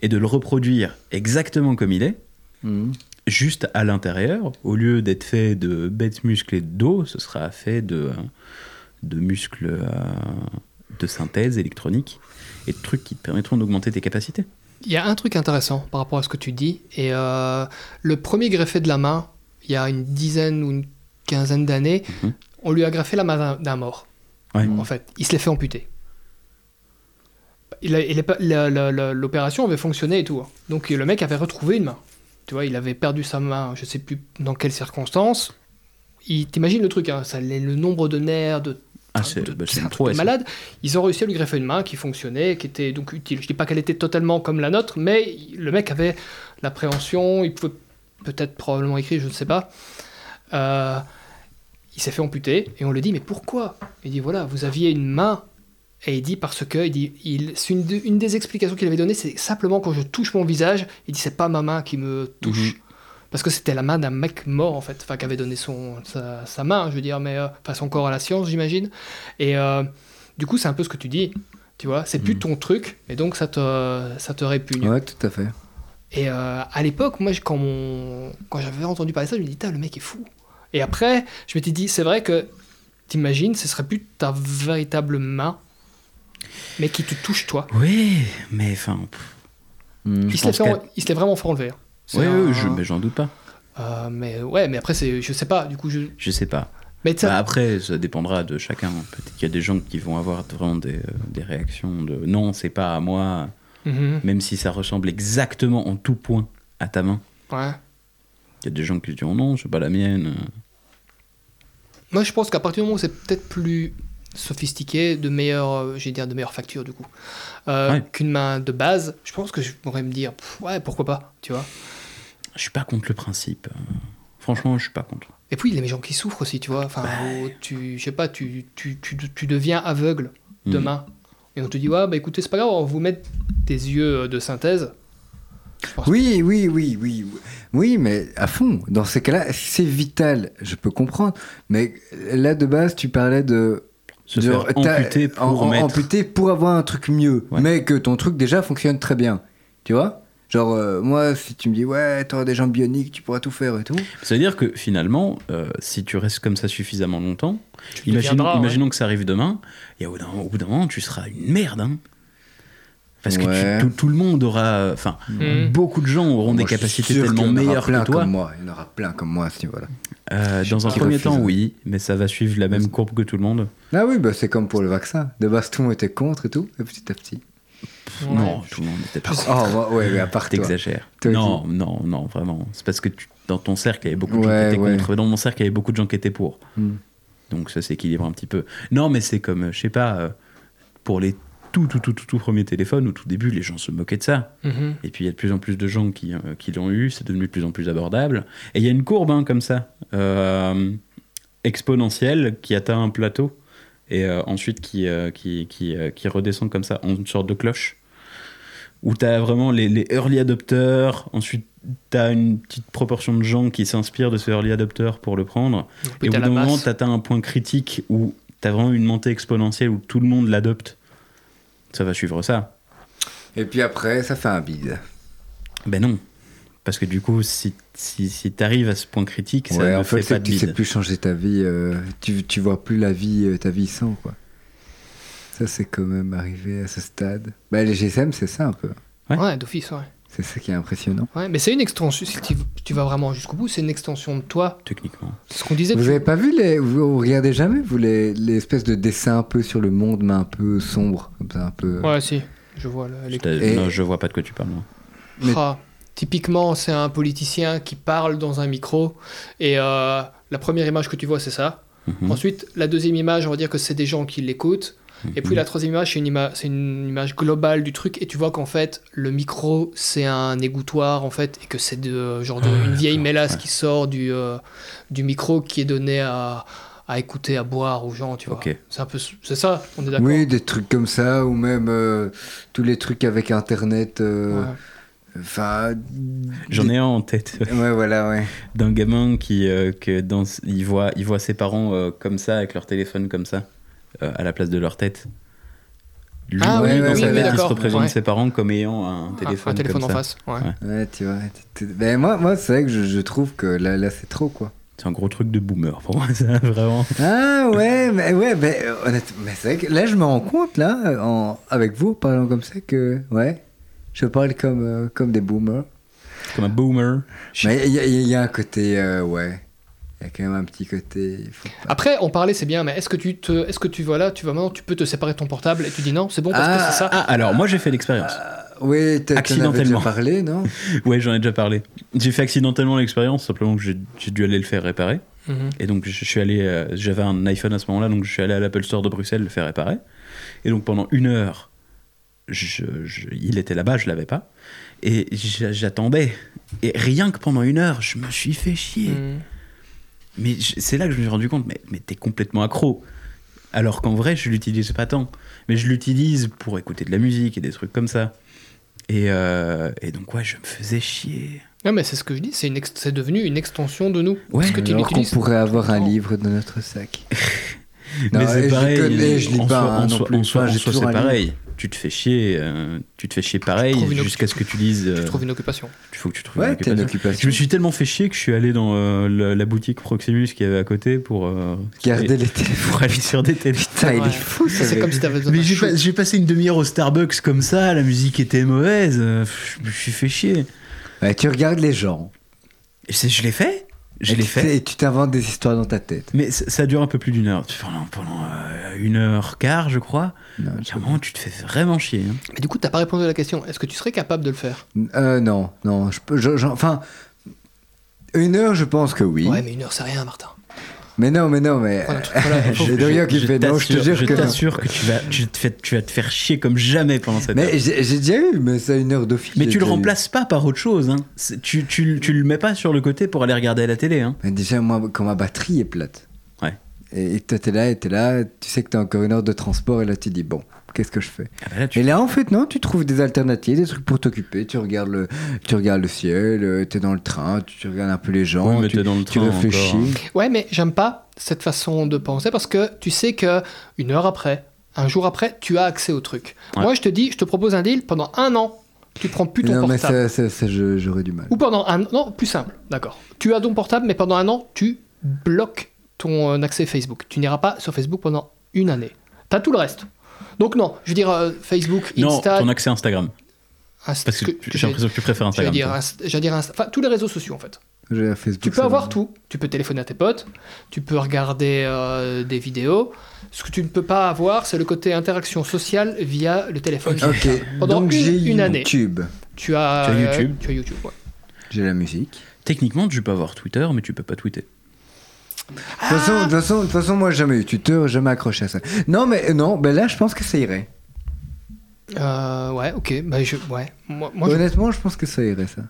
et de le reproduire exactement comme il est,
Mhm.
juste à l'intérieur. Au lieu d'être fait de bêtes muscles et d'eau, ce sera fait de de muscles euh, de synthèse électronique et de trucs qui te permettront d'augmenter tes capacités.
Il y a un truc intéressant par rapport à ce que tu dis. Et euh, le premier greffé de la main, il y a une dizaine ou une quinzaine d'années,
Mhm.
on lui a greffé la main d'un- d'un mort.
Ouais.
En fait, il se l'est fait amputer. Il a- il est pas- la- la- la- L'opération avait fonctionné et tout. hein. Donc le mec avait retrouvé une main. Tu vois, il avait perdu sa main, je sais plus dans quelles circonstances. Il- T'imagines le truc, hein, ça, les- le nombre de nerfs, de
Ah, c'est
de-
bah, c'est
c'est
une
un truc de
prouesse.
malade. Ils ont réussi à lui greffer une main qui fonctionnait, qui était donc utile. Je dis pas qu'elle était totalement comme la nôtre, mais il- le mec avait l'appréhension, il pouvait peut-être probablement écrire, je ne sais pas. Euh, il s'est fait amputer et on lui dit mais pourquoi Il dit voilà, vous aviez une main Et il dit parce que, il dit, il, c'est une, de- une des explications qu'il avait données, c'est simplement quand je touche mon visage, il dit c'est pas ma main qui me touche. Parce que c'était la main d'un mec mort en fait, enfin qui avait donné son, sa, sa main, je veux dire, mais euh, enfin son corps à la science, j'imagine. Et euh, du coup, c'est un peu ce que tu dis, tu vois, c'est plus ton truc, et donc ça te, ça te répugne.
Ouais, tout à fait.
Et euh, à l'époque, moi, je- quand, mon- quand j'avais entendu parler de ça, je me dis, Tain, le mec est fou. Et après, je m'étais dit, c'est vrai que, t'imagines, ce serait plus ta véritable main, mais qui te touche, toi.
Oui, mais enfin. pff,
Mm.
Il se, l'est
Mmh, Hmm, pense
fait en-
qu'elle-
il se l'est vraiment fait enlever. hein. C'est
Ouais,
un-
ouais, je- mais j'en doute pas.
Euh, mais ouais, mais après, c'est, je sais pas, du coup, je.
Je sais pas.
Mais ça,
Bah, après, ça dépendra de chacun. Peut-être qu'il y a des gens qui vont avoir vraiment des, euh, des réactions de non, c'est pas à moi,
Mhm,
même si ça ressemble exactement en tout point à ta main.
ouais.
Il y a des gens qui diront non, c'est pas la mienne.
Moi, je pense qu'à partir du moment où c'est peut-être plus sophistiqué, de meilleure, euh, j'allais dire de meilleure facture du coup, euh,
Ouais.
qu'une main de base, je pense que je pourrais me dire, Pff, ouais, pourquoi pas, tu vois.
Je suis pas contre le principe. euh. Franchement, je suis pas contre.
Et puis, il y a les gens qui souffrent aussi, tu vois. Enfin,
Bah
où tu, je sais pas, tu, tu, tu, tu deviens aveugle
Mhm.
demain. Et on te dit, ouais, bah écoutez, c'est pas grave, on vous met des yeux euh, de synthèse.
Oui, oui, oui, oui. oui. Oui, mais à fond. Dans ces cas-là, c'est vital. Je peux comprendre. Mais là, de base, tu parlais de.
Se
de-
faire
t'as-
amputer pour
en- en-
mettre-
amputer pour avoir un truc mieux.
Ouais.
Mais que ton truc déjà fonctionne très bien. Tu vois Genre, euh, moi, si tu me dis, ouais, t'auras des jambes bioniques, tu pourras tout faire et tout.
Ça veut dire que finalement, euh, si tu restes comme ça suffisamment longtemps,
Tu
imagine-
deviendras, ouais.
imaginons que ça arrive demain, et au bout d'un- au bout d'un moment, tu seras une merde. hein. Parce
Ouais.
que tu- tout, tout le monde aura. Enfin,
Mhm.
beaucoup de gens auront
Moi,
des
je suis
capacités
sûr qu'il
tellement
y en aura
meilleures
plein
que toi.
Comme moi. Il y en aura plein comme moi à ce niveau-là.
Euh, dans un
Qui
premier
refuse.
temps, oui, mais ça va suivre la même courbe que tout le monde.
Ah oui, bah, c'est comme pour le vaccin. De base, tout le monde était contre et tout. Et petit à petit.
Ouais.
Non, tout le monde n'était pas contre.
Oh, ouais, ouais, à part toi.
T'exagères.
Toi,
Non, non, non, vraiment. C'est parce que tu- dans ton cercle, il y avait beaucoup de gens
Ouais,
qui étaient
ouais.
contre. et Dans mon cercle, il y avait beaucoup de gens qui étaient pour.
Hmm.
Donc ça s'équilibre un petit peu. Non, mais c'est comme, euh, je sais pas, euh, pour les tout, tout, tout, tout, tout premiers téléphones, au tout début, les gens se moquaient de ça.
Mhm.
Et puis il y a de plus en plus de gens qui, euh, qui l'ont eu, c'est devenu de plus en plus abordable. Et il y a une courbe hein, comme ça, euh, exponentielle, qui atteint un plateau, et euh, ensuite qui, euh, qui, qui, euh, qui redescend comme ça, en une sorte de cloche, où tu as vraiment les, les early adopters, ensuite tu as une petite proportion de gens qui s'inspirent de ces early adopters pour le prendre,
Donc,
et au
t'as
bout
la
d'un moment,
masse.
tu atteins un point critique où tu as vraiment une montée exponentielle où tout le monde l'adopte. Ça va suivre ça.
Et puis après, ça fait un bide.
Ben non. Parce que du coup, si, si, si t'arrives à ce point critique, ça
ouais,
ne
en fait,
fait, pas
c'est que
de
tu sais
bide.
plus changer ta vie. euh, tu, tu vois plus la vie, euh, ta vie sans, quoi. Ça, c'est quand même arrivé à ce stade. Bah, les GSM, c'est ça un peu.
Ouais.
Ouais, d'office, ouais.
C'est ça qui est impressionnant.
Ouais, Mais c'est une extension, si tu, tu vas vraiment jusqu'au bout, c'est une extension de toi.
Techniquement.
C'est ce qu'on disait.
Vous
tu-
avez pas vu les. Vous, vous regardez jamais, vous, les, les espèces de dessins un peu sur le monde, mais un peu sombre. Comme ça, un peu.
Ouais, si, je vois. le- les-
T'as-
Et-
Non, je vois pas de quoi tu parles. moi.
Mais-
Ah, typiquement, c'est un politicien qui parle dans un micro et euh, la première image que tu vois, c'est ça.
Mhm.
Ensuite, la deuxième image, on va dire que c'est des gens qui l'écoutent. Et
Mhm.
puis la troisième image, c'est une, ima- c'est une image globale du truc. Et tu vois qu'en fait, le micro, c'est un égouttoir, en fait, et que c'est de, genre de-
Ah,
une vieille mélasse qui sort du, euh, du micro qui est donné à, à écouter, à boire aux gens, tu vois.
Ok.
C'est un peu, c'est ça, on est d'accord.
Oui, des trucs comme ça, ou même euh, tous les trucs avec Internet. euh,
Ouais.
Enfin.
J'en ai un en tête euh,
Ouais, voilà, ouais.
d'un gamin qui euh, que dans, il, voit, il voit ses parents euh, comme ça, avec leur téléphone comme ça, euh, à la place de leur tête. Lui,
Ah
oui, oui,
dans sa
oui,
tête, il se
d'accord.
représente
Ouais.
ses parents comme ayant un
Ah,
téléphone,
un téléphone
comme
en
ça.
face. ouais.
Ouais.
Ouais, tu vois. tu- tu- Ben moi, moi c'est vrai que je, je trouve que là, là c'est trop, quoi.
C'est un gros truc de boomer pour moi, ça, vraiment.
Ah ouais, mais ouais, ben, euh, honnêtement, mais c'est vrai que là, je me rends compte, là, en, avec vous, en parlant comme ça, que, ouais, je parle comme, euh, comme des boomers.
Comme un boomer.
Mais il y, a- il y a un côté, euh, ouais, il y a quand même un petit côté... il faut pas-
Après, en parler, c'est bien, mais est-ce que tu te, est-ce que tu voilà, tu vas maintenant, tu peux te séparer de ton portable et tu dis non, c'est bon parce que
Ah,
c'est ça. Ah.
Ah, alors moi j'ai fait l'expérience.
Oui, t'as- t'en avais déjà
Accidentellement.
parlé, non
Ouais, j'en ai déjà parlé. J'ai fait accidentellement l'expérience, simplement que j'ai j'ai dû aller le faire réparer.
Mhm.
Et donc, je suis allé, euh, j'avais un iPhone à ce moment-là, donc je suis allé à l'Apple Store de Bruxelles le faire réparer. Et donc, pendant une heure, je- je- il était là-bas, je l'avais pas. Et j'a- j'attendais. Et rien que pendant une heure, je me suis fait chier.
Mhm.
Mais je- c'est là que je me suis rendu compte, mais, mais t'es complètement accro. Alors qu'en vrai, je l'utilise pas tant. Mais je l'utilise pour écouter de la musique et des trucs comme ça. Et, euh, et donc, ouais, je me faisais chier.
Non, mais c'est ce que je dis, c'est une ex- c'est devenu une extension de nous.
Ouais,
parce que tu
Alors qu'on
l'utilises
pourrait avoir un
temps.
livre dans notre sac.
mais
Non,
c'est
je
pareil.
connais, je lis
en
pas,
soi-
hein,
en
non
soi-
plus.
en soi-
Enfin,
en
j'ai
soi,
toujours
c'est
un livre.
pareil. Tu te fais chier, euh, tu te fais chier pareil
trouves une
jusqu'à ce que tu lises.
tu
euh,
trouves une occupation.
Il faut que tu trouves une
Ouais, t'as
occupation.
une
Je
occupation.
me suis tellement fait chier que je suis allé dans euh, la, la boutique Proximus qui avait à côté pour, euh,
Garder les téléphones.
pour aller sur des téléphones.
Putain, il
Ouais.
est fou, ça.
C'est
mec.
comme si t'avais besoin
Mais
d'un
j'ai
chou.
pas- j'ai passé une demi-heure au Starbucks comme ça, la musique était mauvaise, euh, je me suis fait chier.
Ouais, tu regardes les gens.
Et c'est- je l'ai fait Je
Et
l'ai
tu
fait
t'es- Et tu t'inventes des histoires dans ta tête.
Mais ça ça dure un peu plus d'une heure, pendant, pendant euh, une heure quart je crois.
Non,
Il y a un moment tu te fais vraiment chier. hein.
Mais du coup, t'as pas répondu à la question. Est-ce que tu serais capable de le faire
Euh, non, non. Je, peux- je- je- enfin, une heure, je pense que oui.
Ouais, mais une heure, c'est rien, Martin.
Mais non, mais non, mais.
Prends un truc, voilà.
J'ai Dorian qui fait non, je te
t'assure-
jure que non.
t'assure que tu vas, tu, te fais- tu vas te faire chier comme jamais pendant cette heure.
Mais j'ai j'ai déjà eu, mais ça, une heure d'office.
Mais
j'ai
tu le
déjà eu.
remplaces pas par autre chose. Hein. C'est- Tu, tu, tu le mets pas sur le côté pour aller regarder à la télé. Hein.
Mais déjà, moi, quand ma batterie est plate.
Ouais.
Et, et toi, t'es là, et t'es là, tu sais que t'as encore une heure de transport, et là, tu dis, bon, qu'est-ce que je fais
Ah bah là, tu-
Et là, en fait, non, tu trouves des alternatives, des trucs pour t'occuper. Tu regardes le, tu regardes le ciel, euh, t'es dans le train, tu, tu regardes un peu les gens,
Ouais, mais
tu,
t'es dans le
tu
train
réfléchis.
encore,
Ouais, mais j'aime pas cette façon de penser parce que tu sais que une heure après, un jour après, tu as accès au truc.
Ouais.
Moi, je te dis, je te propose un deal pendant un an, tu prends plus ton
Non, mais
portable.
ça, ça, ça, je- j'aurais du mal.
Ou pendant un non, plus simple, d'accord. Tu as ton portable, mais pendant un an, tu bloques ton euh, accès Facebook. Tu n'iras pas sur Facebook pendant une année. T'as tout le reste. Donc non, je veux dire euh, Facebook,
Non,
Insta,
ton accès Instagram.
Insta-
Parce que,
que- que
j'ai l'impression
j'allais-
que tu préfères
j'allais
Instagram.
dire
toi.
Insta- j'allais dire Insta- enfin tous les réseaux sociaux en fait.
J'ai un Facebook,
Tu peux
ça
avoir
va.
tout. Tu peux téléphoner à tes potes, tu peux regarder euh, des vidéos. Ce que tu ne peux pas avoir, c'est le côté interaction sociale via le téléphone.
Ok,
Pendant
donc
une-
j'ai
une année.
YouTube.
Tu as,
Tu as YouTube.
euh, tu as YouTube, ouais.
J'ai la musique.
euh, Techniquement, tu peux avoir Twitter, mais tu peux pas tweeter.
De toute
Ah.
façon, de toute façon, de toute façon, moi, j'ai jamais eu tuteur, jamais accroché à ça. Non, mais non, ben là, je pense que ça irait.
Euh, ouais, ok. Bah, je, ouais. Moi, moi, je,
Honnêtement, je pense que ça irait, ça.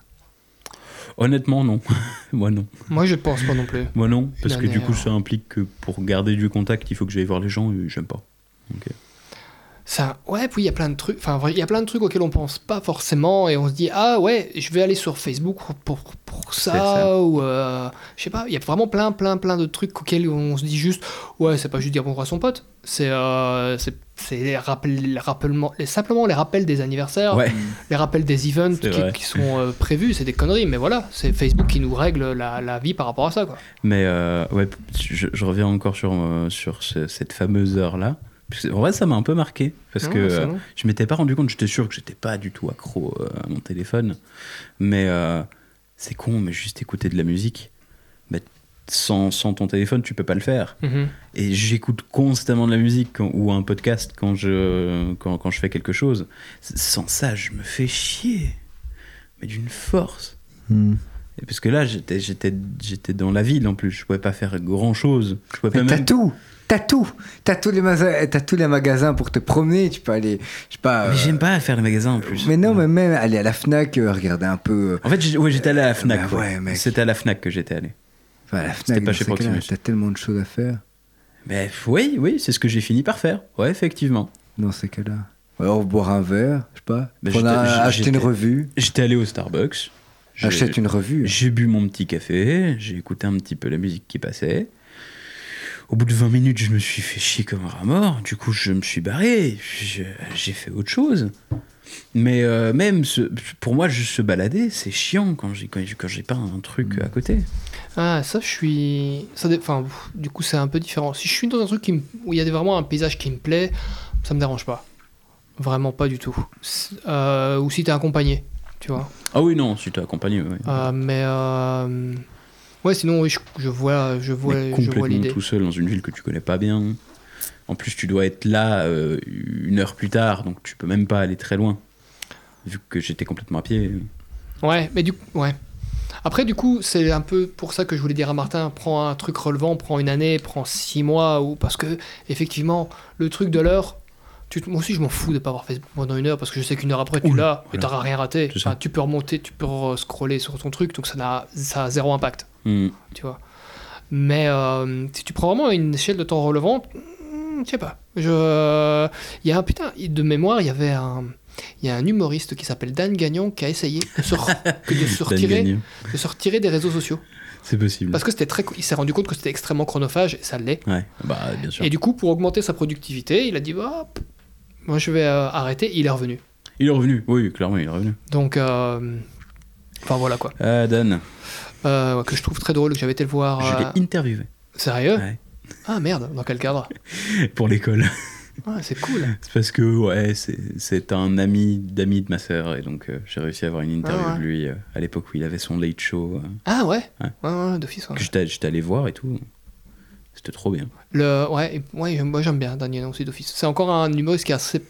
Honnêtement, non. Moi, non.
moi, je pense pas non plus.
Moi, non. Parce que
année,
du coup,
euh.
ça implique que pour garder du contact, il faut que j'aille voir les gens et j'aime pas. Ok.
Ça, ouais, puis il y a plein de trucs. Enfin, il y a plein de trucs auxquels on pense pas forcément et on se dit ah ouais, je vais aller sur Facebook pour, pour ça,
C'est ça.
ou euh, je sais pas. Il y a vraiment plein, plein, plein de trucs auxquels on se dit juste ouais, c'est pas juste dire bonjour à son pote. C'est euh, c'est c'est les rappels, rappellement, les, simplement les rappels des anniversaires,
Ouais.
les rappels des events
C'est vrai.
qui, qui sont euh, prévus. C'est des conneries, mais voilà, c'est Facebook qui nous règle la, la vie par rapport à ça quoi.
Mais euh, ouais, je, je reviens encore sur, euh, sur ce- cette fameuse heure-là. Parce que, En vrai, ça m'a un peu marqué. Parce
Ah Ouais,
que
c'est
euh,
bon.
je m'étais pas rendu compte. J'étais sûr que j'étais pas du tout accro euh, à mon téléphone. Mais euh, c'est con, mais juste écouter de la musique, bah, sans, sans ton téléphone, tu peux pas le faire.
Mhm.
Et j'écoute constamment de la musique quand- ou un podcast quand je, quand, quand je fais quelque chose. S- Sans ça, je me fais chier. Mais d'une force. Hmm. Et parce que là, j'étais, j'étais, j'étais dans la ville en plus. Je pouvais pas faire grand chose. Je pouvais
Mais
pas
t'as
même...
tout T'as tout T'as tous les magasins, t'as tous les magasins pour te promener, tu peux aller, je sais pas...
Mais
euh,
j'aime pas faire les magasins en plus.
mais non, mais même aller à la FNAC, euh, regarder un peu... euh,
En fait, j'ai- ouais, j'étais allé à la Fnac.
Bah
ouais.
ouais, mec.
C'était à la Fnac que j'étais allé.
Enfin, à la
C'était
FNAC,
pas
dans
chez
ces cas-là,
Proximus.
t'as tellement de choses à faire
Mais f- oui, oui, c'est ce que j'ai fini par faire. Ouais, effectivement.
dans ces cas-là. Ou Alors, boire un verre, je sais pas,
Mais
prendre
j'étais-
un-
j'ai-
acheter une
j'étais-
revue,
J'étais allé au Starbucks. J'ai-
achète une revue.
J'ai bu mon petit café, j'ai écouté un petit peu la musique qui passait. Au bout de 20 minutes, je me suis fait chier comme un rat mort. Du coup, je me suis barré. Je- J'ai fait autre chose. Mais euh, même, ce- pour moi, juste se balader, c'est chiant quand j'ai quand j'ai- quand j'ai pas un
Hmm.
truc à côté.
Ah, ça, je suis. Ça dé- Enfin, pff, du coup, c'est un peu différent. Si je suis dans un truc qui me- où il y a des- vraiment un paysage qui me plaît, ça me dérange pas. Vraiment pas du tout. C'est- euh, ou si t'es accompagné, tu vois.
Ah oui, non, si t'es accompagné, oui.
Euh, mais. euh, Ouais, sinon, oui, je, je vois, je vois,
Mais
je vois
complètement
l'idée.
tout seul dans une ville que tu connais pas bien. En plus, tu dois être là euh, une heure plus tard, donc tu peux même pas aller très loin. Vu que j'étais complètement à pied.
Ouais, mais du coup, ouais. Après, du coup, c'est un peu pour ça que je voulais dire à Martin, prends un truc relevant, prends une année, prends six mois, ou parce que, effectivement, le truc de l'heure, tu te- moi aussi je m'en fous de pas avoir Facebook pendant une heure, parce que je sais qu'une heure après, tu
Ouh,
l'as, et
voilà.
t'auras rien raté.
C'est ça.
Enfin, tu peux remonter, tu peux scroller sur ton truc, donc ça, n'a- ça a zéro impact,
Hmm.
tu vois. Mais euh, si tu prends vraiment une échelle de temps relevant, mm, je sais pas. Je... Il y a un putain, de mémoire, il y avait un. Il y a un humoriste qui s'appelle Dan Gagnon qui a essayé de se, re- que de se
Dan
retirer,
Gagnon.
de se retirer des réseaux sociaux.
C'est possible.
Parce que c'était très, co- il s'est rendu compte que c'était extrêmement chronophage, et ça l'est.
Ouais, bah bien sûr.
Et du coup, pour augmenter sa productivité, il a dit bah, p- moi je vais euh, arrêter. Il est revenu.
Il est revenu, oui, clairement, il est revenu.
Donc, euh, enfin voilà quoi.
Ah, Dan,
Euh, que je trouve très drôle, que j'avais été le voir. euh,
je l'ai interviewé
Sérieux
Ouais.
Ah merde, dans quel cadre
pour l'école.
Ouais, C'est cool.
C'est parce que, ouais, c'est c'est un ami d'amis de ma sœur, et donc euh, j'ai réussi à avoir une interview
Ah ouais.
de lui euh, à l'époque où il avait son late show. euh,
Ah ouais
Ouais.
Ouais, ouais, d'office. ouais.
que J'étais j'étais allé voir et tout. C'était trop bien.
Le, ouais, et- ouais, j'aime- moi j'aime bien Dan Gagnon aussi d'office. C'est encore un humoriste qui est assez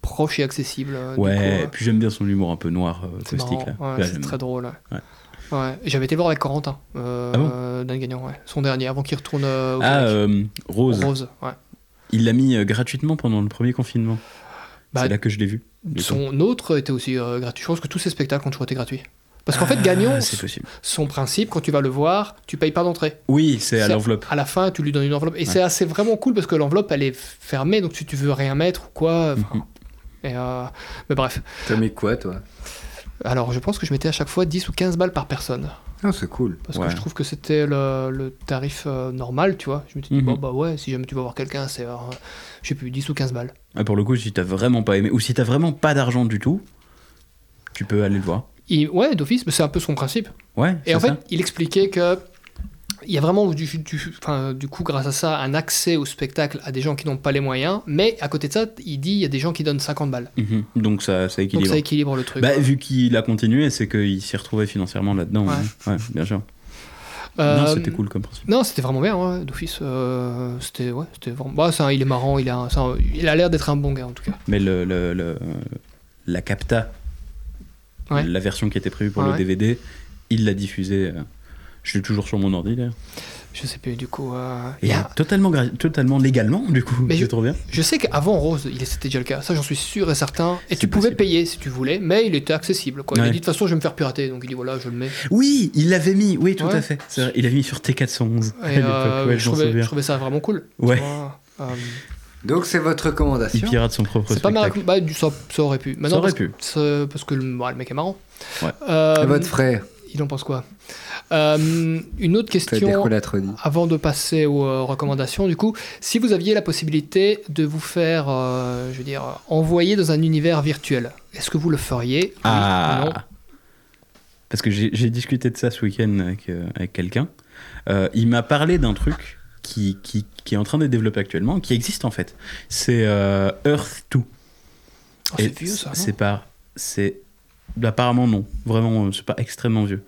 proche et accessible. euh, du
ouais,
coup, euh,
et puis j'aime bien son humour un peu noir, euh,
C'est
caustique.
marrant,
là.
ouais,
Là,
c'est
j'aime
très
bien.
drôle. Ouais.
Ouais.
Ouais, J'avais été le voir avec Corentin, euh,
Ah bon
euh, Dan Gagnon, ouais. son dernier, avant qu'il retourne euh, au
Ah,
Québec.
euh, Rose.
Rose. ouais.
Il l'a mis euh, gratuitement pendant le premier confinement.
Bah,
c'est là que je l'ai vu. du coup.
Son autre était aussi euh, gratuit. Je pense que tous ses spectacles ont toujours été gratuits. Parce qu'en fait, Gagnon,
Ah, c'est possible.
son principe, quand tu vas le voir, tu payes pas d'entrée.
Oui, c'est à
C'est-
l'enveloppe.
À la fin, tu lui donnes une enveloppe. Et c'est assez vraiment cool parce que l'enveloppe, elle est fermée, donc si tu veux rien mettre ou quoi. enfin,
Mm-hmm.
et, euh, mais bref.
T'as mis quoi, toi
Alors, je pense que je mettais à chaque fois 10 ou 15 balles par personne.
Ah, c'est cool.
Parce
Ouais.
que je trouve que c'était le, le tarif euh, normal, tu vois. Je me suis dit,
Mhm.
bon, bah ouais, si jamais tu vas voir quelqu'un, c'est, euh, je sais plus, 10 ou 15 balles.
Ah, pour le coup, si t'as vraiment pas aimé, ou si t'as vraiment pas d'argent du tout, tu peux aller le voir.
Il- ouais, d'office, mais c'est un peu son principe.
Ouais,
Et
c'est
en fait,
ça.
il expliquait que il y a vraiment du, du- enfin, du coup grâce à ça un accès au spectacle à des gens qui n'ont pas les moyens, mais à côté de ça, il dit il y a des gens qui donnent 50 balles.
Mhm. Donc ça, ça
Donc
équilibre.
ça équilibre le truc.
Bah,
quoi.
vu qu'il a continué, c'est qu'il s'est retrouvé financièrement là-dedans.
Ouais.
hein. Ouais, bien sûr.
Euh,
Non, c'était cool comme principe.
Non, c'était vraiment bien, ouais, d'office. euh, c'était ouais, c'était vraiment. Bah, ça, il est marrant, il a, un- c'est un- il a l'air d'être un bon gars en tout cas.
Mais le, le- le- la capta,
Ouais.
la version qui était prévue pour
Ouais,
le
ouais.
DVD, il l'a diffusée. euh, Je l'ai toujours sur mon ordi d'ailleurs.
Je sais plus du coup. euh,
Et
il y a-
totalement, gra- totalement légalement, du coup.
Mais
c'est
je-
trop bien.
Je sais qu'avant Rose, il c'était déjà le cas. Ça, j'en suis sûr et certain. Et
C'est
tu pouvais
possible.
payer si tu voulais, mais il était accessible. Quoi. Il a
Ouais.
dit de toute façon, je vais me faire pirater, donc il dit voilà, je le mets.
Oui, il l'avait mis, oui, tout
Ouais.
à fait. C'est vrai, Il l'avait mis sur T411 à
Et,
l'époque,
euh,
ouais,
je,
je m'en
trouvais, je
souviens.
trouvais ça vraiment cool. tu
Ouais.
vois. Euh,
Donc, c'est votre
Il
recommandation
pirate son propre
c'est pas mal.
spectacle.
Bah, du, ça, ça aurait pu.
Ça aurait
parce,
pu.
c'est- parce que le, bah, le mec est marrant.
Ouais.
Euh,
Et Votre frère,
il en pense quoi Euh, Une autre
t'as des
question.
colatrodis.
Avant de passer aux euh, recommandations, du coup, si vous aviez la possibilité de vous faire, euh, je veux dire, euh, envoyer dans un univers virtuel, est-ce que vous le feriez Oui,
Ah
non
Parce que j'ai j'ai discuté de ça ce week-end avec, euh, avec quelqu'un. Euh, il m'a parlé d'un truc qui, qui, qui est en train de développer actuellement, qui existe en fait. C'est euh, Earth 2.
Oh,
Et
C'est vieux ça. non
C'est pas. C'est. Apparemment, non. Vraiment, euh, c'est pas extrêmement vieux.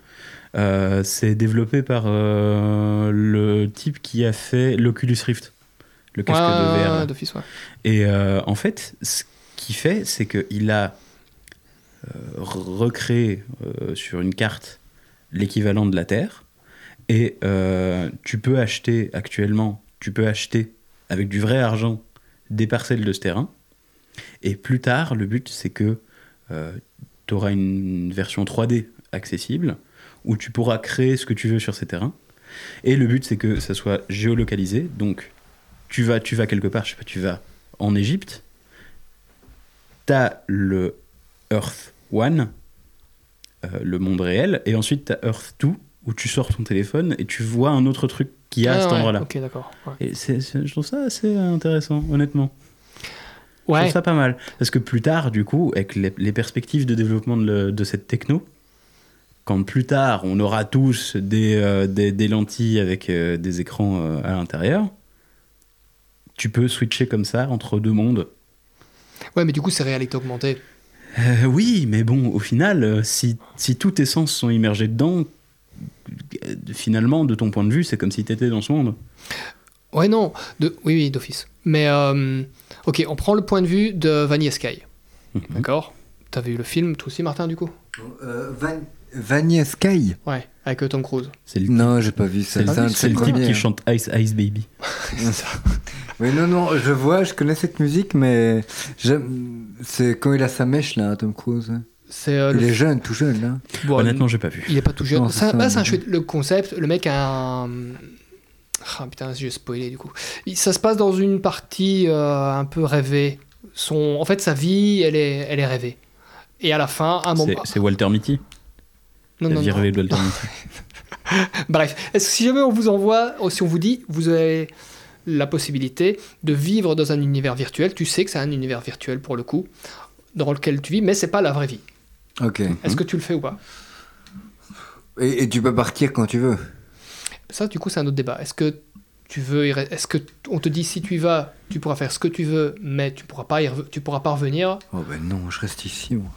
Euh, c'est développé par euh, le type qui a fait l'Oculus Rift, le casque
Ouais,
de VR.
ouais,
là.
ouais, d'office, ouais.
Et euh, en fait, ce qu'il fait, c'est qu'il a euh, re- recréé euh, sur une carte l'équivalent de la Terre. Et euh, tu peux acheter actuellement, tu peux acheter avec du vrai argent des parcelles de ce terrain. Et plus tard, le but, c'est que tu auras une version 3D accessible où tu pourras créer ce que tu veux sur ces terrains. Et le but, c'est que ça soit géolocalisé. Donc, tu vas, tu vas quelque part, je sais pas, tu vas en Égypte, t'as le Earth 1, euh, le monde réel, et ensuite t'as Earth 2, où tu sors ton téléphone et tu vois un autre truc qu'il y a à
Ah,
cet
ouais,
endroit-là.
Ok, d'accord. Ouais.
Et c'est- c'est- je trouve ça assez intéressant, honnêtement. Je
Ouais.
trouve ça pas mal. Parce que plus tard, du coup, avec les, les perspectives de développement de, le- de cette techno, quand plus tard on aura tous des, euh, des, des lentilles avec euh, des écrans euh, à l'intérieur, tu peux switcher comme ça entre deux mondes.
Ouais, mais du coup, c'est réalité augmentée.
Euh, oui, mais bon, au final, euh, si, si tous tes sens sont immergés dedans, euh, finalement, de ton point de vue, c'est comme si t'étais dans ce monde.
Ouais, non. De... Oui, oui, d'office. Mais, euh, ok, on prend le point de vue de Vanilla Sky.
Mhm.
D'accord T'avais vu le film, toi aussi, Martin, du coup
Vanier Euh, Sky
Ouais, avec euh, Tom Cruise.
C'est le,
Non, j'ai pas vu ça.
c'est le-
C'est un de
c'est
ses
le type
premiers.
qui
hein.
chante Ice Ice Baby.
Mais non, non, je vois, je connais cette musique, mais j'aime- c'est quand il a sa mèche là, Tom Cruise.
C'est
Ah,
euh,
Il
le...
est jeune, tout jeune là.
bon,
Honnêtement, j'ai pas vu.
il est pas tout jeune.
Non, c'est
ça,
ça,
bah, c'est un
mais-
chouette... Le concept, le mec a un... Ah putain, j'ai spoilé du coup. Il- Ça se passe dans une partie euh, un peu rêvée. Son, en fait, sa vie, elle est, elle est rêvée. Et à la fin, un moment.
C'est- C'est Walter Mitty
Ah bah. Non,
La
non,
vie
non.
rêvée de Walter Mitty.
Bref, est-ce que si jamais on vous envoie, ou si on vous dit, vous avez la possibilité de vivre dans un univers virtuel, tu sais que c'est un univers virtuel pour le coup, dans lequel tu vis, mais c'est pas la vraie vie.
Ok.
Eh, Hmm.
Est-ce que tu le fais ou pas
Et, et tu peux partir quand tu veux.
Ça, du coup, c'est un autre débat. Est-ce que tu veux, y re- est-ce que t- on te dit si tu y vas, tu pourras faire ce que tu veux, mais tu pourras pas, y rev- tu pourras pas revenir
Oh ben non, je reste ici. moi.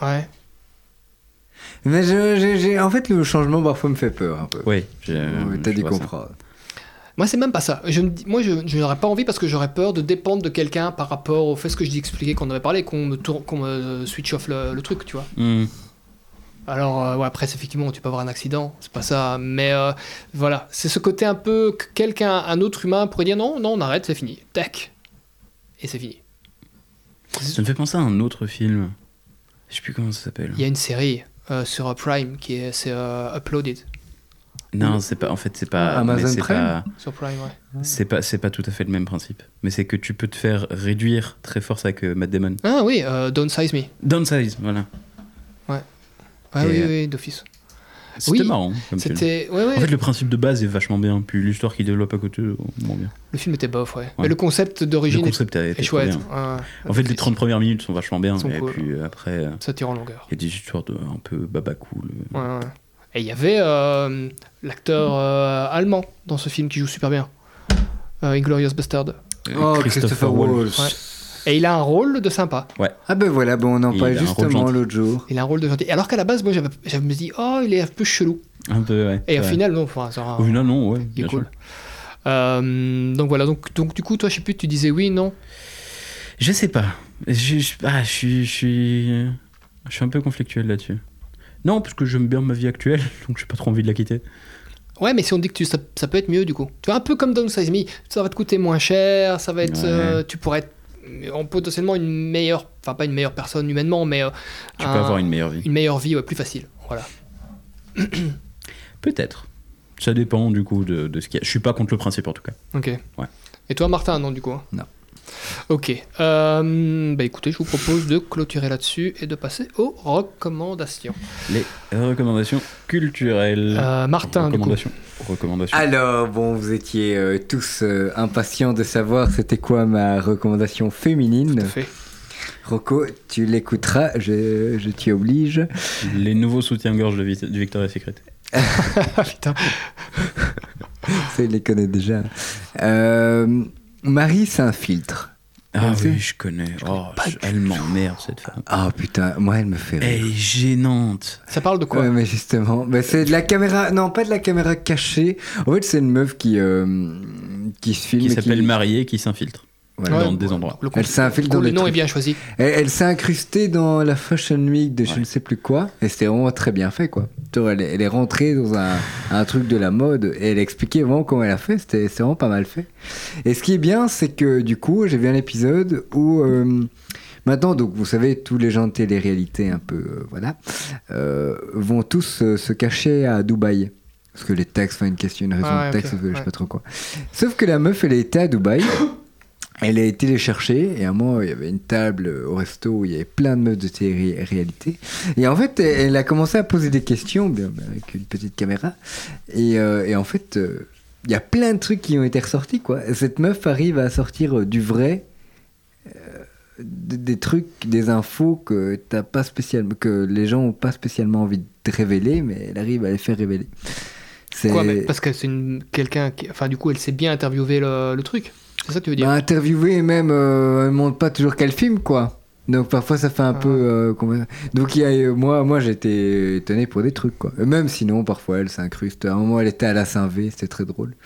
Ouais.
Mais je- j'ai- j'ai- en fait, le changement parfois me fait peur un peu.
Oui, j'ai- euh,
Ouais, T'as
je
dû
vois ça.
comprendre.
Moi, c'est même pas ça. Je me dis- moi, je, je n'aurais pas envie parce que j'aurais peur de dépendre de quelqu'un par rapport au fait ce que je dis expliqué qu'on avait parlé, qu'on me, tourne, qu'on me switch off le, le truc, tu vois.
Hmm.
Alors, euh, ouais, après, c'est effectivement, tu peux avoir un accident, c'est pas ça, mais euh, voilà, c'est ce côté un peu que quelqu'un, un autre humain pourrait dire non, non, on arrête, c'est fini, tac, et c'est fini.
Ça me fait penser à un autre film. Je sais plus comment ça s'appelle.
Il y a une série euh, sur euh, Prime qui est, c'est euh, uploaded
Non, c'est pas. En fait, c'est pas.
Amazon
mais c'est
Prime
pas-
sur Ah, Prime, ouais.
C'est pas, c'est pas tout à fait le même principe. Mais c'est que tu peux te faire réduire très fort ça que Matt Damon.
Ah oui, euh, Don't Size Me.
Downsize, voilà.
Ouais,
Et,
oui,
euh,
oui, d'office.
C'était
Oui,
marrant. Comme film.
C'était, ouais, ouais.
En fait, le principe de base est vachement bien. Puis l'histoire qu'il développe à côté, on voit bien.
Le film était bof, ouais. Mais
Ouais.
le concept
Le
d'origine est-
concept a
est,
été trop
chouette.
bien.
ouais, ouais.
En fait, les 30 premières minutes sont vachement bien.
Sont
et
cool.
puis euh, après, euh,
Ça tire en longueur.
il y a des histoires de, un peu baba cool. euh,
Ouais, ouais. Et il y avait euh, l'acteur euh, allemand dans ce film qui joue super bien. Euh, Inglorious Bastard.
Euh,
Oh, Christopher Walsh.
Ouais. Et il a un rôle de sympa.
Ah ben voilà, bon, on en
Il
parlait
a un rôle
justement
gentil.
l'autre jour.
Il a un rôle de gentil. Alors qu'à la base, moi, j'avais, je me dis, oh, il est un peu chelou.
Un peu, ouais.
Et au
Ouais.
final, non. Enfin, genre,
Au final, non, ouais.
Ah. il
bien
est cool.
sûr.
Euh, donc voilà. Donc, donc du coup, toi, je sais plus, tu disais oui, non.
Je sais pas. Je, je- ah, je suis, je suis, je suis un peu conflictuel là-dessus. Non, parce que j'aime bien ma vie actuelle, donc j'ai pas trop envie de la quitter.
Ouais, mais si on dit que tu, ça, ça peut être mieux, du coup. Tu vois, un peu comme Downsize Me, ça va te coûter moins cher, ça va être,
Ouais.
euh, tu pourrais être en potentiellement une meilleure, enfin pas une meilleure personne humainement, mais euh,
Tu
un-
peux avoir une meilleure vie.
une meilleure vie, ouais, plus facile. Voilà.
Peut-être. Ça dépend du coup de, de ce qu'il y a. Je suis pas contre le principe en tout cas.
Ok.
Ouais.
Et toi, Martin, non, du coup hein
Non.
Ok. Euh, bah écoutez, je vous propose de clôturer là-dessus et de passer aux recommandations.
Les recommandations culturelles.
Euh, Martin, du coup.
recommandations. Recommandations.
Alors, bon, vous étiez euh, tous euh, impatients de savoir c'était quoi ma recommandation féminine.
Tout à fait.
Rocco, tu l'écouteras, je, je t'y oblige.
Les nouveaux soutiens-gorge de, Vit- de Victoria's Secret.
Ah, putain.
Ça, il les connaît déjà. Euh, Marie Saint-Filtre.
Ah
Merci.
oui, je connais. Oh, je- elle m'emmerde cette femme.
Ah putain, moi, elle me fait
Eh,
rire.
Elle est gênante.
Ça parle de quoi
Euh,
ouais, mais justement, bah, c'est de la caméra, non pas de la caméra cachée. En fait, c'est une meuf qui euh, qui se filme.
Qui
et
s'appelle Marie et qui s'infiltre
Voilà.
Ouais.
dans des endroits.
Le, con-
Elle s'infiltre dans
le
des
nom est
trucs.
bien choisi.
Elle, elle s'est incrustée dans la Fashion Week de je
Ouais.
ne sais plus quoi, et c'était vraiment très bien fait, quoi. Tu vois, Elle, est- elle est rentrée dans un, un truc de la mode, et elle expliquait vraiment comment elle a fait, c'était c'est vraiment pas mal fait. Et ce qui est bien, c'est que du coup, j'ai vu un épisode où... euh, Maintenant, donc, vous savez, tous les gens de télé-réalité, un peu, euh, voilà, euh, vont tous euh, se cacher à Dubaï. Parce que les taxes, enfin, une question, une raison
Ah ouais,
de taxes,
ok,
je sais
ouais.
pas trop quoi. Sauf que la meuf, elle était à Dubaï. Elle a été les chercher et à un moment il y avait une table euh, au resto où il y avait plein de meufs de télé-réalité. Et en fait, elle elle a commencé à poser des questions bien, bien, avec une petite caméra. Et, euh, et en fait, euh, il y a plein de trucs qui ont été ressortis. Quoi. Cette meuf arrive à sortir euh, du vrai, euh, d- des trucs, des infos que, t'as pas spécialement, que les gens n'ont pas spécialement envie de révéler, mais elle arrive à les faire révéler. C'est
Quoi, mais parce que c'est une quelqu'un qui. Enfin, du coup, elle s'est bien interviewé le, le truc. C'est ça que tu veux dire
Bah, interviewer et même, euh, elle montre pas toujours qu'elle filme, quoi. Donc parfois ça fait un
Ah.
peu. euh, comment- Donc il y a, euh, moi, moi j'étais étonné pour des trucs, quoi. Et Même sinon, parfois elle s'incruste. À un moment, elle était à la Saint-V, c'était très drôle.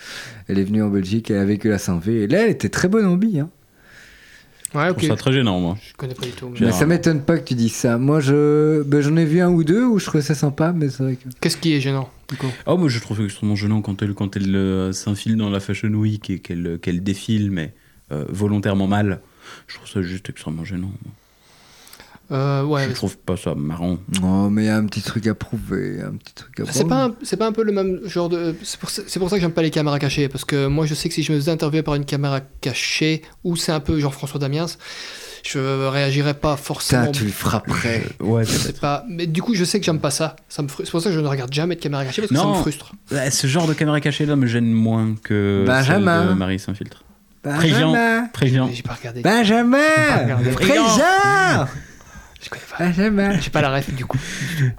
Elle est venue en Belgique, elle a vécu la Saint-V. Et là, elle était très bonne en bille. Hein.
Ouais,
Je
ok.
trouve ça très gênant, moi.
Je connais pas du tout. mais-
Mais
Gérard.
ça m'étonne pas que tu dises ça. Moi, je, ben, j'en ai vu un ou deux où je trouvais ça sympa, mais c'est vrai que.
Qu'est-ce qui est gênant, du coup
Oh, moi je trouve extrêmement gênant quand elle, quand elle euh, s'infile dans la Fashion Week et qu'elle euh, qu'elle défile, mais euh, volontairement mal. Je trouve ça juste extrêmement gênant.
Euh, ouais,
Je trouve pas ça marrant.
Non, mais il y a un petit truc à prouver, un petit truc à
Ah, C'est
prouver.
pas, un- c'est pas un peu le même genre de. C'est pour, ça- c'est pour ça que j'aime pas les caméras cachées, parce que moi je sais que si je me faisais interviewer par une caméra cachée, ou c'est un peu genre François Damiens, je réagirais pas
Putain,
forcément.
tu le frapperais.
Ouais,
C'est pas... Mais du coup, je sais que j'aime pas ça. ça me frustre. C'est pour ça que je ne regarde jamais de caméra cachée, parce que ça
Non.
me frustre.
Ouais, Bah, ce genre de caméra cachée là me gêne moins que
Benjamin.
celle de Marie s'infiltre.
Benjamin
Président.
Mais j'ai pas regardé.
Bah, Benjamin Présent
Je connais pas.
Benjamin
J'ai pas la ref du coup.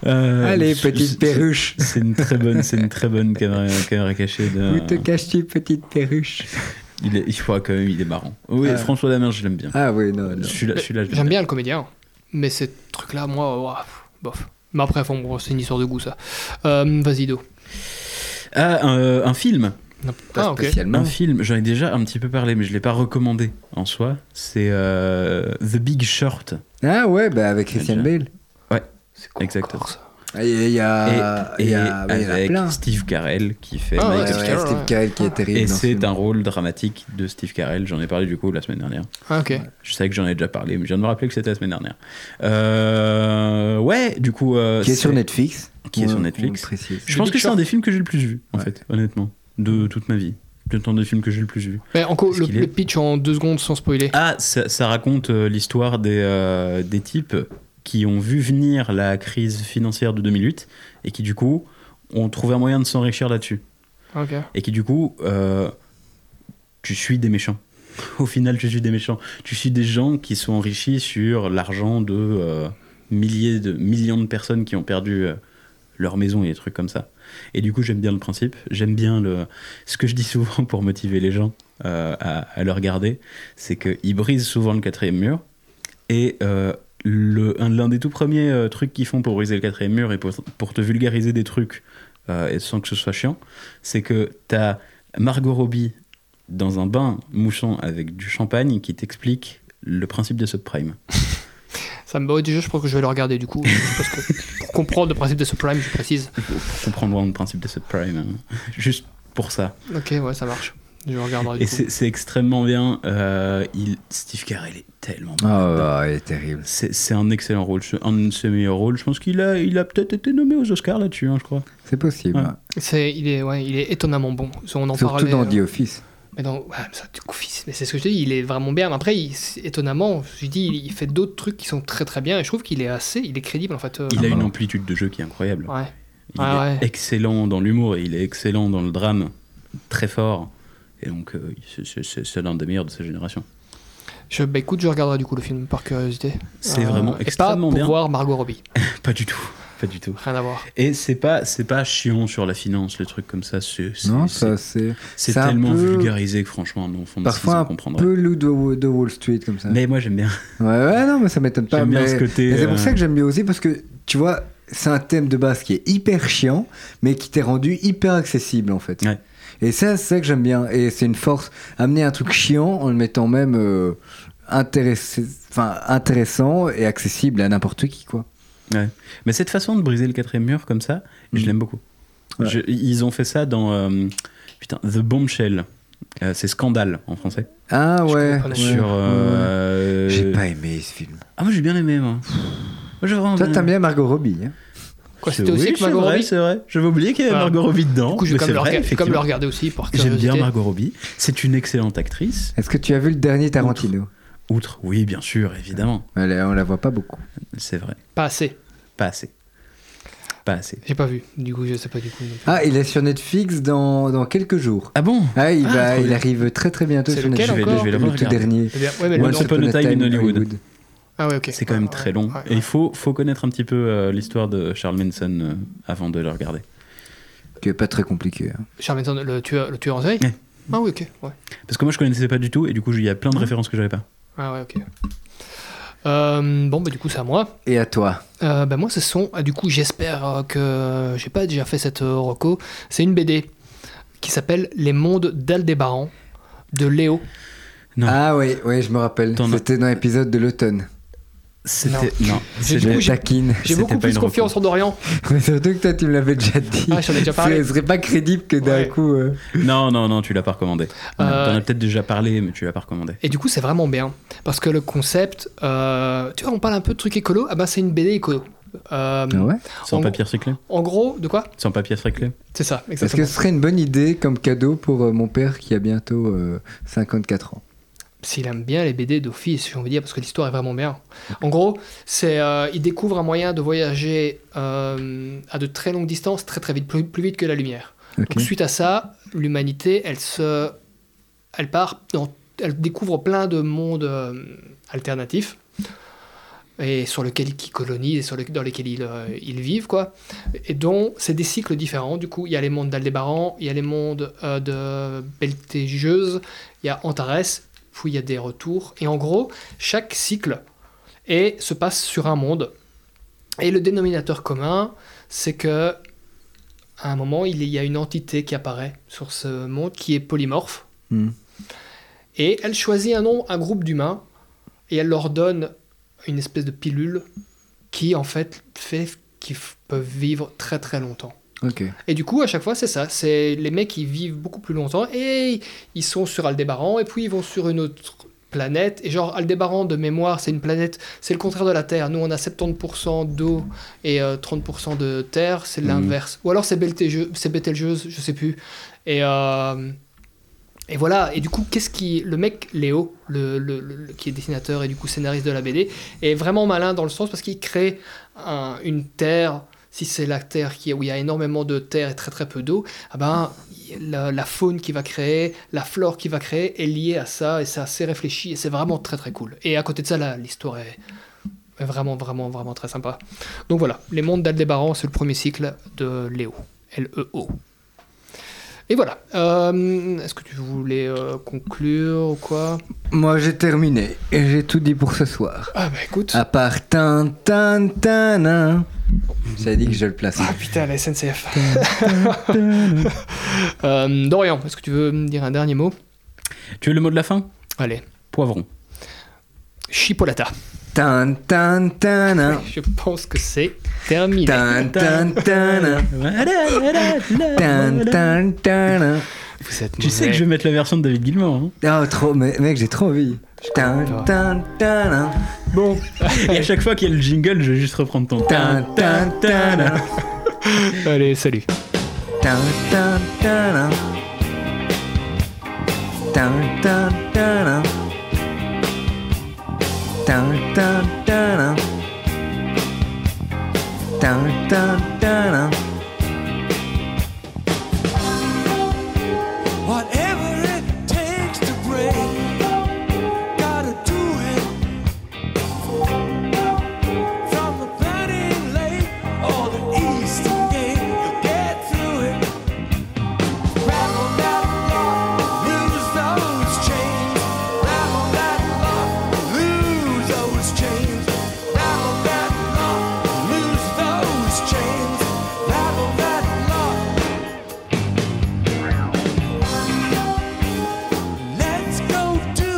Euh,
Ah, Allez,
c'est-
petite
c'est-
perruche
C'est une très bonne, c'est une très bonne caméra, caméra cachée. De...
Où te caches-tu, petite perruche
Il est, il faut quand même, il est marrant. Oui,
Ah.
François Damer, je l'aime bien.
Ah oui, non, non.
Celui-là, celui-là, je l'aime
J'aime bien le comédien, hein. mais ces trucs-là, moi, euh, ouah, pff, bof. Mais après, bon, bon, c'est une histoire de goût ça. Euh, Vas-y, Do.
bien. Ah, un, un film,
Pas
Ah, ok.
spécialement.
un film. J'en ai déjà un petit peu parlé, mais je l'ai pas recommandé en soi. C'est euh, The Big Short.
Ah ouais, bah avec Christian
Déjà.
Bale.
C'est quoi
Exact.
encore, ça
Ah, Il y a,
et
Ah, il
et
y a, il y en a
avec
plein.
Steve Carell qui fait.
Ah
Ouais,
Michael
ouais,
Steve Carell, ouais.
Steve Carell qui est terrible.
Et
dans ce
c'est
film.
un rôle dramatique de Steve Carell. J'en ai parlé du coup la semaine dernière.
Ah, ok.
Je sais que j'en ai déjà parlé, mais je viens de me rappeler que c'était la semaine dernière. Euh, ouais, du coup. euh,
Qui est
c'est-
sur Netflix.
Qui est sur
On- on
Netflix.
le précise.
Je
The
pense
Big
que c'est un
Short.
des films que j'ai le plus vu, en
Ouais.
fait, honnêtement, de toute ma vie. Le temps de films que j'ai le plus vu.
Mais encore,
Parce
le,
qu'il est-
le pitch en deux secondes sans spoiler.
Ah, ça, ça raconte euh, l'histoire des, euh, des types qui ont vu venir la crise financière de 2008 et qui, du coup, ont trouvé un moyen de s'enrichir là-dessus.
Ok.
et qui du coup euh, tu suis des méchants au final tu suis des méchants tu suis des gens qui sont enrichis sur l'argent de euh, milliers de millions de personnes qui ont perdu euh, leur maison et des trucs comme ça et du coup j'aime bien le principe j'aime bien le ce que je dis souvent pour motiver les gens euh, à, à le regarder c'est qu'ils brisent souvent le quatrième mur et euh, le- un- l'un des tout premiers euh, trucs qu'ils font pour briser le quatrième mur et pour, pour te vulgariser des trucs euh, et sans que ce soit chiant, c'est que t'as Margot Robbie dans un bain mouchant avec du champagne qui t'explique le principe des subprimes.
Ça me bat déjà, je pense que je vais le regarder du coup. parce que pour comprendre le principe de ce prime, je précise.
Pour comprendre le principe des subprimes, hein. juste pour ça.
Ok, ouais, ça marche. Je regarderai du
Et
coup.
c'est c'est extrêmement bien. euh, il, Steve Carell est tellement bon.
Ah, ouais, il est terrible.
C'est c'est un excellent rôle, c'est un de ses meilleurs rôles. Je pense qu'il a, il a peut-être été nommé aux Oscars là-dessus, hein, je crois.
C'est possible.
Ouais.
hein.
C'est- il, est, ouais, il est étonnamment bon. On en
Surtout
parlait,
dans
euh,
The Office.
Mais non, ouais, mais ça, du coup, fils, mais c'est ce que je te dis, il est vraiment bien. Mais Après, il- c'est- étonnamment, je dis, il, il fait d'autres trucs qui sont très très bien et je trouve qu'il est assez, il est crédible en fait. euh,
Il a une
ouais.
amplitude de jeu qui est incroyable.
Ouais.
Il
Ouais,
est
ouais.
excellent dans l'humour et il est excellent dans le drame, très fort. Et donc, euh, c'est- c'est- c'est c'est l'un des meilleurs de sa génération.
Je, bah écoute, je regarderai du coup le film par curiosité.
C'est
Euh,
vraiment
et
extrêmement
pas pour
bien.
voir Margot Robbie,
Pas du tout, pas du tout.
rien à voir.
Et c'est pas, c'est pas chiant sur la finance, les trucs comme ça. C'est, c'est-
Non,
c'est,
ça c'est
c'est
c'est un
tellement
peu-
vulgarisé que franchement, un enfant de
parfois
6 ans
un
comprendrait.
peu euh, loup de, de Wall Street comme ça.
Mais moi, j'aime bien.
Ouais, ouais, non, mais ça m'étonne pas.
J'aime bien
mais-
ce côté,
mais C'est pour
euh,
ça que j'aime bien aussi parce que tu vois, c'est un thème de base qui est hyper chiant, mais qui t'est rendu hyper accessible en fait.
Ouais.
Et ça, c'est ça que j'aime bien. Et c'est une force. Amener un truc chiant en le mettant même euh, intéressé- enfin, intéressant et accessible à n'importe qui, quoi.
Ouais. Mais cette façon de briser le quatrième mur comme ça, je
Mhm.
l'aime beaucoup.
Ouais.
Je- ils ont fait ça dans euh, putain, The Bombshell. Euh, c'est Scandale en français.
Ah
Je
ouais.
comprends.
ouais,
Sur.
ouais.
euh,
J'ai pas aimé ce film.
Ah, moi j'ai bien aimé, moi. Moi, j'ai vraiment
Toi, t'aimes
aimé.
bien Margot Robbie. hein.
Quoi,
C'est-
c'était aussi
oui,
avec Margot
c'est vrai,
Robbie
C'est vrai, j'avais oublié qu'il y avait
Ah.
Margot Robbie dedans.
Du coup, je vais
mais
quand
c'est
même, le
vrai,
rega- je vais quand même le
effectivement.
regarder aussi par
J'aime
curiosité.
bien Margot Robbie. C'est une excellente actrice.
Est-ce que tu as vu le dernier Tarantino
Outre, oui, bien sûr, évidemment.
Elle est- On la voit pas beaucoup.
C'est vrai.
Pas assez.
Pas assez. Pas assez.
J'ai pas vu. Du coup, je sais pas du coup. non plus.
Ah, il est sur Netflix dans, dans quelques jours.
Ah bon
Ah, il,
Ah,
va,
trop
il
bien.
arrive très très bientôt
C'est
sur
lequel
Netflix.
encore Je
vais le
le tout
regarder.
dernier.
Eh bien, ouais, mais le
Once
nom-
Upon a Time in Hollywood.
Ah ouais, ok.
C'est quand même
Ouais,
très
ouais,
long.
ouais,
Et il
ouais.
faut, faut connaître un petit peu euh, l'histoire de Charles Manson euh, avant de le regarder.
Qui est pas très compliqué. hein.
Charles Manson, le tueur, le tueur en série
Ouais.
Ah oui, ok. Ouais.
Parce que moi, je connaissais pas du tout, et du coup, il y a plein
Hein
de références que j'avais pas.
Ah ouais, ok. Euh, bon, bah du coup, c'est à moi.
Et à toi
Euh, bah, moi, ce sont. ah, du coup, j'espère euh, que j'ai pas déjà fait cette euh, reco. C'est une BD qui s'appelle Les mondes d'Aldébaran de Léo.
Non.
Ah oui, oui, je me rappelle.
T'en as-
C'était dans l'épisode de l'automne.
C'était. Non,
J'ai
c'était-
beaucoup- j'ai-
taquine.
J'ai
C'était
beaucoup
pas
plus
une
confiance en Dorian.
Mais surtout que toi, tu me l'avais déjà dit.
Ah, j'en ai déjà parlé.
Ce serait pas crédible que d'un
Ouais.
coup. euh,
non, non, non, tu l'as pas recommandé. T'en as-
Euh,
T'en as peut-être déjà parlé, mais tu l'as pas recommandé.
Et du coup, c'est vraiment bien. Parce que le concept, euh, tu vois, on parle un peu de truc écolo. Ah ben, c'est une BD écolo. Euh,
ah ouais
Sans
en-
papier recyclé
En gros, de quoi
Sans papier recyclé
C'est ça,
Est-ce que
exactement.
ce serait une bonne idée comme cadeau pour euh, mon père qui a bientôt euh, 54 ans
S'il aime bien les BD d'office, j'ai envie de dire, parce que l'histoire est vraiment bien. En gros, c'est euh, il découvre un moyen de voyager euh, à de très longues distances, très très vite, plus, plus vite que la lumière.
Ok.
Donc, suite à ça, l'humanité, elle se, elle part, dans, elle découvre plein de mondes euh, alternatifs et sur lesquels ils colonisent et sur le- dans lesquels ils, euh, ils vivent quoi. Et dont c'est des cycles différents. Du coup, il y a les mondes d'Aldébaran, il y a les mondes euh, de Beltégeuse, il y a Antares, puis il y a des retours. Et en gros, chaque cycle est- se passe sur un monde. Et le dénominateur commun, c'est que à un moment, il y a une entité qui apparaît sur ce monde qui est polymorphe.
Hmm.
Et elle choisit un nom, un groupe d'humains, et elle leur donne une espèce de pilule qui, en fait, fait qu'ils f- peuvent vivre très très longtemps.
Ok.
Et du coup, à chaque fois, c'est ça. C'est les mecs qui vivent beaucoup plus longtemps et ils sont sur Aldébaran et puis ils vont sur une autre planète. Et genre, Aldébaran, de mémoire, c'est une planète, c'est le contraire de la Terre. Nous, on a 70% d'eau et euh, 30% de terre, c'est l'inverse. Ou alors c'est Beltége- c'est Bételgeuse, je sais plus. Et, euh, et voilà. Et du coup, qu'est-ce qui. Le mec, Léo, le, le- le- qui est dessinateur et du coup scénariste de la BD, est vraiment malin dans le sens parce qu'il crée un- une terre. Si c'est la terre qui, où il y a énormément de terre et très très peu d'eau, ah ben, la, la faune qu'il va créer, la flore qu'il va créer est liée à ça et c'est assez réfléchi et c'est vraiment très très cool. Et à côté de ça, là, l'histoire est, est vraiment vraiment vraiment très sympa. Donc voilà, les mondes d'Aldébaran, c'est le premier cycle de Léo. L-E-O. Et voilà. Euh, Est-ce que tu voulais euh, conclure ou quoi
Moi, j'ai terminé et j'ai tout dit pour ce soir.
Ah bah écoute.
À part tin tin tin. hein. J'avais dit que je le plaçais.
Ah putain, la SNCF. Euh, Dorian, est-ce que tu veux me dire un dernier mot
Tu veux le mot de la fin
Allez.
Poivron.
Chipolata.
Tin tin tin. hein.
Je pense que c'est terminé.
Tin tin tin. hein. Tin tin tin. hein.
Vous êtes
Tu sais que je vais mettre la version de David Gilmour. hein.
Ah, trop, mais- mec, j'ai trop envie. Tin tin tin. hein.
Bon.
Et à chaque fois qu'il y a le jingle, je vais juste reprendre ton.
Tin tin tin. hein.
Allez, salut.
Dun, dun, dun, dun. Dun, dun, dun, dun. Dun, dun, dun, dun. Dun, dun, dun, dun.
Whatever it takes to break, gotta do it. From the Penning Lake or the Eastern Gate, you'll get through it. Rattle that lock, lose those chains. Rattle that lock, lose those chains. Rattle that lock, lose those chains. Oh, Oh,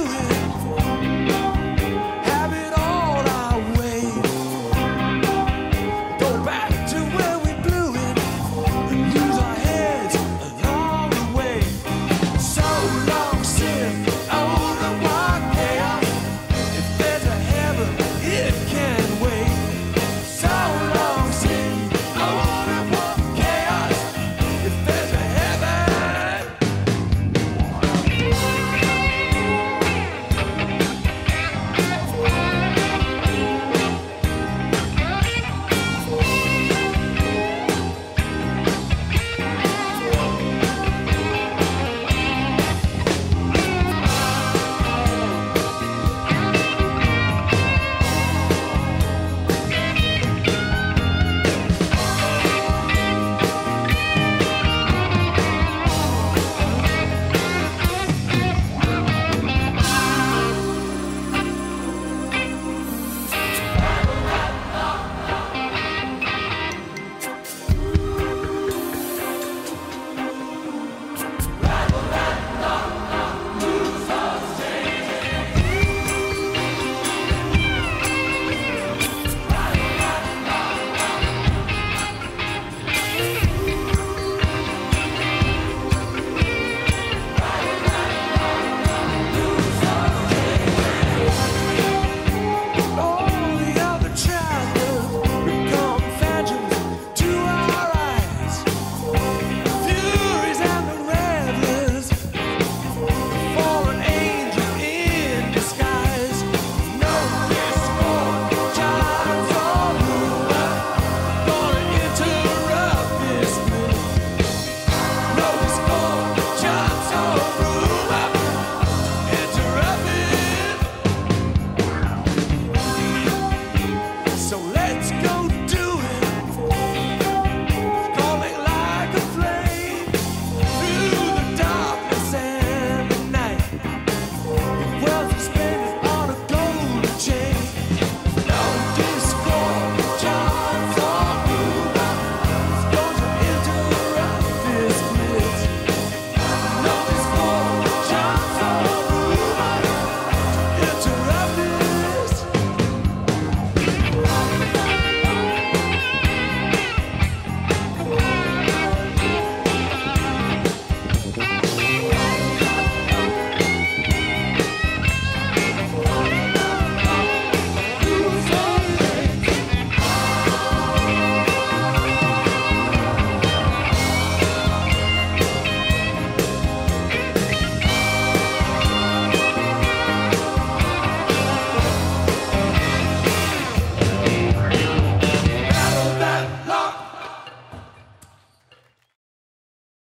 to